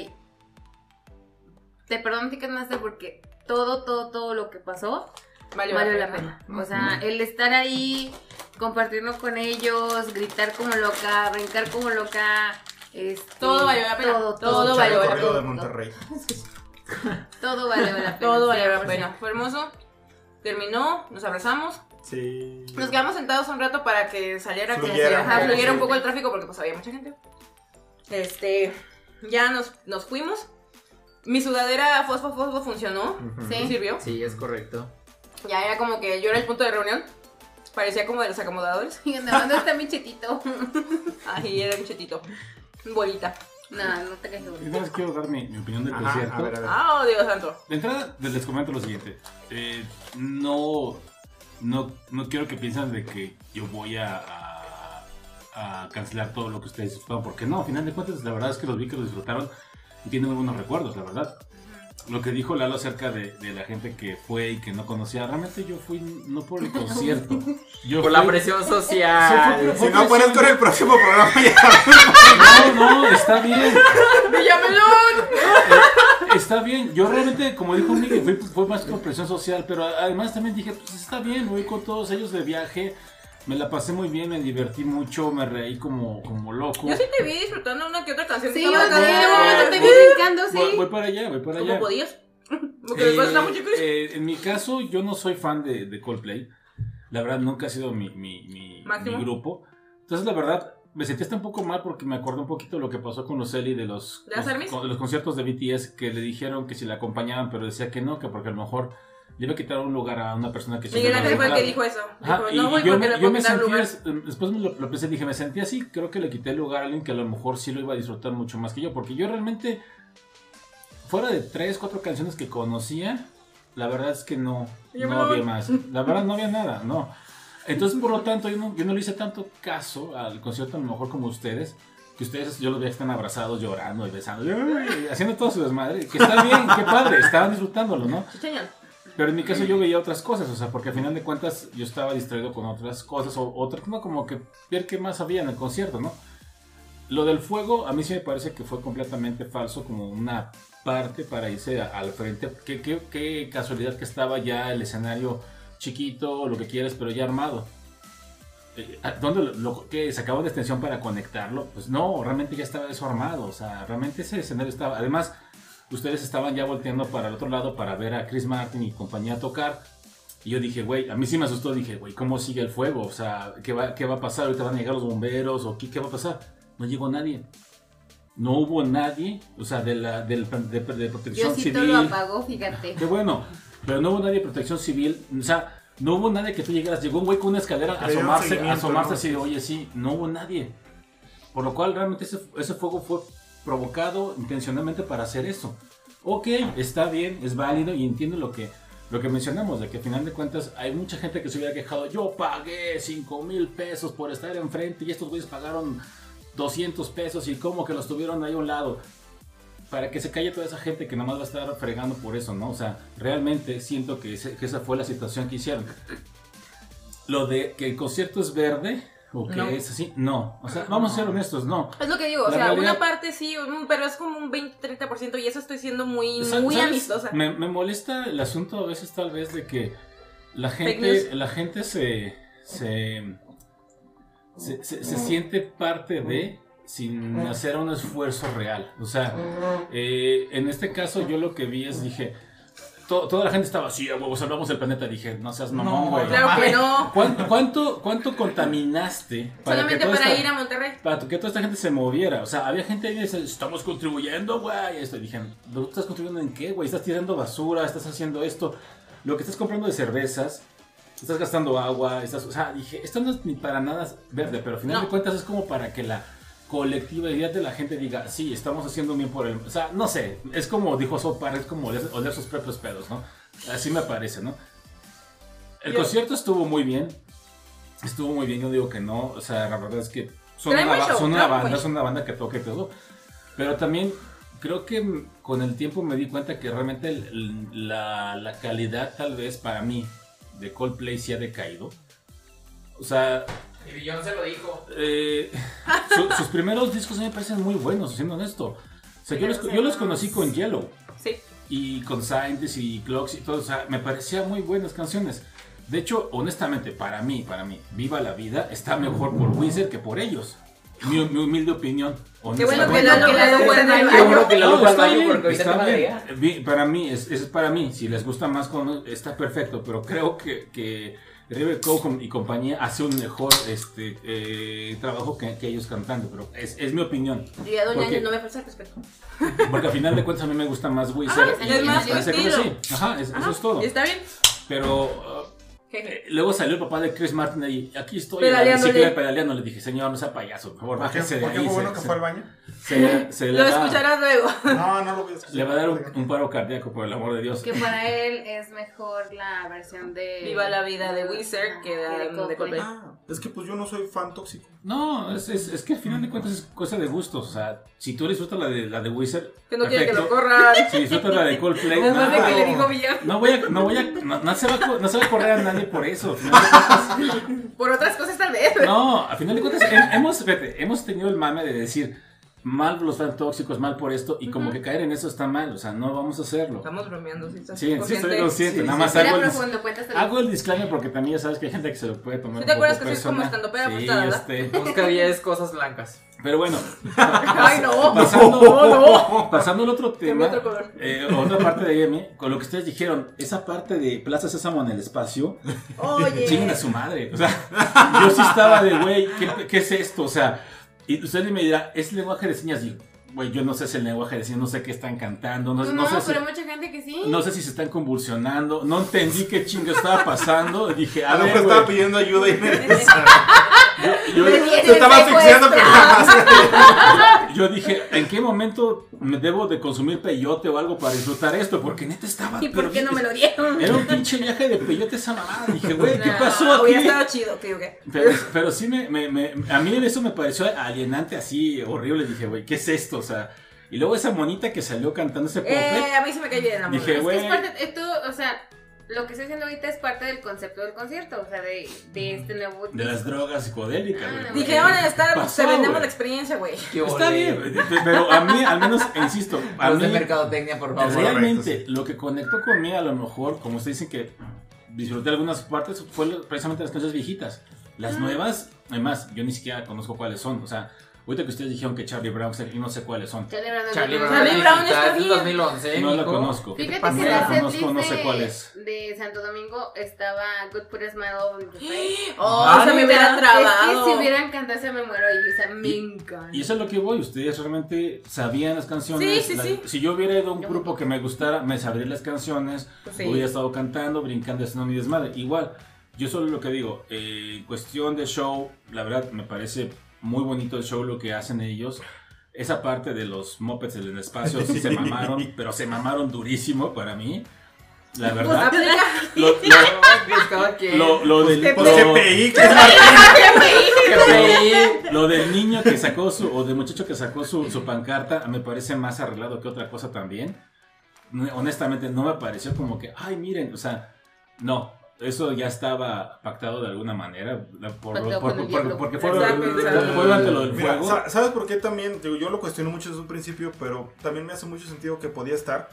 S3: te perdono Ticketmaster porque todo, todo, todo lo que pasó valió, la pena. O sea, el estar ahí, compartirlo con ellos, gritar como loca, brincar como loca. este,
S2: Todo valió la pena.
S3: Todo,
S2: Todo
S3: todo,
S2: valió la
S4: el corrido
S3: pena.
S4: de Monterrey.
S3: Todo valió la pena. pues,
S2: Todo valió la
S3: 100%.
S2: pena. Fue hermoso. Terminó, nos abrazamos.
S4: Sí.
S2: Nos quedamos sentados un rato para que saliera como que
S4: Fluyera,
S2: ajá,
S3: ¿no?
S2: fluyera un
S3: Sí.
S2: poco el tráfico porque pues había mucha gente. Este, ya nos, nos fuimos. Mi sudadera fosfo fosfo funcionó.
S4: Ujú.
S2: Sí.
S3: Sí.
S2: Sirvió.
S5: Sí, es correcto.
S2: Ya era como que yo era el punto de reunión. Parecía como de los acomodadores.
S3: Y no, ¿dónde está mi chetito?
S2: Ahí era un chetito. Bolita.
S3: No, no te caes
S1: Yo nada más quiero dar mi, mi opinión del
S4: Ajá,
S1: concierto.
S4: a ver, a ver.
S2: Ah, Dios santo.
S1: De entrada, les comento lo siguiente. Eh, no, no, no quiero que piensen de que yo voy a, a- a cancelar todo lo que ustedes disfrutaron, porque no, a final de cuentas, la verdad es que los vi que lo disfrutaron y tienen muy buenos recuerdos, la verdad. Lo que dijo Lalo acerca de, de la gente que fue y que no conocía, realmente yo fui no por el concierto. Yo
S5: Por la
S1: fui-
S5: presión
S1: Sí,
S5: social.
S1: fue-
S4: Si no pones tú en el próximo programa
S1: No, no, está bien. Está bien, yo realmente, como dijo Miguel, fue, fue más por presión social, pero a- además también dije, pues está bien, voy con todos ellos de viaje, me la pasé muy bien, me divertí mucho, me reí como, como loco.
S2: Yo sí te vi disfrutando una que otra canción. que
S3: Sí, yo
S2: estaba
S3: también
S2: cantando.
S3: de momento te vi brincando,
S1: Voy, voy
S3: sí.
S1: para allá, voy para
S2: ¿Cómo
S1: allá.
S2: podías? Porque
S1: Eh,
S2: después está muy chiquito.
S1: eh, en mi caso, yo no soy fan de, de Coldplay. La verdad, nunca ha sido mi, mi- mi-
S2: Máximo.
S1: mi grupo. Entonces, la verdad, me sentí hasta un poco mal porque me acordé un poquito de lo que pasó con los Eli de los,
S2: ¿De las
S1: los-
S2: ARMYs?
S1: con- de los conciertos de BTS que le dijeron que si la acompañaban, pero decía que no, que porque a lo mejor le iba a quitar un lugar a una persona que se
S2: Miguel
S1: iba a
S2: Ángel fue el que
S1: reemplazar.
S2: dijo eso.
S1: Ajá,
S2: Dijo,
S1: y
S2: no voy
S1: yo
S2: porque
S1: me,
S2: le
S1: yo
S2: puedo
S1: me
S2: quitar
S1: sentí,
S2: lugar.
S1: as- después me lo, lo pensé, dije, me sentí así, creo que le quité el lugar a alguien que a lo mejor sí lo iba a disfrutar mucho más que yo, porque yo realmente, fuera de tres, cuatro canciones que conocía, la verdad es que no,
S2: Yo me
S1: no
S2: voy.
S1: había más, la verdad no había nada, no. Entonces, por lo tanto, yo no, yo no le hice tanto caso al concierto, a lo mejor como ustedes, que ustedes, yo los veía que están abrazados, llorando y besando, y haciendo todo su desmadre, que está bien, qué padre, estaban disfrutándolo, ¿no?
S2: Sí, señor.
S1: Pero en mi caso yo veía otras cosas, o sea, porque al final de cuentas yo estaba distraído con otras cosas o otras, no como que ver qué más había en el concierto, ¿no? Lo del fuego a mí sí me parece que fue completamente falso, como una parte para irse a- al frente. Qué, qué- qué casualidad que estaba ya el escenario chiquito o lo que quieras, pero ya armado. Eh, ¿a- ¿Dónde lo, lo- qué, sacaban de extensión para conectarlo? Pues no, realmente ya estaba eso armado, o sea, realmente ese escenario estaba... Además, ustedes estaban ya volteando para el otro lado para ver a Chris Martin y compañía tocar. Y yo dije, güey, a mí sí me asustó, dije, güey, ¿cómo sigue el fuego? O sea, ¿qué va, qué va a pasar? ¿Ahorita van a llegar los bomberos? ¿O qué, qué va a pasar? No llegó nadie. No hubo nadie, o sea, de, la, del, de, de protección
S3: Diosito
S1: civil.
S3: lo apagó, fíjate.
S1: Qué bueno. Pero no hubo nadie de protección civil. O sea, no hubo nadie que tú llegaras. Llegó un güey con una escalera a
S4: Le dieron
S1: asomarse, a
S4: seguimiento,
S1: asomarse
S4: ¿no?
S1: así de, oye, sí, no hubo nadie. Por lo cual realmente ese, ese fuego fue provocado intencionalmente para hacer eso. Ok, está bien, es válido y entiendo lo que, lo que mencionamos, de que al final de cuentas hay mucha gente que se hubiera quejado, yo pagué 5 mil pesos por estar enfrente y estos güeyes pagaron 200 pesos y como que los tuvieron ahí a un lado para que se calle toda esa gente que nada más va a estar fregando por eso, ¿no? O sea, realmente siento que, ese- que esa fue la situación que hicieron. Lo de que el concierto es verde o que
S2: No.
S1: es así, no. O sea, vamos a ser honestos, no.
S2: Es lo que digo, o
S1: La
S2: sea,
S1: realidad-
S2: una parte sí, un- pero es como un 20-30% y eso estoy siendo muy,
S1: Sa-
S2: muy
S1: ¿sabes?
S2: amistosa.
S1: Me, me molesta el asunto a veces tal vez de que la gente,
S2: news.
S1: la gente se, se, se, se-
S2: Mm.
S1: se siente parte de sin hacer un esfuerzo real. O sea, eh, en este caso yo lo que vi es, dije, to- toda la gente estaba así, a huevos, salvamos el planeta. Dije, no seas mamón,
S5: No,
S1: güey.
S2: Claro que
S5: mames.
S2: no.
S1: ¿Cuánto, cuánto, cuánto contaminaste?
S2: Solamente
S1: toda
S2: para
S1: esta-
S2: ir a Monterrey.
S1: para que toda esta gente se moviera. O sea, había gente ahí que dice, estamos contribuyendo, güey. Esto. Y dije, ¿tú estás contribuyendo en qué, güey? Estás tirando basura, estás haciendo esto. Lo que estás comprando de cervezas, estás gastando agua, estás... O sea, dije, esto no es ni para nada verde, pero al final
S2: No.
S1: de cuentas es como para que la colectividad de la gente diga, sí, estamos haciendo un bien por el... O sea, no sé, es como dijo Sopar, es como oler, oler sus propios pedos, ¿no? Así me parece, ¿no? El
S2: Yo-
S1: concierto estuvo muy bien. Estuvo muy bien, yo digo que no. O sea, la verdad es que son
S2: Trae
S1: una,
S2: buen
S1: ba-
S2: show,
S1: son una
S2: trae buen
S1: banda,
S2: show.
S1: son una banda que toca y todo. Pero también creo que mm, con el tiempo me di cuenta que realmente el- el- la, la calidad tal vez para mí de Coldplay sí ha decaído. O sea,
S5: Y Billon se lo dijo.
S1: eh, su- sus primeros discos a mí me parecen muy buenos, siendo honesto. O sea, yo los, yo los conocí con Yellow
S2: Sí.
S1: y con Scientist y Clocks y todo, o sea, me parecían muy buenas canciones. De hecho, honestamente, para mí, para mí, Viva la Vida está mejor por Wizard que por ellos. Mi, mi humilde opinión.
S2: Qué bueno que
S1: honestamente.
S2: no, que la
S3: Bueno,
S2: fue en el
S3: bueno,
S5: Qué bueno
S2: baño.
S5: que la
S1: No,
S5: lupa al
S1: está
S5: baño
S1: bien,
S5: porque ahorita
S1: está
S5: te
S1: bien.
S5: madrea.
S1: Vi- Para mí, es, es para mí. Si les gusta más, con, está perfecto. Pero creo que, que River Cohen y compañía hace un mejor este, eh, trabajo que, que ellos cantando. Pero es, es mi opinión.
S2: Diría Doña
S1: Porque-
S2: Ángel, no me falta el respeto.
S1: Porque al final de cuentas a mí me gusta más Wizard.
S2: Ah,
S1: y
S2: es
S1: me
S2: más Ah,
S1: parece que
S2: estilo.
S1: sí. Ajá, es- eso
S2: Ajá,
S1: es todo.
S2: ¿Está bien?
S1: Pero uh,
S2: Jeje.
S1: eh, luego salió el papá de Chris Martin ahí. Aquí estoy en la
S2: Pedaleándole.
S1: bicicleta pedaleando. Le dije, señor, no sea payaso, por favor,
S4: ¿Por qué,
S1: bájese de
S4: por qué
S1: ahí.
S4: fue
S1: se-
S4: bueno que
S1: se-
S4: fue al baño?
S1: se- se le
S2: Lo
S1: va-
S2: escucharás luego.
S4: No, no lo voy a escuchar.
S1: Le va a dar un, un paro cardíaco, por el amor de Dios.
S3: Que para él es mejor la versión de.
S2: Viva la vida de Wizard que
S3: Ajá,
S2: de-
S3: y
S2: de Coldplay.
S4: Ah, es que pues yo no soy fan tóxico.
S1: No, es, es- es que al final de cuentas es cosa de gustos. O sea, si tú disfrutas la de, la de Wizard,
S2: Que no quiere que lo
S1: perfecto.
S2: corran.
S1: Si disfrutas la de Coldplay,
S2: Además de
S1: no,
S2: que le dijo Villar.
S1: no voy a, no voy a, no, no se va a, co- no se va a correr a nadie por eso. al final de cuentas.
S2: Por otras cosas tal vez.
S1: No, a final de cuentas, hem- hemos, fíjate, hemos tenido el mame de decir mal los fans tóxicos, mal por esto, y como que caer en eso está mal, o sea, no vamos a hacerlo.
S2: Estamos bromeando, si estás
S1: Sí, sí, estoy consciente,
S2: Sí,
S1: nada
S2: sí,
S1: más
S2: sí.
S3: Era
S1: hago el, Ah,
S3: profundo, cuéntaselo.
S1: hago el disclaimer porque también ya sabes que hay gente que se lo puede tomar.
S2: ¿Sí te
S1: un poco
S2: acuerdas que soy como
S1: personal.
S2: estandopera
S1: Sí,
S2: frustrada, verdad?
S1: este,
S5: Busca 10 cosas blancas.
S1: Pero bueno,
S2: Ay, no.
S1: pasando,
S2: No,
S1: pasando al otro
S2: Cambié
S1: tema,
S2: otro color.
S1: eh, otra parte de M, con lo que ustedes dijeron, esa parte de Plaza Sésamo en el espacio, Chinguen a
S2: Oye.
S1: su madre. O sea, yo sí estaba de, güey, ¿qué, qué es esto? O sea, y usted me dirá, es lenguaje de señas. Y, güey, yo no sé si el lenguaje de señas, no sé qué están cantando, no,
S3: No,
S1: no sé si.
S3: pero mucha gente que sí.
S1: No sé si se están convulsionando, no entendí qué chingo estaba pasando. Dije, a
S4: A lo
S1: ver,
S4: mejor estaba
S1: güey.
S4: pidiendo ayuda y me
S1: Yo,
S4: Se estaba asfixiando, pero nada más.
S1: yo dije, ¿en qué momento me debo de consumir peyote o algo para disfrutar esto? Porque neta estaba.
S2: ¿Y por qué
S1: perdido.
S2: no me lo dieron?
S1: Era un pinche viaje de peyote esa mamada. Dije, güey, ¿qué
S2: No,
S1: pasó aquí?
S2: Hubiera estado chido, ok, ok.
S1: Pero, pero sí me, me- me- A mí eso me pareció alienante, así horrible. Dije, güey, ¿qué es esto? O sea, y luego esa monita que salió cantando ese pop,
S2: Eh, a mí se me cae bien la
S1: Dije,
S2: morra.
S3: Es que es
S1: güey.
S3: parte, esto, o sea, lo que estoy haciendo ahorita es parte del concepto del concierto, o sea, de, de este nuevo
S1: Mm. De las drogas psicodélicas,
S3: Ah,
S1: güey.
S3: no.
S2: Dijeron en Starbucks,
S1: Pasó,
S2: pues, te vendemos
S1: güey.
S2: la experiencia, güey.
S5: Qué
S1: Está
S5: ole.
S1: bien, pero a mí, al menos, insisto, a
S5: Los
S1: mí,
S5: de mercadotecnia, por favor.
S1: realmente lo que conectó conmigo, a lo mejor, como ustedes dicen que disfruté algunas partes, fue lo- precisamente las canciones viejitas. Las nuevas, además, yo ni siquiera conozco cuáles son. O sea, ahorita que ustedes dijeron que Charlie Brown, yo no sé cuáles son.
S3: Charlie Brown.
S5: Charlie Brown.
S2: Charlie Brown
S5: está
S2: está
S5: del
S2: bien.
S5: 2011,
S1: No la
S5: mijo.
S1: conozco.
S5: te
S3: Fíjate
S5: pasa?
S3: que
S1: No
S3: en la
S1: la conozco,
S3: setlist
S1: no sé
S3: de-
S1: cuál es.
S3: de Santo Domingo estaba Good Put a Smile on Your Face.
S2: Oh,
S1: Ah,
S2: se me hubiera
S3: Es que si
S2: trabado.
S3: hubieran cantado se me muero y, o sea, me
S1: Y-
S3: encanta.
S1: Y eso es lo que voy, ustedes realmente sabían las canciones.
S2: Sí, sí,
S1: la-
S2: sí.
S1: Si yo hubiera ido a un grupo que me gustara, me sabría las canciones,
S2: Sí.
S1: hubiera estado cantando, brincando, haciendo mi desmadre. Igual, yo solo lo que digo, eh, en cuestión de show, la verdad me parece muy bonito el show, lo que hacen ellos. Esa parte de los mopeds en el espacio sí se mamaron, pero se mamaron durísimo para mí. La verdad.
S2: Pues, Aplica-
S1: Lo, lo-
S5: Pues cada quien.
S1: lo- lo del-
S2: Pues
S1: lo-
S4: Pues GPI, que
S1: lo, lo del niño que sacó su, o del muchacho que sacó su, su pancarta, me parece más arreglado que otra cosa también. No, Honestamente, no me pareció como que, ay, miren, o sea, no, eso ya estaba pactado de alguna manera, la- por-
S3: Pactado
S1: por-
S3: con el
S1: por-
S3: diablo.
S1: porque fue,
S2: Exacto, exacto.
S1: fue durante lo del
S4: Mira,
S1: fuego.
S4: sa- ¿sabes por qué también? Digo, yo lo cuestioné mucho desde un principio, pero también me hace mucho sentido que podía estar.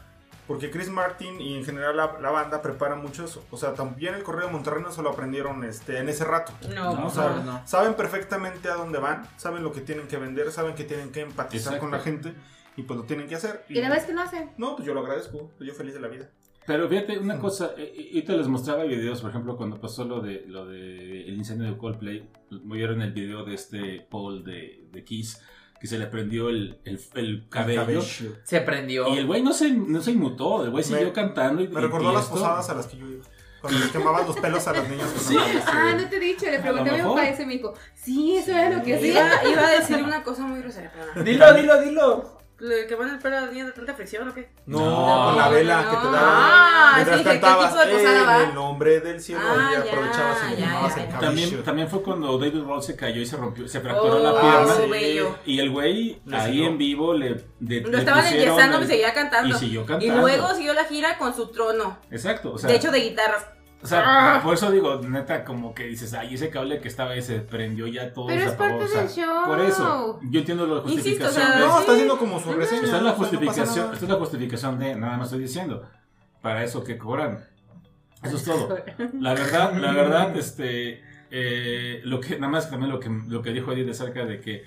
S4: Porque Chris Martin y en general la, la banda prepara mucho eso. O sea, también el Correo de Monterrey no se lo aprendieron este, en ese rato.
S2: No,
S1: No,
S4: O
S2: no,
S4: sea,
S5: no.
S4: saben perfectamente a dónde van, saben lo que tienen que vender, saben que tienen que empatizar
S1: Exacto.
S4: con la gente y pues lo tienen que hacer.
S3: Y la vez que no hacen.
S4: No, pues yo lo agradezco, yo feliz de la vida.
S1: Pero fíjate, una cosa, eh, eh, te les mostraba videos, por ejemplo, cuando pasó lo de lo de el incendio de Coldplay, vieron el video de este Paul de, de Kiss, que se le prendió el, el, el cabello.
S5: Se prendió.
S1: Y el güey no se, no se inmutó, el güey siguió
S4: Me-
S1: cantando. Y,
S4: Me
S1: y-
S4: recordó
S1: y
S4: las
S1: esto-
S4: posadas a las que yo iba. Cuando les quemaban los pelos a las niñas. que
S1: Sí,
S4: cantaban.
S3: Ah, no te he dicho, le pregunté a, mi
S1: mejor.
S3: papá y se me dijo, sí, eso era lo que hacía.
S2: Iba, iba a decir una cosa muy grosera, perdón.
S5: Dilo, dilo, dilo.
S2: ¿Le queman el pelo a las niñas de tanta fricción o qué?
S4: No,
S1: No,
S4: con la vela que te
S2: no.
S4: daban.
S2: Ah,
S4: Mientras
S2: sí, dije, ¿qué
S4: cantabas
S2: tipo de posada
S1: Eh,
S4: en
S2: va?
S4: el nombre del cielo
S2: Ah,
S4: y
S2: ya,
S4: aprovechabas y
S2: ya,
S4: le quemabas
S2: ya,
S4: el
S2: ya.
S4: cabello.
S1: También, también fue cuando David Roll se cayó y se rompió, se fracturó
S2: Oh,
S1: la
S4: ah,
S1: pierna.
S4: sí.
S2: bello.
S1: Y el güey
S4: Le
S1: ahí
S4: siguió.
S1: en vivo le, de,
S2: Lo
S1: le
S2: estaban
S1: pusieron
S2: enyesando
S1: el-
S2: y seguía
S1: y
S2: cantando.
S1: siguió
S2: Y
S1: cantando.
S2: luego siguió la gira con su trono.
S1: Exacto, o sea,
S2: De hecho, ¡ah! de guitarras.
S1: o sea, por eso digo, neta, como que dices, ay, ese cable que estaba ahí se prendió ya todo.
S3: Pero
S1: se
S3: es
S1: apagó",
S3: parte
S1: Ah, o sea,
S3: del show.
S1: Por eso, yo entiendo la
S2: Insisto, o sea,
S1: justificación. de-
S4: No,
S2: Sí. pues,
S4: está haciendo como su reseña.
S1: Esta
S4: o sea,
S1: es la
S4: no pasa
S1: justificación,
S4: nada.
S1: esta es la justificación de nada más estoy diciendo. Para eso que cobran. Eso es todo. La verdad, la verdad, este eh, lo que nada más también lo que lo que dijo Edith acerca de que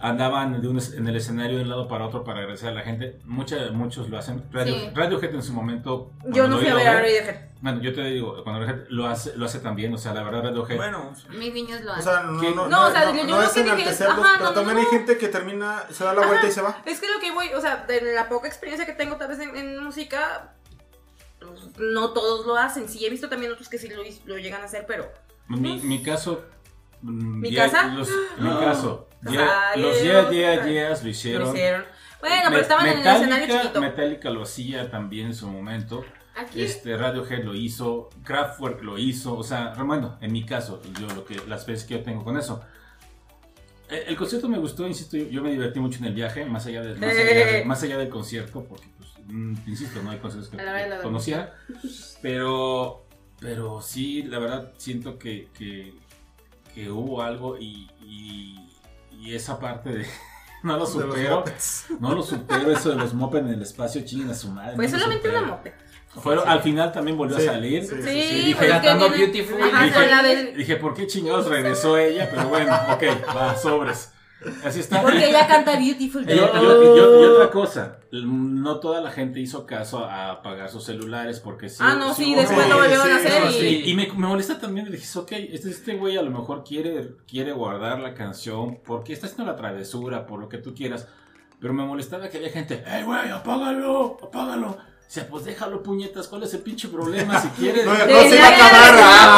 S1: andaban de un es- en el escenario de un lado para otro para agradecer a la gente. Mucha- muchos lo hacen. Radio,
S3: Sí.
S1: Radiohead en su momento.
S2: Yo
S1: cuando
S2: no
S1: lo
S2: fui a
S1: iba
S2: ver a Radiohead.
S1: Bueno, yo te digo, cuando Radiohead lo hace, lo hace también. O sea, la verdad, Radiohead.
S4: Bueno,
S3: Mis niños lo
S4: o
S3: hacen.
S4: sea, no,
S1: ¿Qué?
S4: no,
S2: No, o sea, yo- yo
S4: no
S2: lo
S4: es
S2: que dije es,
S4: enaltecerlos,
S2: ajá,
S4: pero
S2: no,
S4: también
S2: no,
S4: hay
S2: no.
S4: gente que termina, se da la vuelta y se va.
S2: Es que lo que voy, o sea, de la poca experiencia que tengo tal vez en, en música, pues, no todos lo hacen. Sí, he visto también otros que sí lo, lo llegan a hacer, pero
S1: Mi, mi caso. mm,
S2: pues, ¿Mi
S1: yeah,
S2: casa?
S1: Los, mi caso. yeah,
S2: Ay,
S1: los Yeah,
S2: Dios.
S1: yeah, yeahs lo
S2: lo
S1: hicieron.
S2: hicieron. Bueno, pero
S1: Me-
S2: estaban en el
S1: Metallica-
S2: escenario chiquito.
S1: Metallica lo hacía también en su momento.
S3: Aquí
S1: Este, Radiohead lo hizo, Kraftwerk lo hizo. O sea, bueno, en mi caso, yo lo que, las veces que yo tengo con eso. Eh, El, concierto me gustó, insisto, yo, yo me divertí mucho en el viaje, más allá del, más allá de- más allá del concierto, porque, pues, mm, insisto, no hay conciertos que
S3: Eh. A la hora de la
S1: conocía. Pero, pero sí, la verdad, siento que, que, que hubo algo y, y- y esa parte de... No lo
S4: De los
S1: supero.
S4: Muppets.
S1: No lo supero eso de los moped en el espacio, chinguen a su madre.
S2: Pues
S1: no lo
S2: solamente
S1: supero.
S2: una mope.
S1: Fueron, Al final también volvió
S4: Sí,
S1: a salir.
S4: sí,
S1: sí,
S2: Sí, pues
S1: dije,
S2: es que
S5: cantando
S2: viene-
S5: Beautiful.
S2: Ajá,
S1: Dije-
S2: con la del...
S1: Dije, ¿por qué chingados regresó ella? Pero bueno, ok, va, sobres. Así está.
S2: Porque ella canta Beautiful.
S1: Y, o- y o- y o- y otra cosa, no toda la gente hizo caso a apagar sus celulares porque sí.
S2: ah, no, sí,
S1: hubo-
S2: después
S4: sí,
S2: lo volvieron a
S4: sí,
S2: hacer
S1: Sí,
S2: y...
S5: sí.
S1: Y me, me molesta también, dije, ok, este, este güey a lo mejor quiere, quiere guardar la canción porque está haciendo la travesura, por lo que tú quieras. Pero me molestaba que había gente, ¡Ey, güey, apágalo! ¡Apágalo! O sea, pues déjalo, puñetas, ¿cuál es el pinche problema? Si quieres.
S4: No, no
S2: Tenía
S4: se iba a
S2: que
S4: acabar.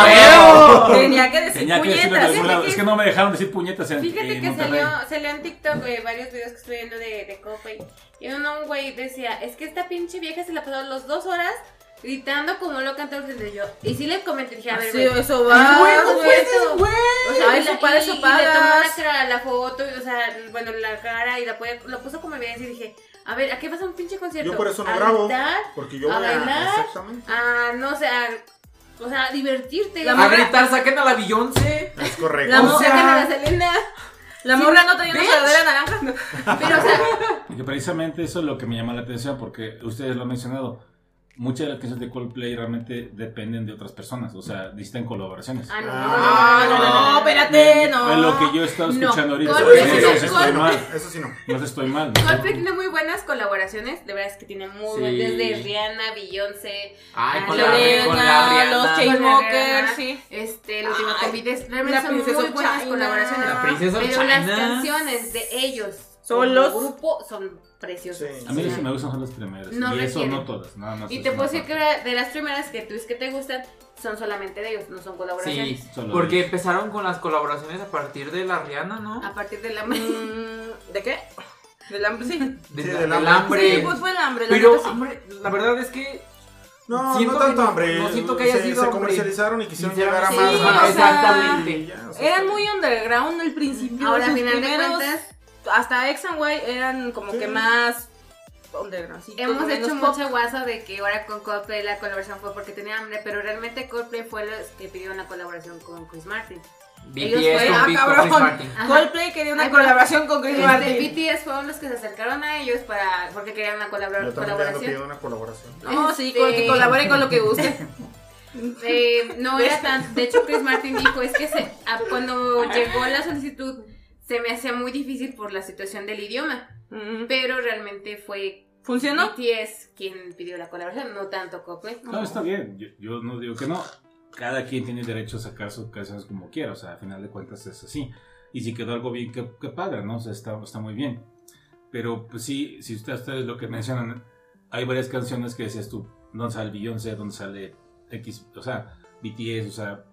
S2: decir-
S4: Ah,
S2: Tenía que decir
S1: Tenía que decirlo de
S2: puñetas. ¿eh?
S1: algún lado.
S3: que-
S1: Es que no me dejaron decir puñetas en,
S3: Fíjate
S1: en
S3: que
S1: Monterrey.
S3: salió, salió en TikTok eh, varios videos que estoy viendo de, de Coldplay. Y uno, un güey decía, es que esta pinche vieja se la pasó las dos horas gritando como loca en todos los videos". Y sí le comenté, dije, a ver,
S2: Sí,
S3: Ah, güey.
S2: eso
S3: Ay,
S2: va,
S3: güey, ¿cómo
S2: güey.
S3: fue eso? O sea,
S2: Ay,
S3: y la-
S2: eso pagas,
S3: y-
S2: eso
S3: Y le tomó la,
S2: pagas.
S3: cara- la foto, y, o sea, bueno, la cara y la, pone- lo puso como evidencia y dije, A ver, ¿a qué vas a un pinche concierto?
S4: Yo por eso no
S3: a
S4: grabo.
S3: gritar,
S4: Porque yo
S3: a
S4: voy a.
S3: bailar.
S4: Exactamente.
S3: a, no sé, a, o sea, a divertirte.
S2: La
S3: La
S5: A
S3: morra,
S5: gritar, saquen a la Beyoncé.
S4: Es correcto.
S2: La mo-
S5: sea-
S3: saquen a la Selena.
S2: La morra no traía una sudadera naranja. no.
S3: Pero, o sea,
S1: Y que precisamente eso es lo que me llama la atención, porque ustedes lo han mencionado. Muchas de las canciones de Coldplay realmente dependen de otras personas, o sea, necesitan colaboraciones.
S3: ah, no,
S4: Ah,
S3: no, no, no, no,
S2: No, espérate, no.
S1: Es lo que yo he estado
S3: No,
S1: escuchando ahorita. No,
S3: Coldplay
S4: sí,
S1: no,
S4: sí,
S1: estoy
S3: Coldplay.
S1: mal.
S4: Eso sí no.
S1: No estoy mal.
S3: Coldplay tiene muy buenas colaboraciones, de verdad es que tiene muy
S5: Sí.
S3: buenas, desde Rihanna, Beyoncé,
S5: Ay, con la, con la
S2: Selena,
S5: Rihanna.
S2: los
S3: Ajá.
S2: Chainsmokers, sí.
S3: este, el último
S2: Ay,
S3: convites,
S2: la
S3: realmente son
S2: princesa
S3: muy buenas
S2: China.
S3: colaboraciones.
S5: La princesa
S3: Pero
S5: China.
S3: las canciones de ellos,
S2: Solos.
S3: como grupo, son preciosas.
S4: Sí.
S1: A mí las que me gustan son las primeras.
S3: No
S1: y eso
S3: requieren.
S1: no todas, nada más.
S3: Y
S1: es
S3: te
S1: una
S3: puedo decir que
S1: parte.
S3: de las primeras que tú es que te gustan son solamente de ellos, no son colaboraciones.
S5: Sí,
S1: Solo
S5: porque
S1: ellos.
S5: empezaron con las colaboraciones a partir de la Rihanna, ¿no?
S2: Ah,
S3: A partir de la
S2: Mm, ¿De qué? Del hambre, sí.
S5: De
S4: Sí,
S5: la-
S4: del
S5: del
S4: hambre.
S5: hambre.
S2: Sí, pues fue el hambre. la
S5: Pero,
S2: neta, sí.
S5: hombre, la verdad es que
S4: No,
S5: Siento
S4: no
S5: que
S4: tanto
S5: no-
S4: hambre.
S5: no siento que haya
S4: se,
S5: sido
S4: se
S5: hambre.
S4: comercializaron y quisieron llegar a
S5: sinceramente,
S4: más.
S2: sí,
S4: más.
S5: ajá,
S2: o sea,
S4: Y
S5: exactamente.
S4: ya, o sea,
S2: Eran muy underground al principio.
S3: Ahora, al
S2: sus
S3: final de
S2: primeros-
S3: cuentas,
S2: Hasta X and Y eran como
S4: Sí.
S2: que más underground. sí,
S3: hemos
S2: todo
S3: hecho
S2: menos pop.
S3: mucho guaso de que ahora con Coldplay la colaboración fue porque tenía hambre, pero realmente Coldplay fue los que pidió una colaboración con Chris Martin. Ellos
S5: BTS
S3: fueron-
S5: con
S2: ah,
S5: Big- con
S2: cabrón.
S5: Chris Martin.
S3: Ajá.
S2: Coldplay quería una
S3: Ay, pero-
S2: colaboración con Chris
S3: Este,
S2: Martin.
S3: BTS fueron los que se acercaron a ellos para porque querían una colabora-
S4: Yo también tengo
S3: colaboración.
S4: pido una colaboración.
S2: No, sí,
S3: Este-
S2: con- que colabore con lo que guste.
S3: Eh, no era tan. De hecho, Chris Martin dijo: es que se- a- cuando llegó la solicitud se me hacía muy difícil por la situación del idioma.
S2: Mm,
S3: Pero realmente fue
S2: ¿Funcionó?
S3: BTS quien pidió la colaboración, no tanto Coldplay.
S1: No, está bien. Yo, yo no digo que no. Cada quien tiene derecho a sacar sus canciones como quiera. O sea, al final de cuentas es así. Y si quedó algo bien, qué, qué padre, ¿no? O sea, está, está muy bien. Pero pues sí, si usted- ustedes lo que mencionan, hay varias canciones que decías tú, ¿dónde sale Beyoncé? ¿Dónde sale X? O sea, BTS, o sea,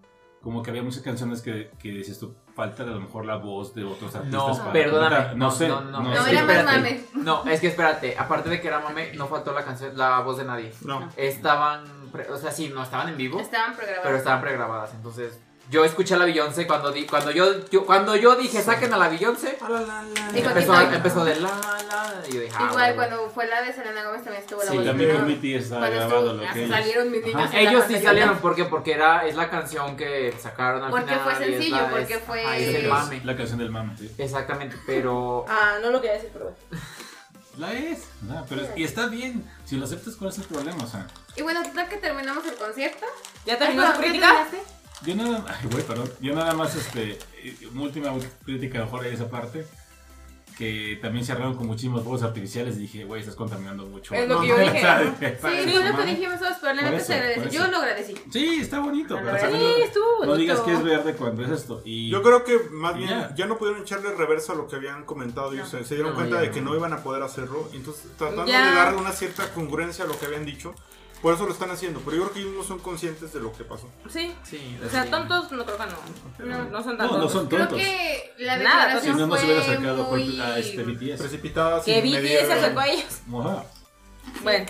S1: como que había muchas canciones que, que decías tú, falta a lo mejor la voz de otros artistas. para
S5: perdóname.
S1: completar. No sé.
S5: No,
S3: No,
S5: no, no,
S1: sé.
S3: era más
S5: espérate.
S3: mame.
S5: No, es que espérate, aparte de que era mame, no faltó la canción, la voz de nadie.
S4: No.
S5: Estaban, pre- o sea, sí, no estaban en vivo,
S3: Estaban
S5: pero
S3: programados.
S5: estaban pregrabadas. Entonces, yo escuché a la Beyoncé cuando di, cuando yo, yo- cuando yo dije saquen a la Beyoncé,
S4: Ah,
S3: Dijo
S5: empezó,
S3: que no.
S5: empezó de la la y yo dije, ah,
S3: Igual
S5: bueno.
S3: cuando fue la de Selena Gómez también estuvo la
S1: Sí,
S3: voz de
S1: también con
S3: Selena.
S1: BTS estaba
S3: Cuando
S1: ah, grabado
S3: estuvo- ah,
S1: lo que ellos.
S3: salieron mis niños.
S1: Ajá.
S3: en la
S5: Ellos sí
S3: pantalla.
S5: salieron porque porque era es la canción que sacaron al
S3: Porque
S5: final.
S3: fue
S5: y es
S3: sencillo,
S5: la- es-
S3: porque fue-
S5: ajá, es
S1: Sí,
S5: el
S1: es
S5: mame.
S1: La canción del mame, sí.
S5: Exactamente, pero
S2: Ah, no lo quería decir, pero bueno.
S1: La es. ¿verdad? pero es- y está bien. Si lo aceptas, ¿cuál es el problema? O sea,
S3: Y bueno, total que terminamos el concierto.
S2: ¿Ya terminó
S3: Ay,
S2: su
S3: ¿qué
S2: crítica?
S3: terminaste?
S1: yo nada Ay, güey, perdón. Yo nada más, este. eh, Una última crítica, a lo mejor de esa parte. Que también cerraron con muchísimos fuegos artificiales. Y dije, güey, estás contaminando mucho.
S2: Es lo
S1: No,
S2: que yo
S1: o
S2: dije.
S1: sea,
S3: Sí,
S1: para
S3: fue
S1: eso,
S3: lo que
S1: mami.
S3: dijimos todos, pero la
S1: Por
S3: neta
S1: eso,
S3: se agradece.
S1: por
S3: Yo
S1: eso.
S3: lo agradecí.
S1: Sí, está bonito.
S3: La
S1: pero
S3: verdad,
S1: también
S2: Sí,
S1: no-
S2: estuvo bonito.
S1: no digas que es verde cuando es esto. Y
S4: Yo creo que más bien
S1: Ya.
S4: ya no pudieron echarle reversa a lo que habían comentado y
S3: No.
S4: se, se dieron
S5: No,
S4: cuenta
S5: ya
S4: de que
S5: no.
S4: no iban a poder hacerlo. Entonces, tratando
S2: Ya.
S4: de darle una cierta congruencia a lo que habían dicho, por eso lo están haciendo. Pero yo creo que ellos no son conscientes de lo que pasó.
S2: Sí.
S5: sí,
S2: O sea,
S5: sí.
S2: tontos no creo que no. No, no son tan
S1: no, no
S2: tontos.
S1: son
S3: Creo
S1: tontos.
S3: que la
S2: Nada,
S1: Si
S3: declaración
S1: no, no se hubiera acercado
S3: fue
S1: Coldplay a este
S3: muy...
S1: BTS.
S4: Precipitadas.
S2: Que
S4: sin
S2: BTS
S4: medir-
S2: se acercó a ellos.
S1: Ajá,
S2: Bueno,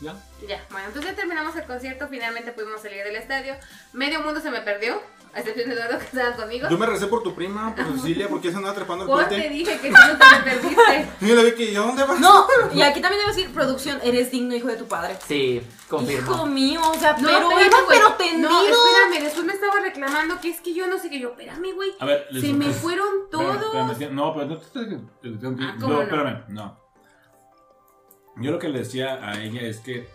S1: ya.
S3: Ya, bueno, entonces ya terminamos el concierto, finalmente pudimos salir del estadio. Medio mundo se me perdió, a excepción de Eduardo que estaba conmigo.
S4: Yo me recé por tu prima, por Cecilia, porque esa andaba trepando el
S3: Pues te
S4: puente.
S3: dije que tú no te me perdiste.
S4: Y yo le vi que, ¿y a dónde vas?
S2: no. Y aquí también debo decir, producción, eres digno hijo de tu padre.
S5: Sí, confirmo.
S2: Hijo mío, o sea,
S3: No,
S2: pero,
S3: espérame,
S2: iba,
S3: güey.
S2: pero tendido.
S3: No, espérame, después me estaba reclamando que es que yo no sé qué. Yo, espérame, güey.
S1: A ver, les-
S3: Se me
S1: les-
S3: fueron
S1: Espérame, espérame,
S3: todos.
S1: espérame. no, pero no te te- te- te-
S3: Ah,
S1: no,
S3: ¿cómo no?
S1: espérame, no. Yo lo que le decía a ella es que,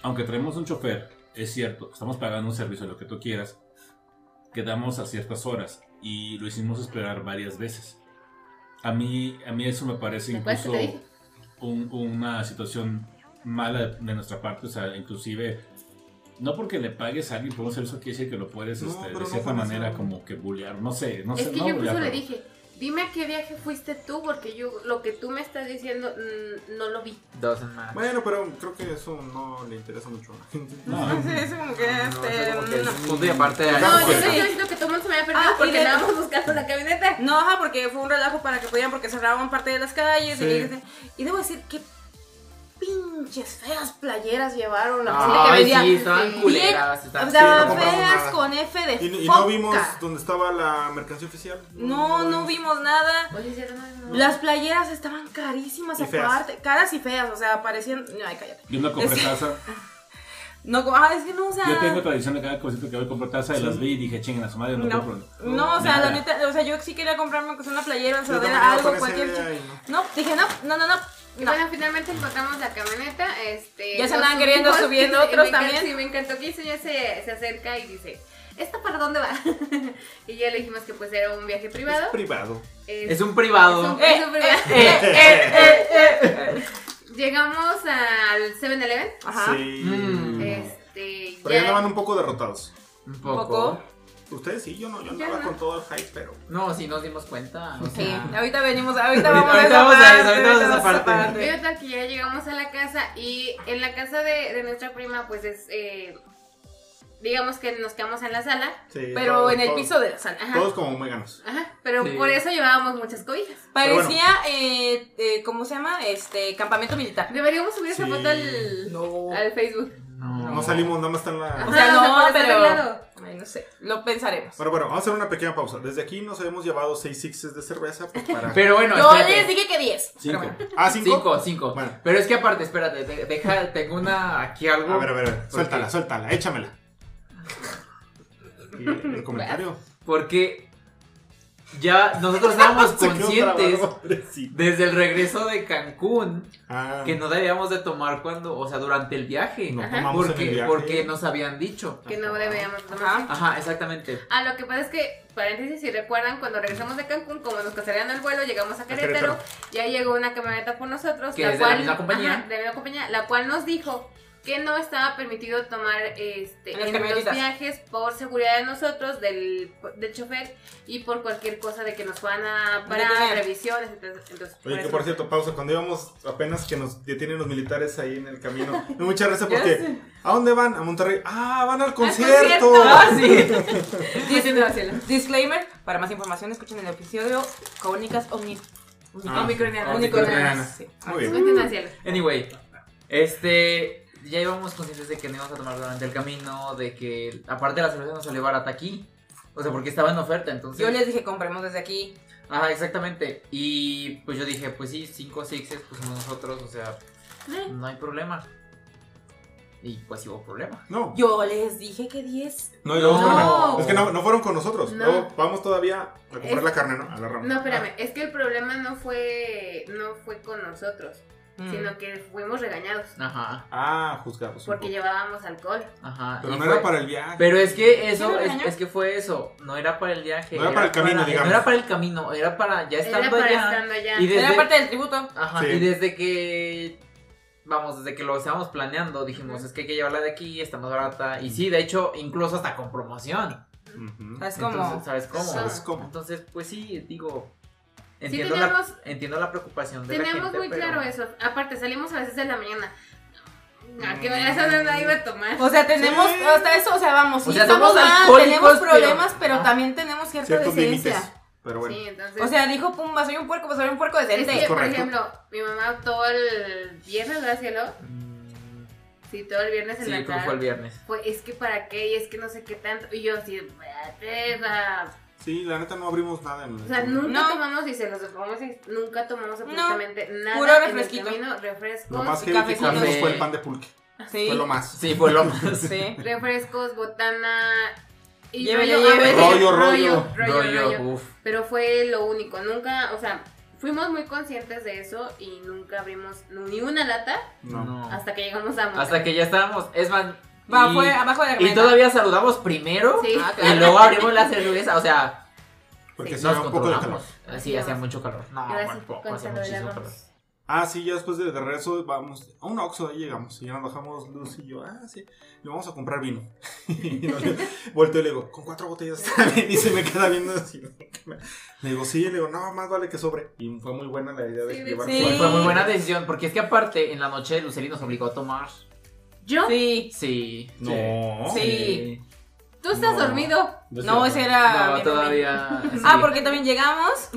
S1: aunque traemos un chofer, es cierto, estamos pagando un servicio, lo que tú quieras, quedamos a ciertas horas y lo hicimos esperar varias veces. A mí, a mí eso me parece
S3: ¿Te acuerdas que
S1: incluso
S3: te dije?
S1: un- una situación mala de nuestra parte, o sea, inclusive, no porque le pagues a alguien por un servicio quiere decir que lo puedes,
S4: No,
S1: este,
S4: pero
S1: de
S4: no
S1: cierta
S4: fue así.
S1: manera, como que bullear, no sé, no
S3: Es
S1: sé.
S3: que
S1: no,
S3: yo
S1: bullear,
S3: incluso le
S1: pero-
S3: dije, dime a qué viaje fuiste tú, porque yo lo que tú me estás diciendo mm, no lo vi.
S5: Doesn't matter.
S4: Bueno, pero creo que eso no le interesa mucho a la gente.
S1: No,
S2: Sí, es como que
S5: No, o sea, como que
S2: este.
S5: es
S2: No,
S5: un punto y aparte.
S4: No,
S5: ahí
S3: No,
S5: como
S4: sí.
S3: yo
S5: que-
S3: no estoy diciendo que todo el mundo se me había perdido
S2: Ah, y
S3: porque
S2: de-
S3: andábamos buscando la camioneta.
S2: No, ajá, porque fue un relajo para que podían, porque cerraban parte de las calles.
S4: Sí.
S2: Y, y debo decir que pin pinches feas playeras llevaron. La gente que
S5: Ah, Ay,
S2: vendía.
S5: sí, estaban
S3: sí.
S5: culeras.
S2: O
S5: estaban-
S2: sea,
S6: no compramos
S2: feas
S6: nada.
S2: con F de
S6: Y, y
S2: foca.
S6: no vimos dónde estaba la mercancía oficial.
S2: No, no vimos nada.
S3: Oye, ya no- no-
S2: Las playeras estaban carísimas
S6: Y feas.
S2: aparte. Caras y feas, o sea, parecían. No, ay, cállate.
S1: Yo no compré taza.
S2: No, como- ah, es que no, o sea.
S1: Yo tengo tradición de cada concierto que voy a comprar taza y las vi y dije, chinguen a su madre, no,
S2: No,
S1: compro.
S2: no, o sea,
S1: nada".
S2: la neta, o sea, yo sí quería comprarme aunque sea una playera, una
S6: Yo también
S2: sudadera,
S6: iba con
S2: algo,
S6: esa
S2: cualquier.
S6: idea
S2: chi-
S6: y no.
S2: No, dije, no, no, no, no.
S3: Y
S2: no.
S3: bueno, finalmente encontramos la camioneta. Este,
S2: Ya se
S3: nos
S2: andaban queriendo
S3: subimos,
S2: subir
S3: y- y
S2: otros
S3: me encan-
S2: también.
S3: Sí, me encantó que el señor se, se acerca y dice, ¿esta para dónde va? y ya le dijimos que pues era un viaje privado.
S6: Es privado.
S5: Es un privado.
S3: un-
S2: Eh,
S3: es un
S2: eh,
S3: privado.
S2: eh, eh, eh, eh.
S3: Llegamos al 7-Eleven.
S2: Ajá.
S6: Sí.
S5: Mm.
S3: Este,
S6: Pero ya
S3: ya-
S6: andaban un poco derrotados.
S5: Un
S2: Poco.
S5: poco.
S6: Ustedes sí, yo no, yo
S3: Ya
S6: andaba
S3: no.
S6: con todo el hype, pero.
S5: No, sí, nos dimos cuenta. o
S2: Sí,
S5: sea.
S2: ahorita venimos, ahorita vamos a
S5: Ahorita
S2: esa
S5: vamos a
S2: parte.
S5: esa, ahorita vamos a esa parte.
S3: Y total que ya llegamos a la casa y en la casa de, de nuestra prima pues es, eh, digamos que nos quedamos en la sala.
S6: Sí,
S2: Pero
S6: todos-
S2: en el
S6: todos-
S2: piso de la sala.
S3: Ajá,
S6: Todos como meganos.
S3: ajá, pero
S5: Sí.
S3: por eso llevábamos muchas cobijas.
S6: Pero bueno.
S2: Parecía, eh, eh, ¿cómo se llama? Este, campamento militar.
S3: Deberíamos subir esa
S6: Sí.
S3: foto al, al Facebook.
S5: No.
S6: No salimos, nada más están la.
S2: O sea, no,
S3: por estar
S2: pero-
S3: arreglado.
S2: Ay, no sé, lo pensaremos.
S6: Bueno, bueno, vamos a hacer una pequeña pausa. Desde aquí nos hemos llevado seis sixes de cerveza pues, para.
S5: Pero bueno,
S2: Yo
S5: espérate.
S2: les dije que 10.
S1: Cinco.
S6: ah, cinco.
S5: Cinco, cinco.
S6: Bueno.
S5: Pero es que aparte, espérate, de- deja, tengo una aquí algo.
S6: A ver, a ver, a ver. Suéltala,
S5: Porque-
S6: suéltala, échamela. Y el comentario.
S5: Porque ya nosotros estábamos
S6: Se quedó
S5: conscientes
S6: trabado, pobrecito.
S5: desde el regreso de Cancún
S6: Ah,
S5: que no debíamos de tomar cuando, o sea, durante el viaje.
S6: no
S3: Ajá.
S6: tomamos en
S5: porque,
S6: el viaje.
S5: porque nos habían dicho.
S3: Que no deberíamos tomar.
S2: Ajá.
S5: Ajá, exactamente.
S3: Ah, lo que pasa es que, paréntesis, si recuerdan, cuando regresamos de Cancún, como nos cancelaron el vuelo, llegamos a Querétaro,
S6: Querétaro.
S3: ya llegó una camioneta por nosotros,
S5: Que es de la misma compañía.
S3: ajá, de la misma compañía, la cual nos dijo que no estaba permitido tomar este,
S2: En las
S3: en los
S2: camionetitas.
S3: viajes por seguridad de nosotros, del, del chofer, y por cualquier cosa de que nos van a parar,
S2: Detener.
S3: revisiones, entonces... entonces,
S6: Oye, que
S3: eso-
S6: por cierto, pausa, cuando íbamos apenas que nos detienen los militares ahí en el camino, me dio mucha risa
S2: Ya
S6: porque
S2: sé.
S6: ¿a dónde van? A Monterrey. Ah, van al concierto.
S3: concierto!
S2: Ah, sí.
S3: Pues, en Brasil.
S2: Disclaimer, para más información escuchen el episodio Cónicas Omni...
S6: Ah,
S2: Omnicronianas.
S6: Omnicronianas.
S2: Sí.
S6: Muy bien.
S3: Cuenten al cielo.
S5: Anyway, este. Ya íbamos conscientes de que no íbamos a tomar durante el camino, de que aparte la cerveza nos salió barata aquí. O sea, porque estaba en oferta, entonces.
S2: Yo les dije, compremos desde aquí.
S5: Ajá, exactamente. Y pues yo dije, pues sí, cinco sixes pusimos nosotros, o sea,
S2: Eh.
S5: no hay problema. Y pues sí hubo problema.
S6: No,
S2: Yo les dije que 10.
S6: no, no,
S5: No.
S6: espérame. Es que no, no fueron con nosotros.
S3: No.
S6: Luego vamos todavía a comprar
S3: Es-
S6: la carne, ¿no? A la rama.
S3: No, espérame, es que el problema no fue, no fue con nosotros,
S2: Mm.
S3: sino que fuimos regañados.
S5: Ajá,
S6: Ah, juzgados. un
S3: Porque
S6: poco.
S3: llevábamos alcohol.
S5: ajá.
S6: Pero
S5: y
S6: no
S5: fue-
S6: era para el viaje.
S5: Pero es que eso,
S2: ¿Sí me
S5: es,
S2: regañó?
S5: es que fue eso, no era para el viaje.
S6: No era para el camino, digamos.
S5: No era para el camino, era para ya
S3: Era
S5: estando
S3: para
S5: allá.
S3: estando allá.
S5: y de-
S2: Era
S5: desde-
S2: parte del tributo.
S5: Ajá,
S6: Sí.
S5: y desde que. Vamos, desde que lo estábamos planeando, dijimos,
S3: Ujú.
S5: es que hay que llevarla de aquí, está más barata. Y sí, de hecho, incluso hasta con promoción.
S6: Ujú.
S2: Es como...
S5: Entonces, ¿sabes cómo?
S6: ¿Sabes cómo?
S5: Entonces, pues sí, digo.
S3: Sí,
S5: Entiendo,
S3: teníamos-
S5: la, entiendo la preocupación de la
S3: Teníamos
S5: gente,
S3: muy
S5: pero- mm,
S3: claro eso. Aparte, salimos a las 6 de la mañana. ¿A qué hora esa no la iba a tomar?
S2: O sea, tenemos
S6: Sí.
S2: hasta eso, o sea, vamos,
S5: O
S2: sí,
S5: sea,
S2: estamos
S5: somos
S2: mal,
S5: alcohólicos,
S2: tenemos problemas,
S5: pero-
S2: pero,
S5: Ajá.
S2: también tenemos cierta
S6: Ciertos límites.
S2: decencia.
S6: Pero bueno.
S3: Sí, entonces.
S2: O sea, dijo Pumba, soy un puerco, pues soy un puerco
S3: es
S2: decente.
S3: que, por
S6: correcto.
S3: ejemplo, mi mamá todo el viernes, ¿verdad, cielo?
S5: Mm,
S3: Sí, todo el viernes en
S5: Sí,
S3: la
S5: creo que fue el
S3: tarde.
S5: viernes.
S3: Pues es que para qué, y es que no sé qué tanto. Y yo así, espérate, o sea,
S6: Sí, la neta no abrimos nada en el
S3: O sea, nunca
S2: No.
S3: tomamos, dice, los tomamos y nunca tomamos absolutamente nada.
S2: Puro
S3: en el
S2: refresquito.
S3: camino, refrescos,
S6: Lo más
S3: y
S6: heavy que
S2: cafecito.
S6: comimos fue el pan de pulque.
S2: Sí,
S6: Fue lo más.
S5: Sí, fue lo más.
S2: sí.
S3: refrescos, botana. y
S2: Llévele,
S3: rollo,
S2: llévele.
S6: Rollo, rollo.
S3: rollo, rollo,
S5: Rollo,
S3: rollo.
S5: uf.
S3: Pero fue lo único, nunca, o sea, fuimos muy conscientes de eso y nunca abrimos ni una lata
S6: No.
S5: no. Hasta,
S3: hasta que llegamos a Monterrey.
S5: que ya estábamos. Es más.
S2: Va,
S5: y-
S2: fue abajo de la
S5: Y
S2: camioneta.
S5: todavía saludamos primero
S3: Sí.
S2: Ah,
S5: y luego abrimos la cerveza, o sea,
S6: Porque
S3: Sí,
S6: sí,
S5: Eh, nos
S6: era un poco de calor.
S5: controlamos. Sí, hacía mucho calor. No,
S3: Y ahora
S5: bueno,
S3: sí,
S5: poco,
S3: con
S5: hacía
S3: calor, ya
S5: muchísimo calor.
S3: vamos.
S6: Ah, sí, ya después de, de regreso vamos a un Oxxo, ahí llegamos. Y ya nos bajamos Luz y yo, ah, sí, le vamos a comprar vino. y nos- volteo y le digo, con cuatro botellas está bien. Y se me queda viendo así. ¿no? Le digo, sí, y le digo, no, más vale que sobre. Y fue muy buena la idea de
S3: Sí,
S6: llevar
S2: sí.
S5: Fue-
S6: cuatro.
S5: Fue muy buena decisión, porque es que aparte en la noche Lucely nos obligó a tomar.
S3: Yo,
S2: Sí.
S5: Sí.
S6: No.
S2: Sí. Ah,
S3: tú estás
S6: No.
S3: dormido.
S2: No, ese era.
S5: No,
S2: mi-
S5: todavía. sí.
S2: Ah, porque también llegamos.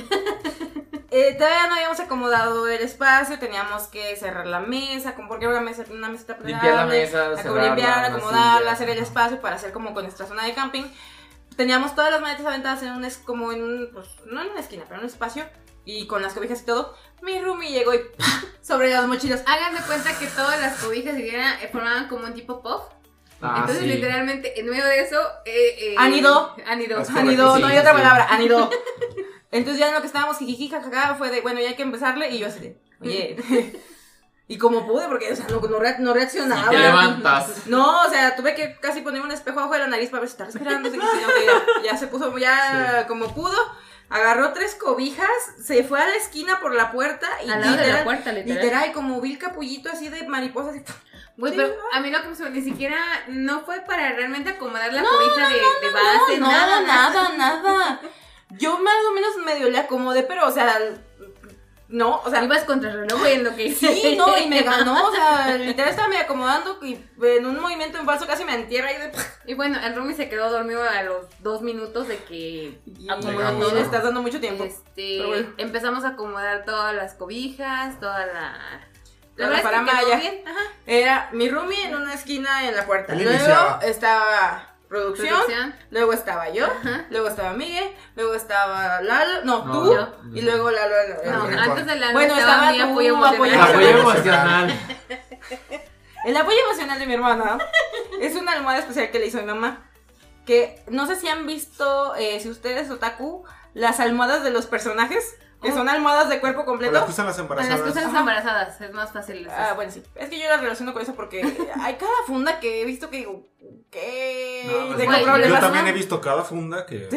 S2: eh, todavía no habíamos acomodado el espacio, teníamos que cerrar la mesa, como porque era una mesa, una mesita
S5: Limpiar la
S2: plegable,
S5: mesa,
S2: ac-
S5: cerrarla,
S2: limpiar,
S5: las
S2: acomodarla,
S5: sillas,
S2: hacer el
S5: ajá.
S2: espacio para hacer como con nuestra zona de camping. Teníamos todas las maletas aventadas en un, es- como en un, pues, no en una esquina, pero en un espacio y con las cobijas y todo. Mi roomie llegó y ¡pah! sobre las mochilas.
S3: Hagan de cuenta que todas las cobijas que eran, eh, formaban como un tipo puff.
S5: Ah,
S3: Entonces,
S5: sí.
S3: literalmente, en medio de eso. Eh, eh,
S2: Anidó.
S3: Anidó.
S5: Es correcto.
S2: Anidó, Ah,
S5: sí,
S2: no hay otra
S5: sí.
S2: palabra, anidó. Entonces ya en lo que estábamos jijiji, jajaja, fue de, bueno, ya hay que empezarle, y yo así de, oye, y como pude, porque, o sea, no, no re- no reaccionaba.
S5: Y te levantas.
S2: No, o sea, tuve que casi poner un espejo abajo de la nariz para ver si está respirando, así que sí, ok, ya, ya se puso, ya como pudo, agarró tres cobijas, se fue a la esquina por la puerta, y
S7: Al lado de la
S2: literal,
S7: puerta, literal.
S2: literal, como vil capullito así de mariposa, así,
S3: Güey,
S2: Sí,
S3: pero a mí lo que me sorprendió, ni siquiera no fue para realmente acomodar la cobija de, de base,
S2: no,
S3: Ah, nada,
S2: nada, nada, nada. Yo más o menos medio le acomodé, pero, o sea, no, o sea,
S7: Ibas contra el reloj güey, en lo que
S2: sí, no, y me ganó, o sea, literal estaba medio acomodando y en un movimiento en falso casi me entierra y de...
S3: Y bueno, el Rumi se quedó dormido a los dos minutos de que acomodó
S5: Llegamos,
S2: le
S3: todo.
S2: estás dando mucho tiempo.
S3: Este,
S2: Pero bueno.
S3: empezamos a acomodar todas las cobijas, toda la...
S2: La
S3: La verdad es que
S2: faramaya.
S3: quedó bien, ajá.
S2: Era mi roomie en una esquina en la puerta.
S4: Él
S2: Luego
S4: iniciaba.
S2: estaba producción,
S3: Producción.
S2: luego estaba yo, luego estaba Miguel, luego estaba Lalo, no,
S5: No,
S2: tú,
S5: yo.
S2: y luego Lalo. Lalo,
S3: No,
S2: Lalo.
S4: Ajá.
S3: antes de la
S2: Bueno, estaba
S3: mi
S2: tú,
S3: apoyo emocional.
S5: El
S2: apoyo-
S5: apoyo emocional.
S2: El apoyo emocional de mi hermana es una almohada especial que le hizo mi mamá. Que no sé si han visto, eh, si ustedes otaku, las almohadas de los personajes, que son almohadas de cuerpo
S4: O las
S2: completo.
S4: que usan las
S3: Con las
S4: embarazadas.
S3: cosas embarazadas, es más fácil.
S2: Ah, bueno, sí. Es que yo las relaciono con eso porque hay cada funda que he visto que digo, ¿qué?
S5: No, pues,
S2: Tengo
S3: güey, yo
S4: Yo
S2: problemas.
S4: también he visto cada funda que.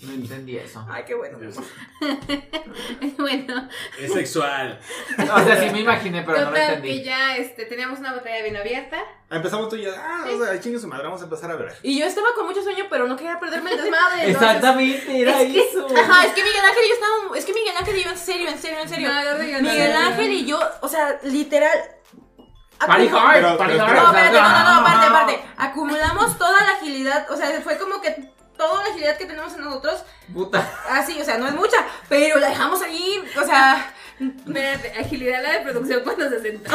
S5: No entendí eso.
S2: Ay, qué bueno.
S3: bueno,
S1: Es sexual.
S5: No, o sea, sí me imaginé, pero no lo
S3: total que
S5: entendí.
S3: ya este, teníamos una botella de vino abierta.
S4: Empezamos tú y ya. Ah, o sea, chingue su madre, vamos a empezar a ver.
S2: Y yo estaba con mucho sueño, pero no quería perderme el desmadre. entonces-
S5: Exactamente, era
S2: Es que-
S5: eso.
S2: Ajá, es que Miguel Ángel y yo estábamos. Es que Miguel Ángel y yo, en serio, en serio, en serio.
S3: No, no, no, no,
S2: Miguel
S3: no, no, no.
S2: Ángel y yo, o sea, literal.
S5: Party
S2: acu-
S5: hard,
S4: Pero-
S5: party
S4: pero-
S5: hard.
S2: No, espérate, no, no, no, aparte,
S5: no.
S2: aparte. Acumulamos toda la agilidad, o sea, fue como que toda la agilidad que tenemos en nosotros,
S5: Puta.
S2: así, o sea, no es mucha, pero la dejamos ahí, o sea,
S3: Espérate, agilidad la de producción cuando se sentó.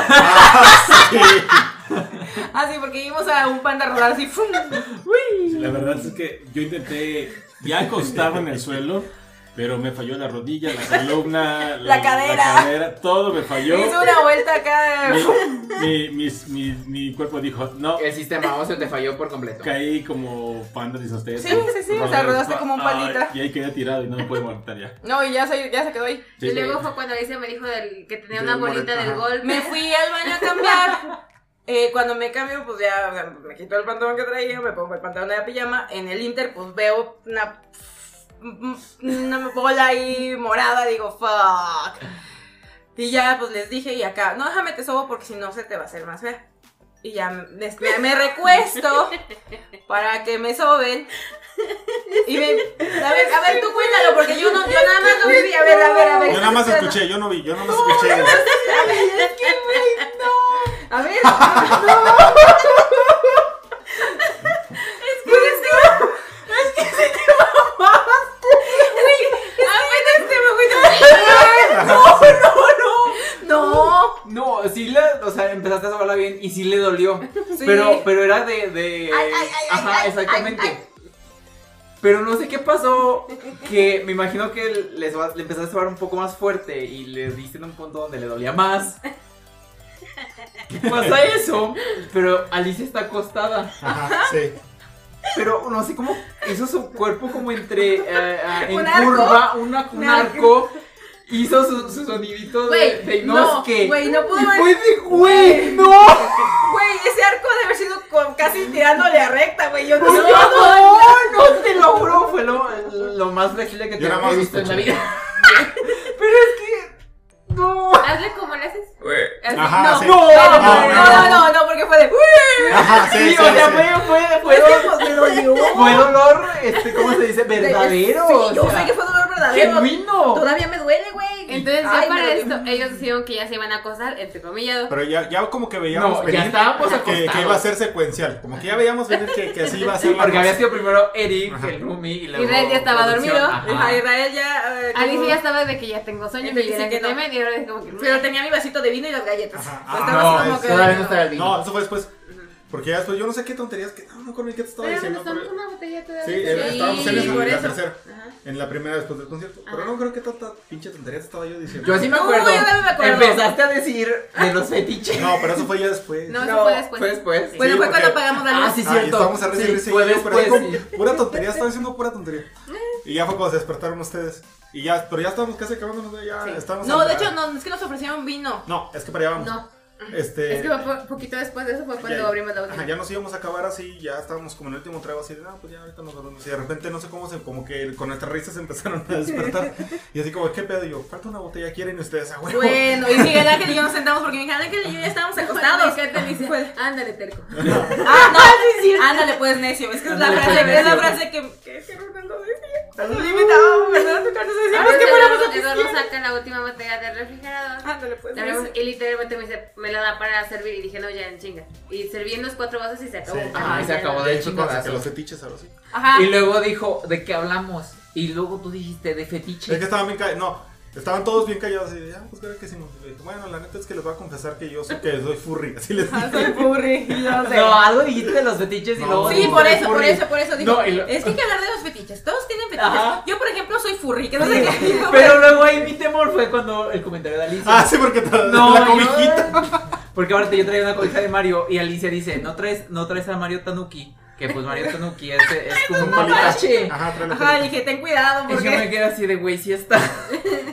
S2: así, porque vimos a un panda rodar así, ¡fum!
S1: La verdad es que yo intenté ya acostarme en el suelo, pero me falló la rodilla, la columna,
S2: La cadera.
S1: cadera, todo me falló.
S2: hizo una vuelta acá. de-
S1: Mi, mi- mis- mi- mi cuerpo dijo, no,
S5: El sistema óseo te falló por completo.
S1: caí como panda de ustedes.
S2: Sí, sí, sí, o sea, rodaste como un pandita.
S1: Y ahí quedé tirado y no me pude levantar ya.
S2: No, y ya se, ya se quedó ahí.
S1: Sí,
S3: y
S1: sí.
S3: luego fue cuando Alicia me dijo del, que tenía
S4: Del
S3: una bolita
S4: moret-
S3: del
S4: ajá.
S3: golpe.
S2: Me fui al baño a cambiar. Eh, cuando me cambio, pues ya o sea, me quito el pantalón que traía, me pongo el pantalón de la pijama. En el Inter, pues veo una, una bola ahí morada, digo, fuck. Y ya, pues les dije, y acá, no, déjame te sobo porque si no se te va a hacer más fea. Y ya me, me- me recuesto para que me soben. Y me, a ver, a ver, tú cuéntalo, porque yo, no, yo nada más no viví. A ver, a ver, a ver.
S4: Yo nada más
S2: cuéntalo.
S4: escuché, yo no vi, yo nada más escuché.
S2: A ver, es que, güey, no. A ver, no. Es que, es que, es que sí te mamaste. Güey, apenas te me fui de- ¡Oh, No, no, no.
S5: No, sí la, o sea, empezaste a sobarla bien y sí le dolió.
S2: Sí.
S5: Pero, pero era de, de. Ajá, exactamente. Pero no sé qué pasó. Que me imagino que le, soba- le empezaste a sobar un poco más fuerte y le diste en un punto donde le dolía más. Pasa eso, pero Alicia está acostada.
S4: Ajá, sí.
S5: Pero no sé cómo hizo su cuerpo como entre. eh, eh, en
S2: ¿Un arco?
S5: curva, una- un
S2: Un arco.
S5: arco. Hizo su, su sonidito de,
S2: Güey,
S5: de
S2: no,
S5: no sé qué.
S2: güey, no pudo
S5: Y
S2: haber-
S5: fue de, güey, no.
S2: Güey, ese arco ha de haber sido con- casi tirándole a recta, güey. Yo no,
S5: No, no, no, te lo juro, fue lo, lo más flexible que
S4: Yo
S5: te
S4: nada más
S5: he visto en la
S4: escuché.
S5: vida. Pero es que. No.
S3: Hazle como le haces. Así,
S4: Ajá,
S3: no.
S4: sí.
S5: No,
S2: No,
S5: no,
S2: no, no, no, porque fue de.
S6: Ah,
S4: Ajá, sí,
S5: Sí,
S4: sí,
S5: o sea,
S4: sí.
S5: fue, fue, fue,
S2: Pues que pues, me dolió.
S5: fue dolor, este, ¿cómo se dice?
S2: Sí,
S5: Verdadero. o
S2: yo
S5: sea,
S2: sé que fue dolor verdadero.
S5: genuino.
S2: Todavía me duele, güey.
S3: Entonces, ya
S2: Ay,
S3: para
S2: me lo
S3: esto, ellos decidieron que ya se iban a acosar, entre comillas.
S6: Pero ya, ya como que veíamos
S5: No, ya pues,
S6: venir
S5: estábamos
S6: que, que
S5: acostados.
S6: iba a ser secuencial. Como que ya veíamos venir que, que así iba a ser.
S5: Sí,
S6: la
S5: porque
S6: cosa.
S5: había sido primero Eric, el Rumi y luego.
S3: Israel ya estaba
S5: producción.
S3: dormido.
S5: Ajá.
S2: Ajá, Ah, Israel ya. eh,
S3: Alicia
S2: como-
S3: ya estaba de que ya tengo sueño, me
S2: Entonces
S3: dice
S2: dice
S3: que
S2: que no.
S3: temen y ahora es como que.
S2: Pero tenía mi vasito de vino y las galletas.
S6: Ajá.
S2: Pues estaba
S5: Ah, No,
S2: así como que.
S5: todavía no estaba el vino.
S6: No, eso fue después. Porque ya después yo no sé qué tonterías que. No, no acuerdo ni qué te estaba
S3: Pero
S6: diciendo.
S3: nos tomamos
S6: pero-
S3: una botella
S6: Sí,
S3: todavía.
S6: era- estábamos en, esa,
S2: por
S6: en la
S2: eso.
S6: tercera.
S2: Ajá.
S6: En la primera después del concierto. Pero
S3: Ajá.
S6: no creo que tanta pinche tontería te estaba yo diciendo.
S5: Yo sí me
S2: No,
S5: acuerdo.
S2: yo también me acuerdo.
S5: Empezaste a decir de los fetiches.
S6: No, pero eso fue ya después.
S3: No,
S2: No,
S3: eso fue después.
S5: Fue después.
S2: Bueno,
S6: Sí,
S2: fue
S6: porque-
S2: cuando pagamos la luz.
S5: Ah,
S6: Ah,
S5: sí,
S6: y
S5: cierto.
S6: estábamos a recibir
S5: sí,
S6: ese
S5: fue
S6: video, pero
S5: después.
S6: era como
S5: sí.
S6: pura tontería, estaba diciendo pura tontería. Y ya fue cuando se despertaron ustedes. Y ya, pero ya estábamos casi acabándonos de ya. Estábamos
S2: No, de
S6: al-
S2: hecho, no, es que nos ofrecieron vino.
S6: No, es que para allá vamos.
S3: No,
S6: Este.
S3: es que fue po- poquito después de eso fue cuando
S6: ya-
S3: abrimos la
S6: ajá,
S3: botella.
S6: ya nos íbamos a acabar así, ya estábamos como en el último trago así de, no, pues ya ahorita nos dormimos. Y de repente, no sé cómo se, como que con nuestras risas se empezaron a despertar. Y así como, ¿qué pedo? Y yo, falta una botella, quieren ustedes a huevo.
S2: Bueno, y Miguel Ángel y yo nos sentamos porque Miguel Ángel y yo ya estábamos acostados.
S3: ¿Qué te dice?
S2: Fue-
S3: Ándale, terco.
S2: Ah, no, Ándale, pues necio. Es que es la
S5: Ándale,
S2: frase,
S5: pues,
S2: es la
S5: necio.
S2: frase que. Que es que Rolando decía. Nos limitábamos, ¿verdad? Entonces decíamos que fuéramos a
S3: Eduardo- Eduardo
S2: pistear.
S3: saca la última botella del refrigerador.
S2: Ándale, pues.
S3: Le abrimos
S2: necio.
S3: Y literalmente me dice, me la da para servir. Y dije, no, ya en chinga. Y serví en los cuatro vasos y se acabó. Ah,
S6: Sí.
S5: Ajá, y se
S3: ya
S5: acabó
S3: no.
S5: de
S6: Eso para que
S5: chingazo.
S6: los fetiches ahora sí.
S2: Ajá.
S5: Y luego dijo, ¿de qué hablamos? Y luego tú dijiste, de
S6: Es que
S5: fetiches.
S6: estaban bien callados. No, estaban todos bien callados. Y ya, pues creo que sí. Le dije, bueno, la neta es que les voy a confesar que yo soy, que soy furry. Así les
S2: Ah,
S6: dije.
S2: Soy furry. y yo sé.
S5: No, algo dijiste de los fetiches y
S6: No.
S5: luego.
S2: Sí,
S5: dijiste
S2: por
S5: de
S2: eso, por
S5: furry.
S2: eso, por eso digo.
S5: No, y lo-
S2: Es que hay que hablar de los fetiches. Todos tienen fetiches.
S5: Ajá.
S2: Yo, por ejemplo, soy furry, que no sé qué.
S5: Pero luego ahí mi temor fue cuando el comentario de Alicia.
S6: Ah, sí, porque tra-
S5: No,
S6: la
S5: yo-
S6: cobijita.
S5: Porque ahorita yo traía una cobija de Mario y Alicia dice, no traes, no traes a Mario Tanuki, que pues Mario Tanuki es, es como un
S6: colita.
S5: mapache.
S6: Ajá, trae la
S2: Ajá,
S6: colita.
S2: dije, ten cuidado,
S5: Y yo me
S2: porque.
S5: quedé así de, güey, si está.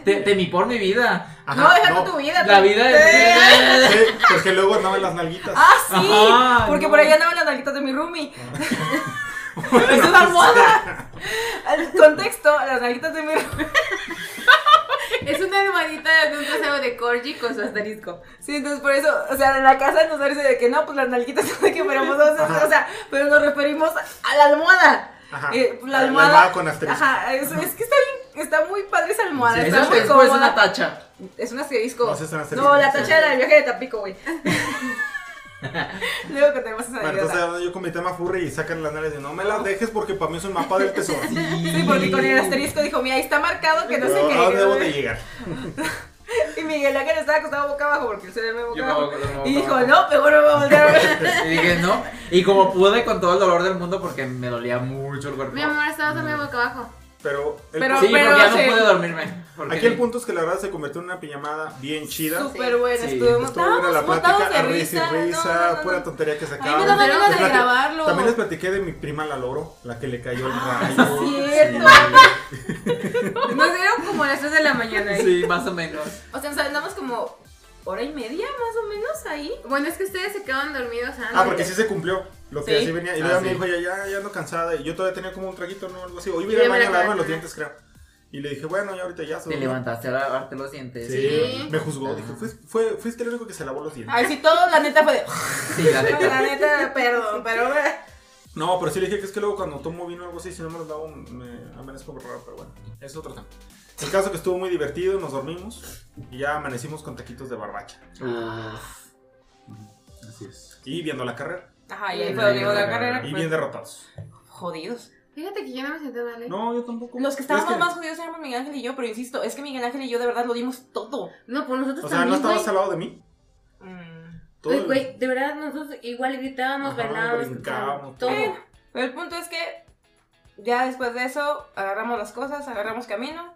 S5: Te, temí por mi vida.
S6: Ajá,
S2: No, déjate tu vida.
S5: La
S2: tú-
S5: vida
S2: Eh.
S5: de...
S6: Sí, porque luego andaban las nalguitas.
S2: Ah, sí.
S5: Ajá,
S2: porque
S5: no.
S2: por allá andaban las nalguitas de mi roomie. es
S6: Este,
S2: una moda. El contexto, las nalguitas de mi roomie.
S3: Es una almohadita de un paseo de Corgi con su asterisco.
S2: Sí, entonces por eso, o sea, en la casa nos dice de que no, pues las nalguitas son de que fuéramos dos, o sea, pero nos referimos a la almohada.
S6: Ajá.
S2: Eh,
S6: La
S2: la almohada.
S6: almohada con asterisco.
S2: Ajá, es, es que está bien, está muy padre esa almohada.
S5: Eso
S2: está muy
S5: es
S2: cómoda.
S5: pues, una tacha.
S2: Es un asterisco.
S6: No, sí es un asterisco.
S2: No, la tacha era del viaje de Tampico, güey. Luego contamos esa
S6: Bueno,
S2: anécdota.
S6: entonces ando yo con mi tema furry y sacan las nalgas y no me las dejes porque para mí es un mapa del tesoro.
S2: Sí, porque con el asterisco dijo, mira, ahí está marcado que no sé
S6: Pero
S2: qué.
S6: ¿A dónde debo de llegar?
S2: Y Miguel Ángel estaba acostado boca abajo porque él se duerme boca
S5: Yo me
S2: abajo.
S5: voy a quedar boca
S2: Y dijo,
S5: abajo.
S2: no, mejor me voy a voltear a ver.
S5: Y dije, no. Y como pude con todo el dolor del mundo porque me dolía mucho el cuerpo.
S3: Mi amor, estaba también boca abajo.
S6: Pero, el
S2: Pero- pues,
S5: sí, porque ya
S2: sí.
S5: no pude dormirme.
S6: punto-
S5: porque-
S6: aquí el punto es que la verdad se convirtió en una piñamada bien chida.
S2: Súper bueno,
S5: Sí,
S2: estuvimos
S6: Estuvo buena la
S2: estábamos botados
S6: plática,
S2: de
S6: a risa
S2: risa.
S6: y
S2: no,
S6: risa,
S2: no, no, no.
S6: pura tontería que
S2: Ay, me
S6: sacaban.
S2: daba ganas de
S6: Les plati-
S2: grabarlo. Ah,
S6: También les platiqué de mi prima la loro, la que le cayó el rayo.
S2: cierto.
S3: Nos dieron como a las 3 de la mañana. ahí.
S5: Sí, más o menos.
S2: O sea, nos andamos como hora y media más o menos ahí.
S3: Bueno, es que ustedes se quedaron dormidos antes.
S6: Ah, porque sí se cumplió. Lo que
S2: Sí.
S6: así venía. Y
S5: Ah,
S6: luego
S5: sí.
S6: me dijo, ya, ya, ya ando cansada. Y yo todavía tenía como un traguito, ¿no? Algo así. O iba a ir
S3: Y
S6: al
S3: ya me
S6: baño a
S3: la
S6: lavarme los
S3: acabé.
S6: dientes, creo. Y le dije, bueno, ya ahorita ya.
S5: Te
S6: subo".
S5: levantaste a lavarte los dientes.
S6: Sí.
S3: Sí.
S6: Me juzgó. Dijo, "Fuis- fue, fuiste el único que se lavó los dientes.
S2: Ay, sí, todo, la neta fue de.
S5: Sí, la neta.
S2: La neta, perdón, pero.
S6: No, pero sí le dije que es que luego cuando tomo vino o algo así, si no me los lavo, me amanezco raro. Pero bueno, es otro tema. El caso que estuvo muy divertido, nos dormimos. Y ya amanecimos con taquitos de barbacha.
S1: Así es.
S6: Y viendo la carrera.
S2: Ajá, y ahí fue donde llegó la carrera.
S6: Y bien derrotados.
S2: Jodidos.
S3: Fíjate que yo no me senté mal. ¿eh? No.
S6: No, yo tampoco.
S2: Los que
S6: Pero es
S2: estábamos más jodidos éramos Miguel Ángel y yo, pero insisto, es que Miguel Ángel y yo de verdad lo dimos todo.
S3: por pues nosotros
S6: O sea, no
S3: también, güey. Pues,
S6: estabas al lado de mí.
S2: Mm.
S6: Todo
S3: Güey, güey, de verdad, nosotros igual gritábamos,
S6: Ajá,
S3: bailábamos,
S6: brincábamos,
S3: todo.
S6: todo.
S2: Pero el punto es que ya después de eso agarramos las cosas, agarramos camino,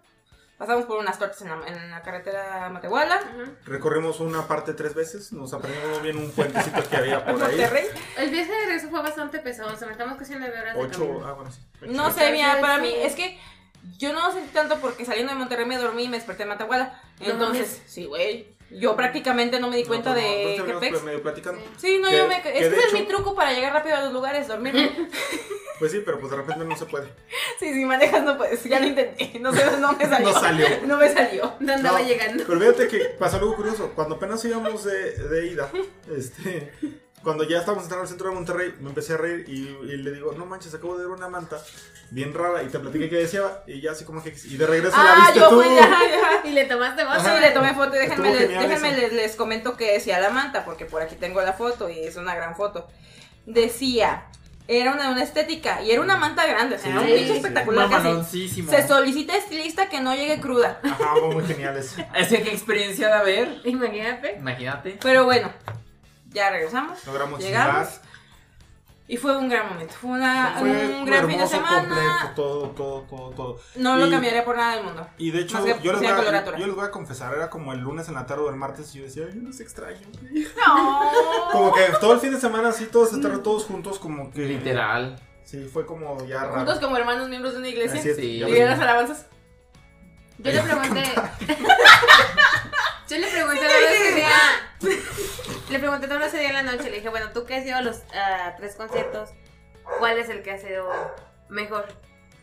S2: pasamos por unas tortas en la, en la carretera Matehuala,
S3: Ajá.
S6: Recorrimos una parte tres veces, nos aprendimos bien un puentecito que había por ahí.
S2: Monterrey.
S3: El viaje de regreso fue bastante pesado, o sea, metamos casi 9 horas de
S6: Ocho,
S3: camino.
S6: ah, bueno, sí. Ocho.
S2: No sé, mira, para mí
S3: Sí.
S2: es que yo no sentí tanto porque saliendo de Monterrey me dormí y me desperté en Matehuala.
S3: No
S2: Entonces, sí, güey. Yo prácticamente no me di
S6: No,
S2: cuenta
S6: pues no,
S2: de
S6: entonces
S2: qué
S6: nos
S2: pex.
S6: medio platicando.
S2: Sí, no,
S6: Que-
S2: yo me.
S6: que
S2: Es que
S6: de
S2: ese es
S6: hecho-
S2: mi truco para llegar rápido a los lugares, dormirme.
S6: Pues sí, pero pues de repente no se puede.
S2: Sí, si manejas no puedes, ya lo intenté, no, sé, no me salió.
S6: No salió.
S2: No me salió.
S3: ¿Dónde andaba
S6: No,
S3: llegando?
S6: Pero fíjate que pasó algo curioso. Cuando apenas íbamos de, de ida, este, cuando ya estábamos entrando al centro de Monterrey, me empecé a reír y, y le digo, no manches, acabo de ver una manta bien rara y te platiqué que decía y ya así como que... Y de regreso la
S2: Ah,
S6: viste
S2: yo
S6: tú.
S2: fui, ajá, ajá.
S3: Y le tomaste vos.
S2: Ah, Sí, le tomé foto y déjenme,
S6: Estuvo
S2: les,
S6: genial
S2: déjenme
S6: eso.
S2: les, les comento que decía la manta, porque por aquí tengo la foto y es una gran foto. Decía, era una, una estética y era una manta grande, o sea, era un
S3: Sí,
S2: bicho
S3: sí.
S2: espectacular. casi.
S5: Mamaloncísimo.
S2: Se solicita estilista que no llegue cruda.
S6: Ajá, fue muy genial eso.
S5: Es que qué experiencia de haber.
S3: Imagínate.
S5: Imagínate.
S2: Pero bueno, ya regresamos.
S6: Logramos
S2: Llegamos.
S6: llegar.
S2: Y fue un gran momento, fue, una-
S6: Fue
S2: un gran fin de
S6: hermoso,
S2: semana.
S6: completo, todo, todo, todo, todo.
S2: No lo
S6: Y-
S2: cambiaría por nada del mundo.
S6: Y de hecho,
S2: Más que
S6: yo les, voy
S2: sea
S6: a,
S2: coloratura.
S6: yo les voy a confesar, era como el lunes en la tarde o el martes y yo decía, yo los extraño.
S2: No.
S6: Como que todo el fin de semana así, todos
S2: Mm.
S6: estar todos juntos, como que...
S5: Literal.
S6: Sí, fue como ya raro.
S2: Juntos como hermanos miembros de una iglesia.
S6: Así es,
S5: Sí.
S6: ya
S2: Y
S6: ves.
S2: las alabanzas.
S3: Yo le pregunté. Yo le pregunté a Dora ese día. Le pregunté a Dora ese día en la noche. Le dije, bueno, tú que has ido a los a tres conciertos, ¿cuál es el que ha sido mejor?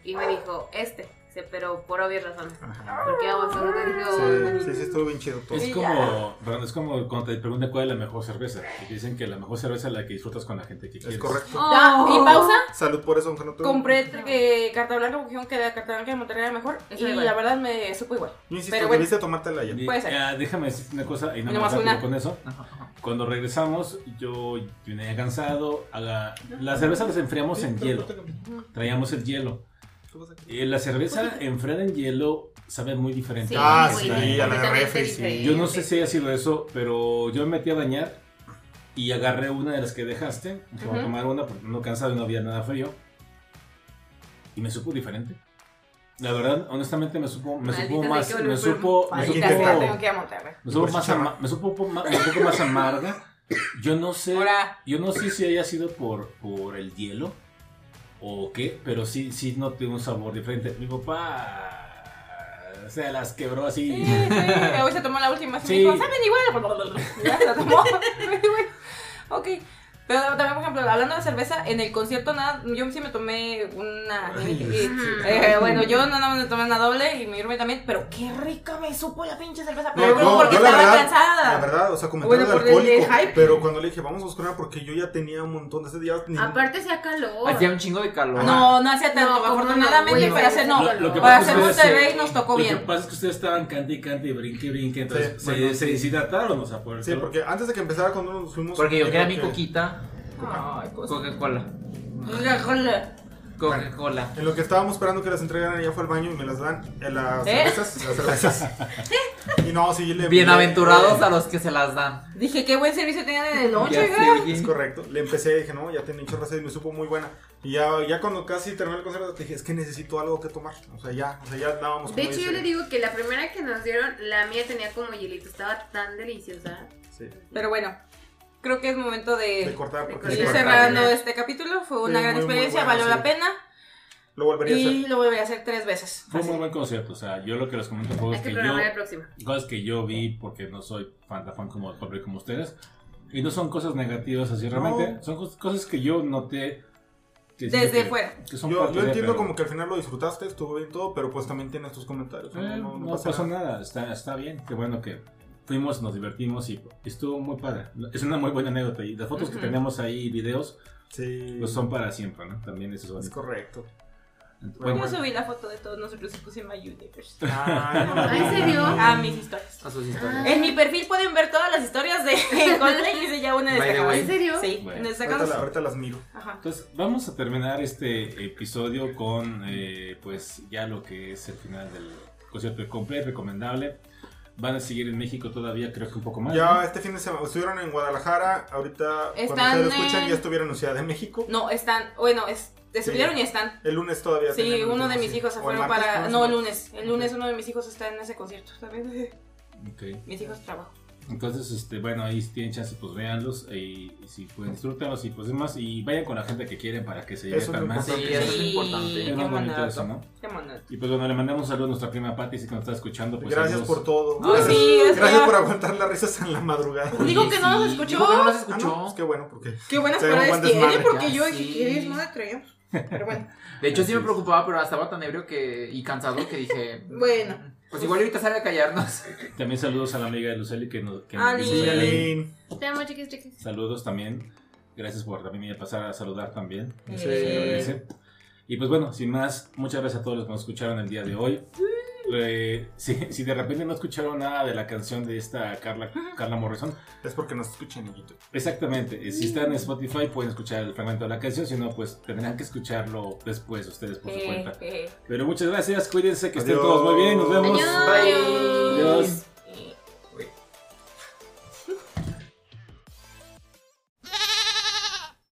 S3: Y me dijo, este. Dice, pero por obvias razones.
S6: Ajá.
S3: Porque vamos, no te dijo.
S6: Sí, sí, sí, estuvo bien chido todo.
S1: Es
S2: Sí,
S1: como, perdón, es como cuando te preguntan cuál es la mejor cerveza. Y te dicen que la mejor cerveza es la que disfrutas con la gente que quieres.
S6: Es correcto.
S3: Oh,
S2: Ya, Y pausa.
S6: Salud por eso, aunque no tuve-
S2: Compré eh, carta blanca porque dijeron que la carta blanca de Monterrey era mejor.
S3: Eso
S2: y
S3: igual.
S2: la verdad me supo igual.
S6: Yo insisto,
S2: Pero bueno.
S6: debiste tomártela ya.
S1: Y,
S2: Puede ser.
S1: ah, déjame decirte una cosa y nada
S2: No
S1: más
S2: más
S1: rápido
S2: una.
S1: con eso. Cuando regresamos, yo yo venía cansado. A la, la cerveza las enfriamos en hielo. Traíamos el hielo. Eh, la
S2: Pues
S1: cerveza enfriada en hielo sabe muy diferente.
S6: Ah,
S1: Está
S6: sí,
S1: bien.
S6: a la de
S3: completamente
S6: refri, sí.
S3: diferente.
S1: Yo no sé si haya sido eso, pero yo me metí a bañar y agarré una de las que dejaste. Dije, voy a
S2: Ujú.
S1: tomar una porque no cansado y no había nada frío. Y me supo diferente. La verdad, honestamente me supo, me
S3: Maldita
S1: supo
S3: sea,
S1: más,
S3: qué bueno,
S1: me
S3: pero-
S1: supo, me
S2: Maldita
S6: supo-
S2: sea, tengo que ir a Monterrey.
S1: me supo
S6: Pues,
S1: más,
S6: chicharrón.
S1: ama- me supo un poco ma- un poco más amarga. Yo no sé,
S2: Ahora,
S1: yo no sé si haya sido por, por el hielo o qué, pero sí, sí noté un sabor diferente. Mi papá se las quebró así.
S2: sí, sí, hoy se tomó la última. Sí.
S1: Sí.
S2: Me dijo, saben igual. Ya se la tomó. ok. Pero también, por ejemplo, hablando de cerveza, en el concierto nada, yo sí me tomé una. Eh, bueno, yo nada más me tomé una doble y mi roommate también, pero qué rica me supo la pinche cerveza.
S6: No,
S2: Pero
S6: yo-
S2: porque
S6: yo la
S2: estaba
S6: verdad-
S2: cansada.
S6: La verdad, o sea, comentario
S2: Bueno,
S6: de
S2: por el de
S6: alcohólico.
S2: hype.
S6: Pero cuando le dije, vamos a buscar una porque yo ya tenía un montón de ese día. ni-
S2: Ah,
S3: Aparte hacía calor.
S5: Hacía un chingo de calor.
S2: No, no hacía
S3: No,
S2: tanto,
S3: ¿cómo no?
S2: afortunadamente,
S3: Güey,
S2: pero hacer no.
S1: Lo- lo que
S2: para
S1: pasa es
S2: hacer
S1: que
S2: Monterrey
S1: se-
S2: nos
S1: Lo
S2: tocó
S1: que
S2: bien.
S1: pasa es que ustedes estaban cante y cante y brinque, brinque, entonces
S6: Sí,
S1: se,
S6: bueno,
S1: se
S6: sí.
S1: deshidrataron, o sea, por el
S6: Sí,
S1: calor.
S6: porque antes de que empezara, cuando nos fuimos.
S5: Porque yo quería mi
S6: creo que-
S5: coquita. Ay, Coca-Cola.
S2: Híjole.
S5: Coca-Cola.
S6: En lo que estábamos esperando que las entregaran, ya fue al baño y me las dan. eh, las
S2: ¿Eh?
S6: cervezas. Las cervezas. y no, sí, le.
S5: Bienaventurados a los que se las dan.
S2: Dije, qué buen servicio tenían en el lunch,
S5: Ya
S2: oiga.
S5: sé,
S6: Es
S5: oye.
S6: correcto. Le empecé, dije, no, ya tenía chorras y me supo muy buena. Y ya, ya cuando casi terminé el concierto, dije, es que necesito algo que tomar. O sea, ya, o sea, ya dábamos
S3: De hecho, yo le digo que la primera que nos dieron, la mía tenía como hielito. Estaba tan deliciosa.
S6: Sí,
S2: Pero bueno, creo que es momento
S6: de
S1: Pues,
S2: de
S6: cortar porque
S2: ir
S6: sí,
S2: cerrando
S5: ¿eh?
S6: cortar.
S2: este capítulo. Fue una
S6: Sí,
S2: gran
S6: muy, muy
S2: experiencia,
S6: bueno,
S2: valió
S6: sí.
S2: la pena
S6: Lo volvería a hacer.
S2: y lo volveré a hacer tres veces.
S1: Fue un
S2: Así.
S1: muy buen concierto, o sea, yo lo que les comento fue
S3: Hay
S1: es
S3: que
S1: que
S3: programar el
S1: yo,
S3: próximo.
S1: cosas que yo vi, porque no soy fan, fan como, como ustedes, y no son cosas negativas así realmente, son cos- cosas que yo noté. que siento
S2: Desde
S1: que-
S2: fuera.
S1: que son
S6: Yo,
S1: parte
S6: yo
S1: de,
S6: entiendo
S1: pero-
S6: como que al final lo disfrutaste, estuvo bien todo, pero pues también tienes tus comentarios.
S1: Eh, no, pasa, nada, Está, está bien, qué bueno que fuimos, nos divertimos y estuvo muy padre. Es una muy buena anécdota y las fotos que
S2: Ujú.
S1: tenemos ahí, videos,
S6: Sí.
S1: pues son para siempre, ¿no? También eso
S6: Es
S1: es bueno.
S6: correcto.
S1: Bueno,
S2: Yo subí la foto de todos nosotros y puse My Universe
S6: Ah, no,
S3: Ay, ¿en serio?
S2: a Ah, mis historias.
S5: A sus historias.
S2: En mi perfil pueden ver todas las historias de Coldplay y hice ya una
S5: By the
S2: destacada.
S5: way.
S3: ¿En serio?
S2: Sí,
S1: Bueno.
S2: nos
S6: Ahorita,
S2: destacamos.
S6: la- ahorita las miro.
S2: Ajá.
S1: Entonces, vamos a terminar este episodio con, eh, pues, ya lo que es el final del concierto de Coldplay, recomendable. Van a seguir en México todavía, creo que un poco más.
S6: Ya este fin de semana estuvieron en Guadalajara, ahorita cuando
S2: Están
S6: ustedes lo escuchan
S2: en-
S6: ya estuvieron en Ciudad de México.
S2: No, están, bueno, es, te
S6: Sí.
S2: subieron y están.
S6: El lunes todavía.
S2: Sí,
S6: tenían
S2: uno de
S6: entonces,
S2: mis
S6: sí.
S2: hijos se
S6: O el
S2: fueron
S6: martes,
S2: para.
S6: se
S2: No, el
S6: fue.
S2: lunes. El lunes uno de mis hijos está en ese concierto también.
S1: ¿no? Ok.
S2: Mis hijos trabajan.
S1: Entonces, este, bueno, ahí si tienen chance, pues véanlos y, y si pueden disfrútenlos y pues demás. Y vayan con la gente que quieren para que se
S6: Eso es
S1: diviertan
S6: lo
S1: más.
S5: Sí, eso es importante.
S1: Es
S2: qué
S1: más bonito
S2: monato.
S1: eso, ¿no?
S2: Qué monato.
S1: Y pues bueno, le mandamos un saludo a nuestra prima Patti, si que nos está escuchando. Pues,
S6: Gracias
S1: saludos.
S6: por todo.
S2: Uy,
S6: gracias,
S2: Ah, sí, es
S6: gracias
S2: verdad.
S6: por aguantar las risas en la madrugada.
S2: Ah, Digo
S5: Oye,
S2: que no nos
S5: sí.
S2: escuchó.
S5: Digo que no nos
S6: Ah,
S5: escuchó.
S6: no, pues qué bueno, porque
S2: Qué buenas
S6: Se ve un
S2: palabras
S6: buen
S2: tiene,
S6: desmadre,
S2: porque
S5: ya,
S2: yo
S5: sí.
S2: dije, ¿qué eres? No la creíamos. Pero bueno.
S5: De hecho,
S1: Así
S5: sí me
S1: es.
S5: preocupaba, pero estaba tan ebrio que, y cansado que dije.
S2: Bueno.
S5: Pues igual ahorita sale a callarnos.
S1: También saludos a la amiga de Luceli que nos. Que
S2: Ali.
S1: nos
S2: Sí,
S1: dice-
S6: Lin,
S3: Te amo, chiquis, chiquis.
S1: Saludos también. Gracias por también pasar a saludar también.
S2: Sí.
S1: Se
S2: Eh,
S1: agradece. Y pues bueno, sin más, muchas gracias a todos los que nos escucharon el día de hoy. Eh, si, si de repente no escucharon nada de la canción de esta Carla, Carla Morrison,
S6: Es porque nos escuchan en YouTube.
S1: exactamente, eh, si están en Spotify pueden escuchar el fragmento de la canción, si no, pues tendrán que escucharlo después ustedes por su
S2: Eh,
S1: cuenta.
S2: eh.
S1: Pero muchas gracias, cuídense, que estén
S6: Adiós.
S1: todos muy bien, nos vemos.
S2: Adiós.
S5: Bye.
S1: Adiós.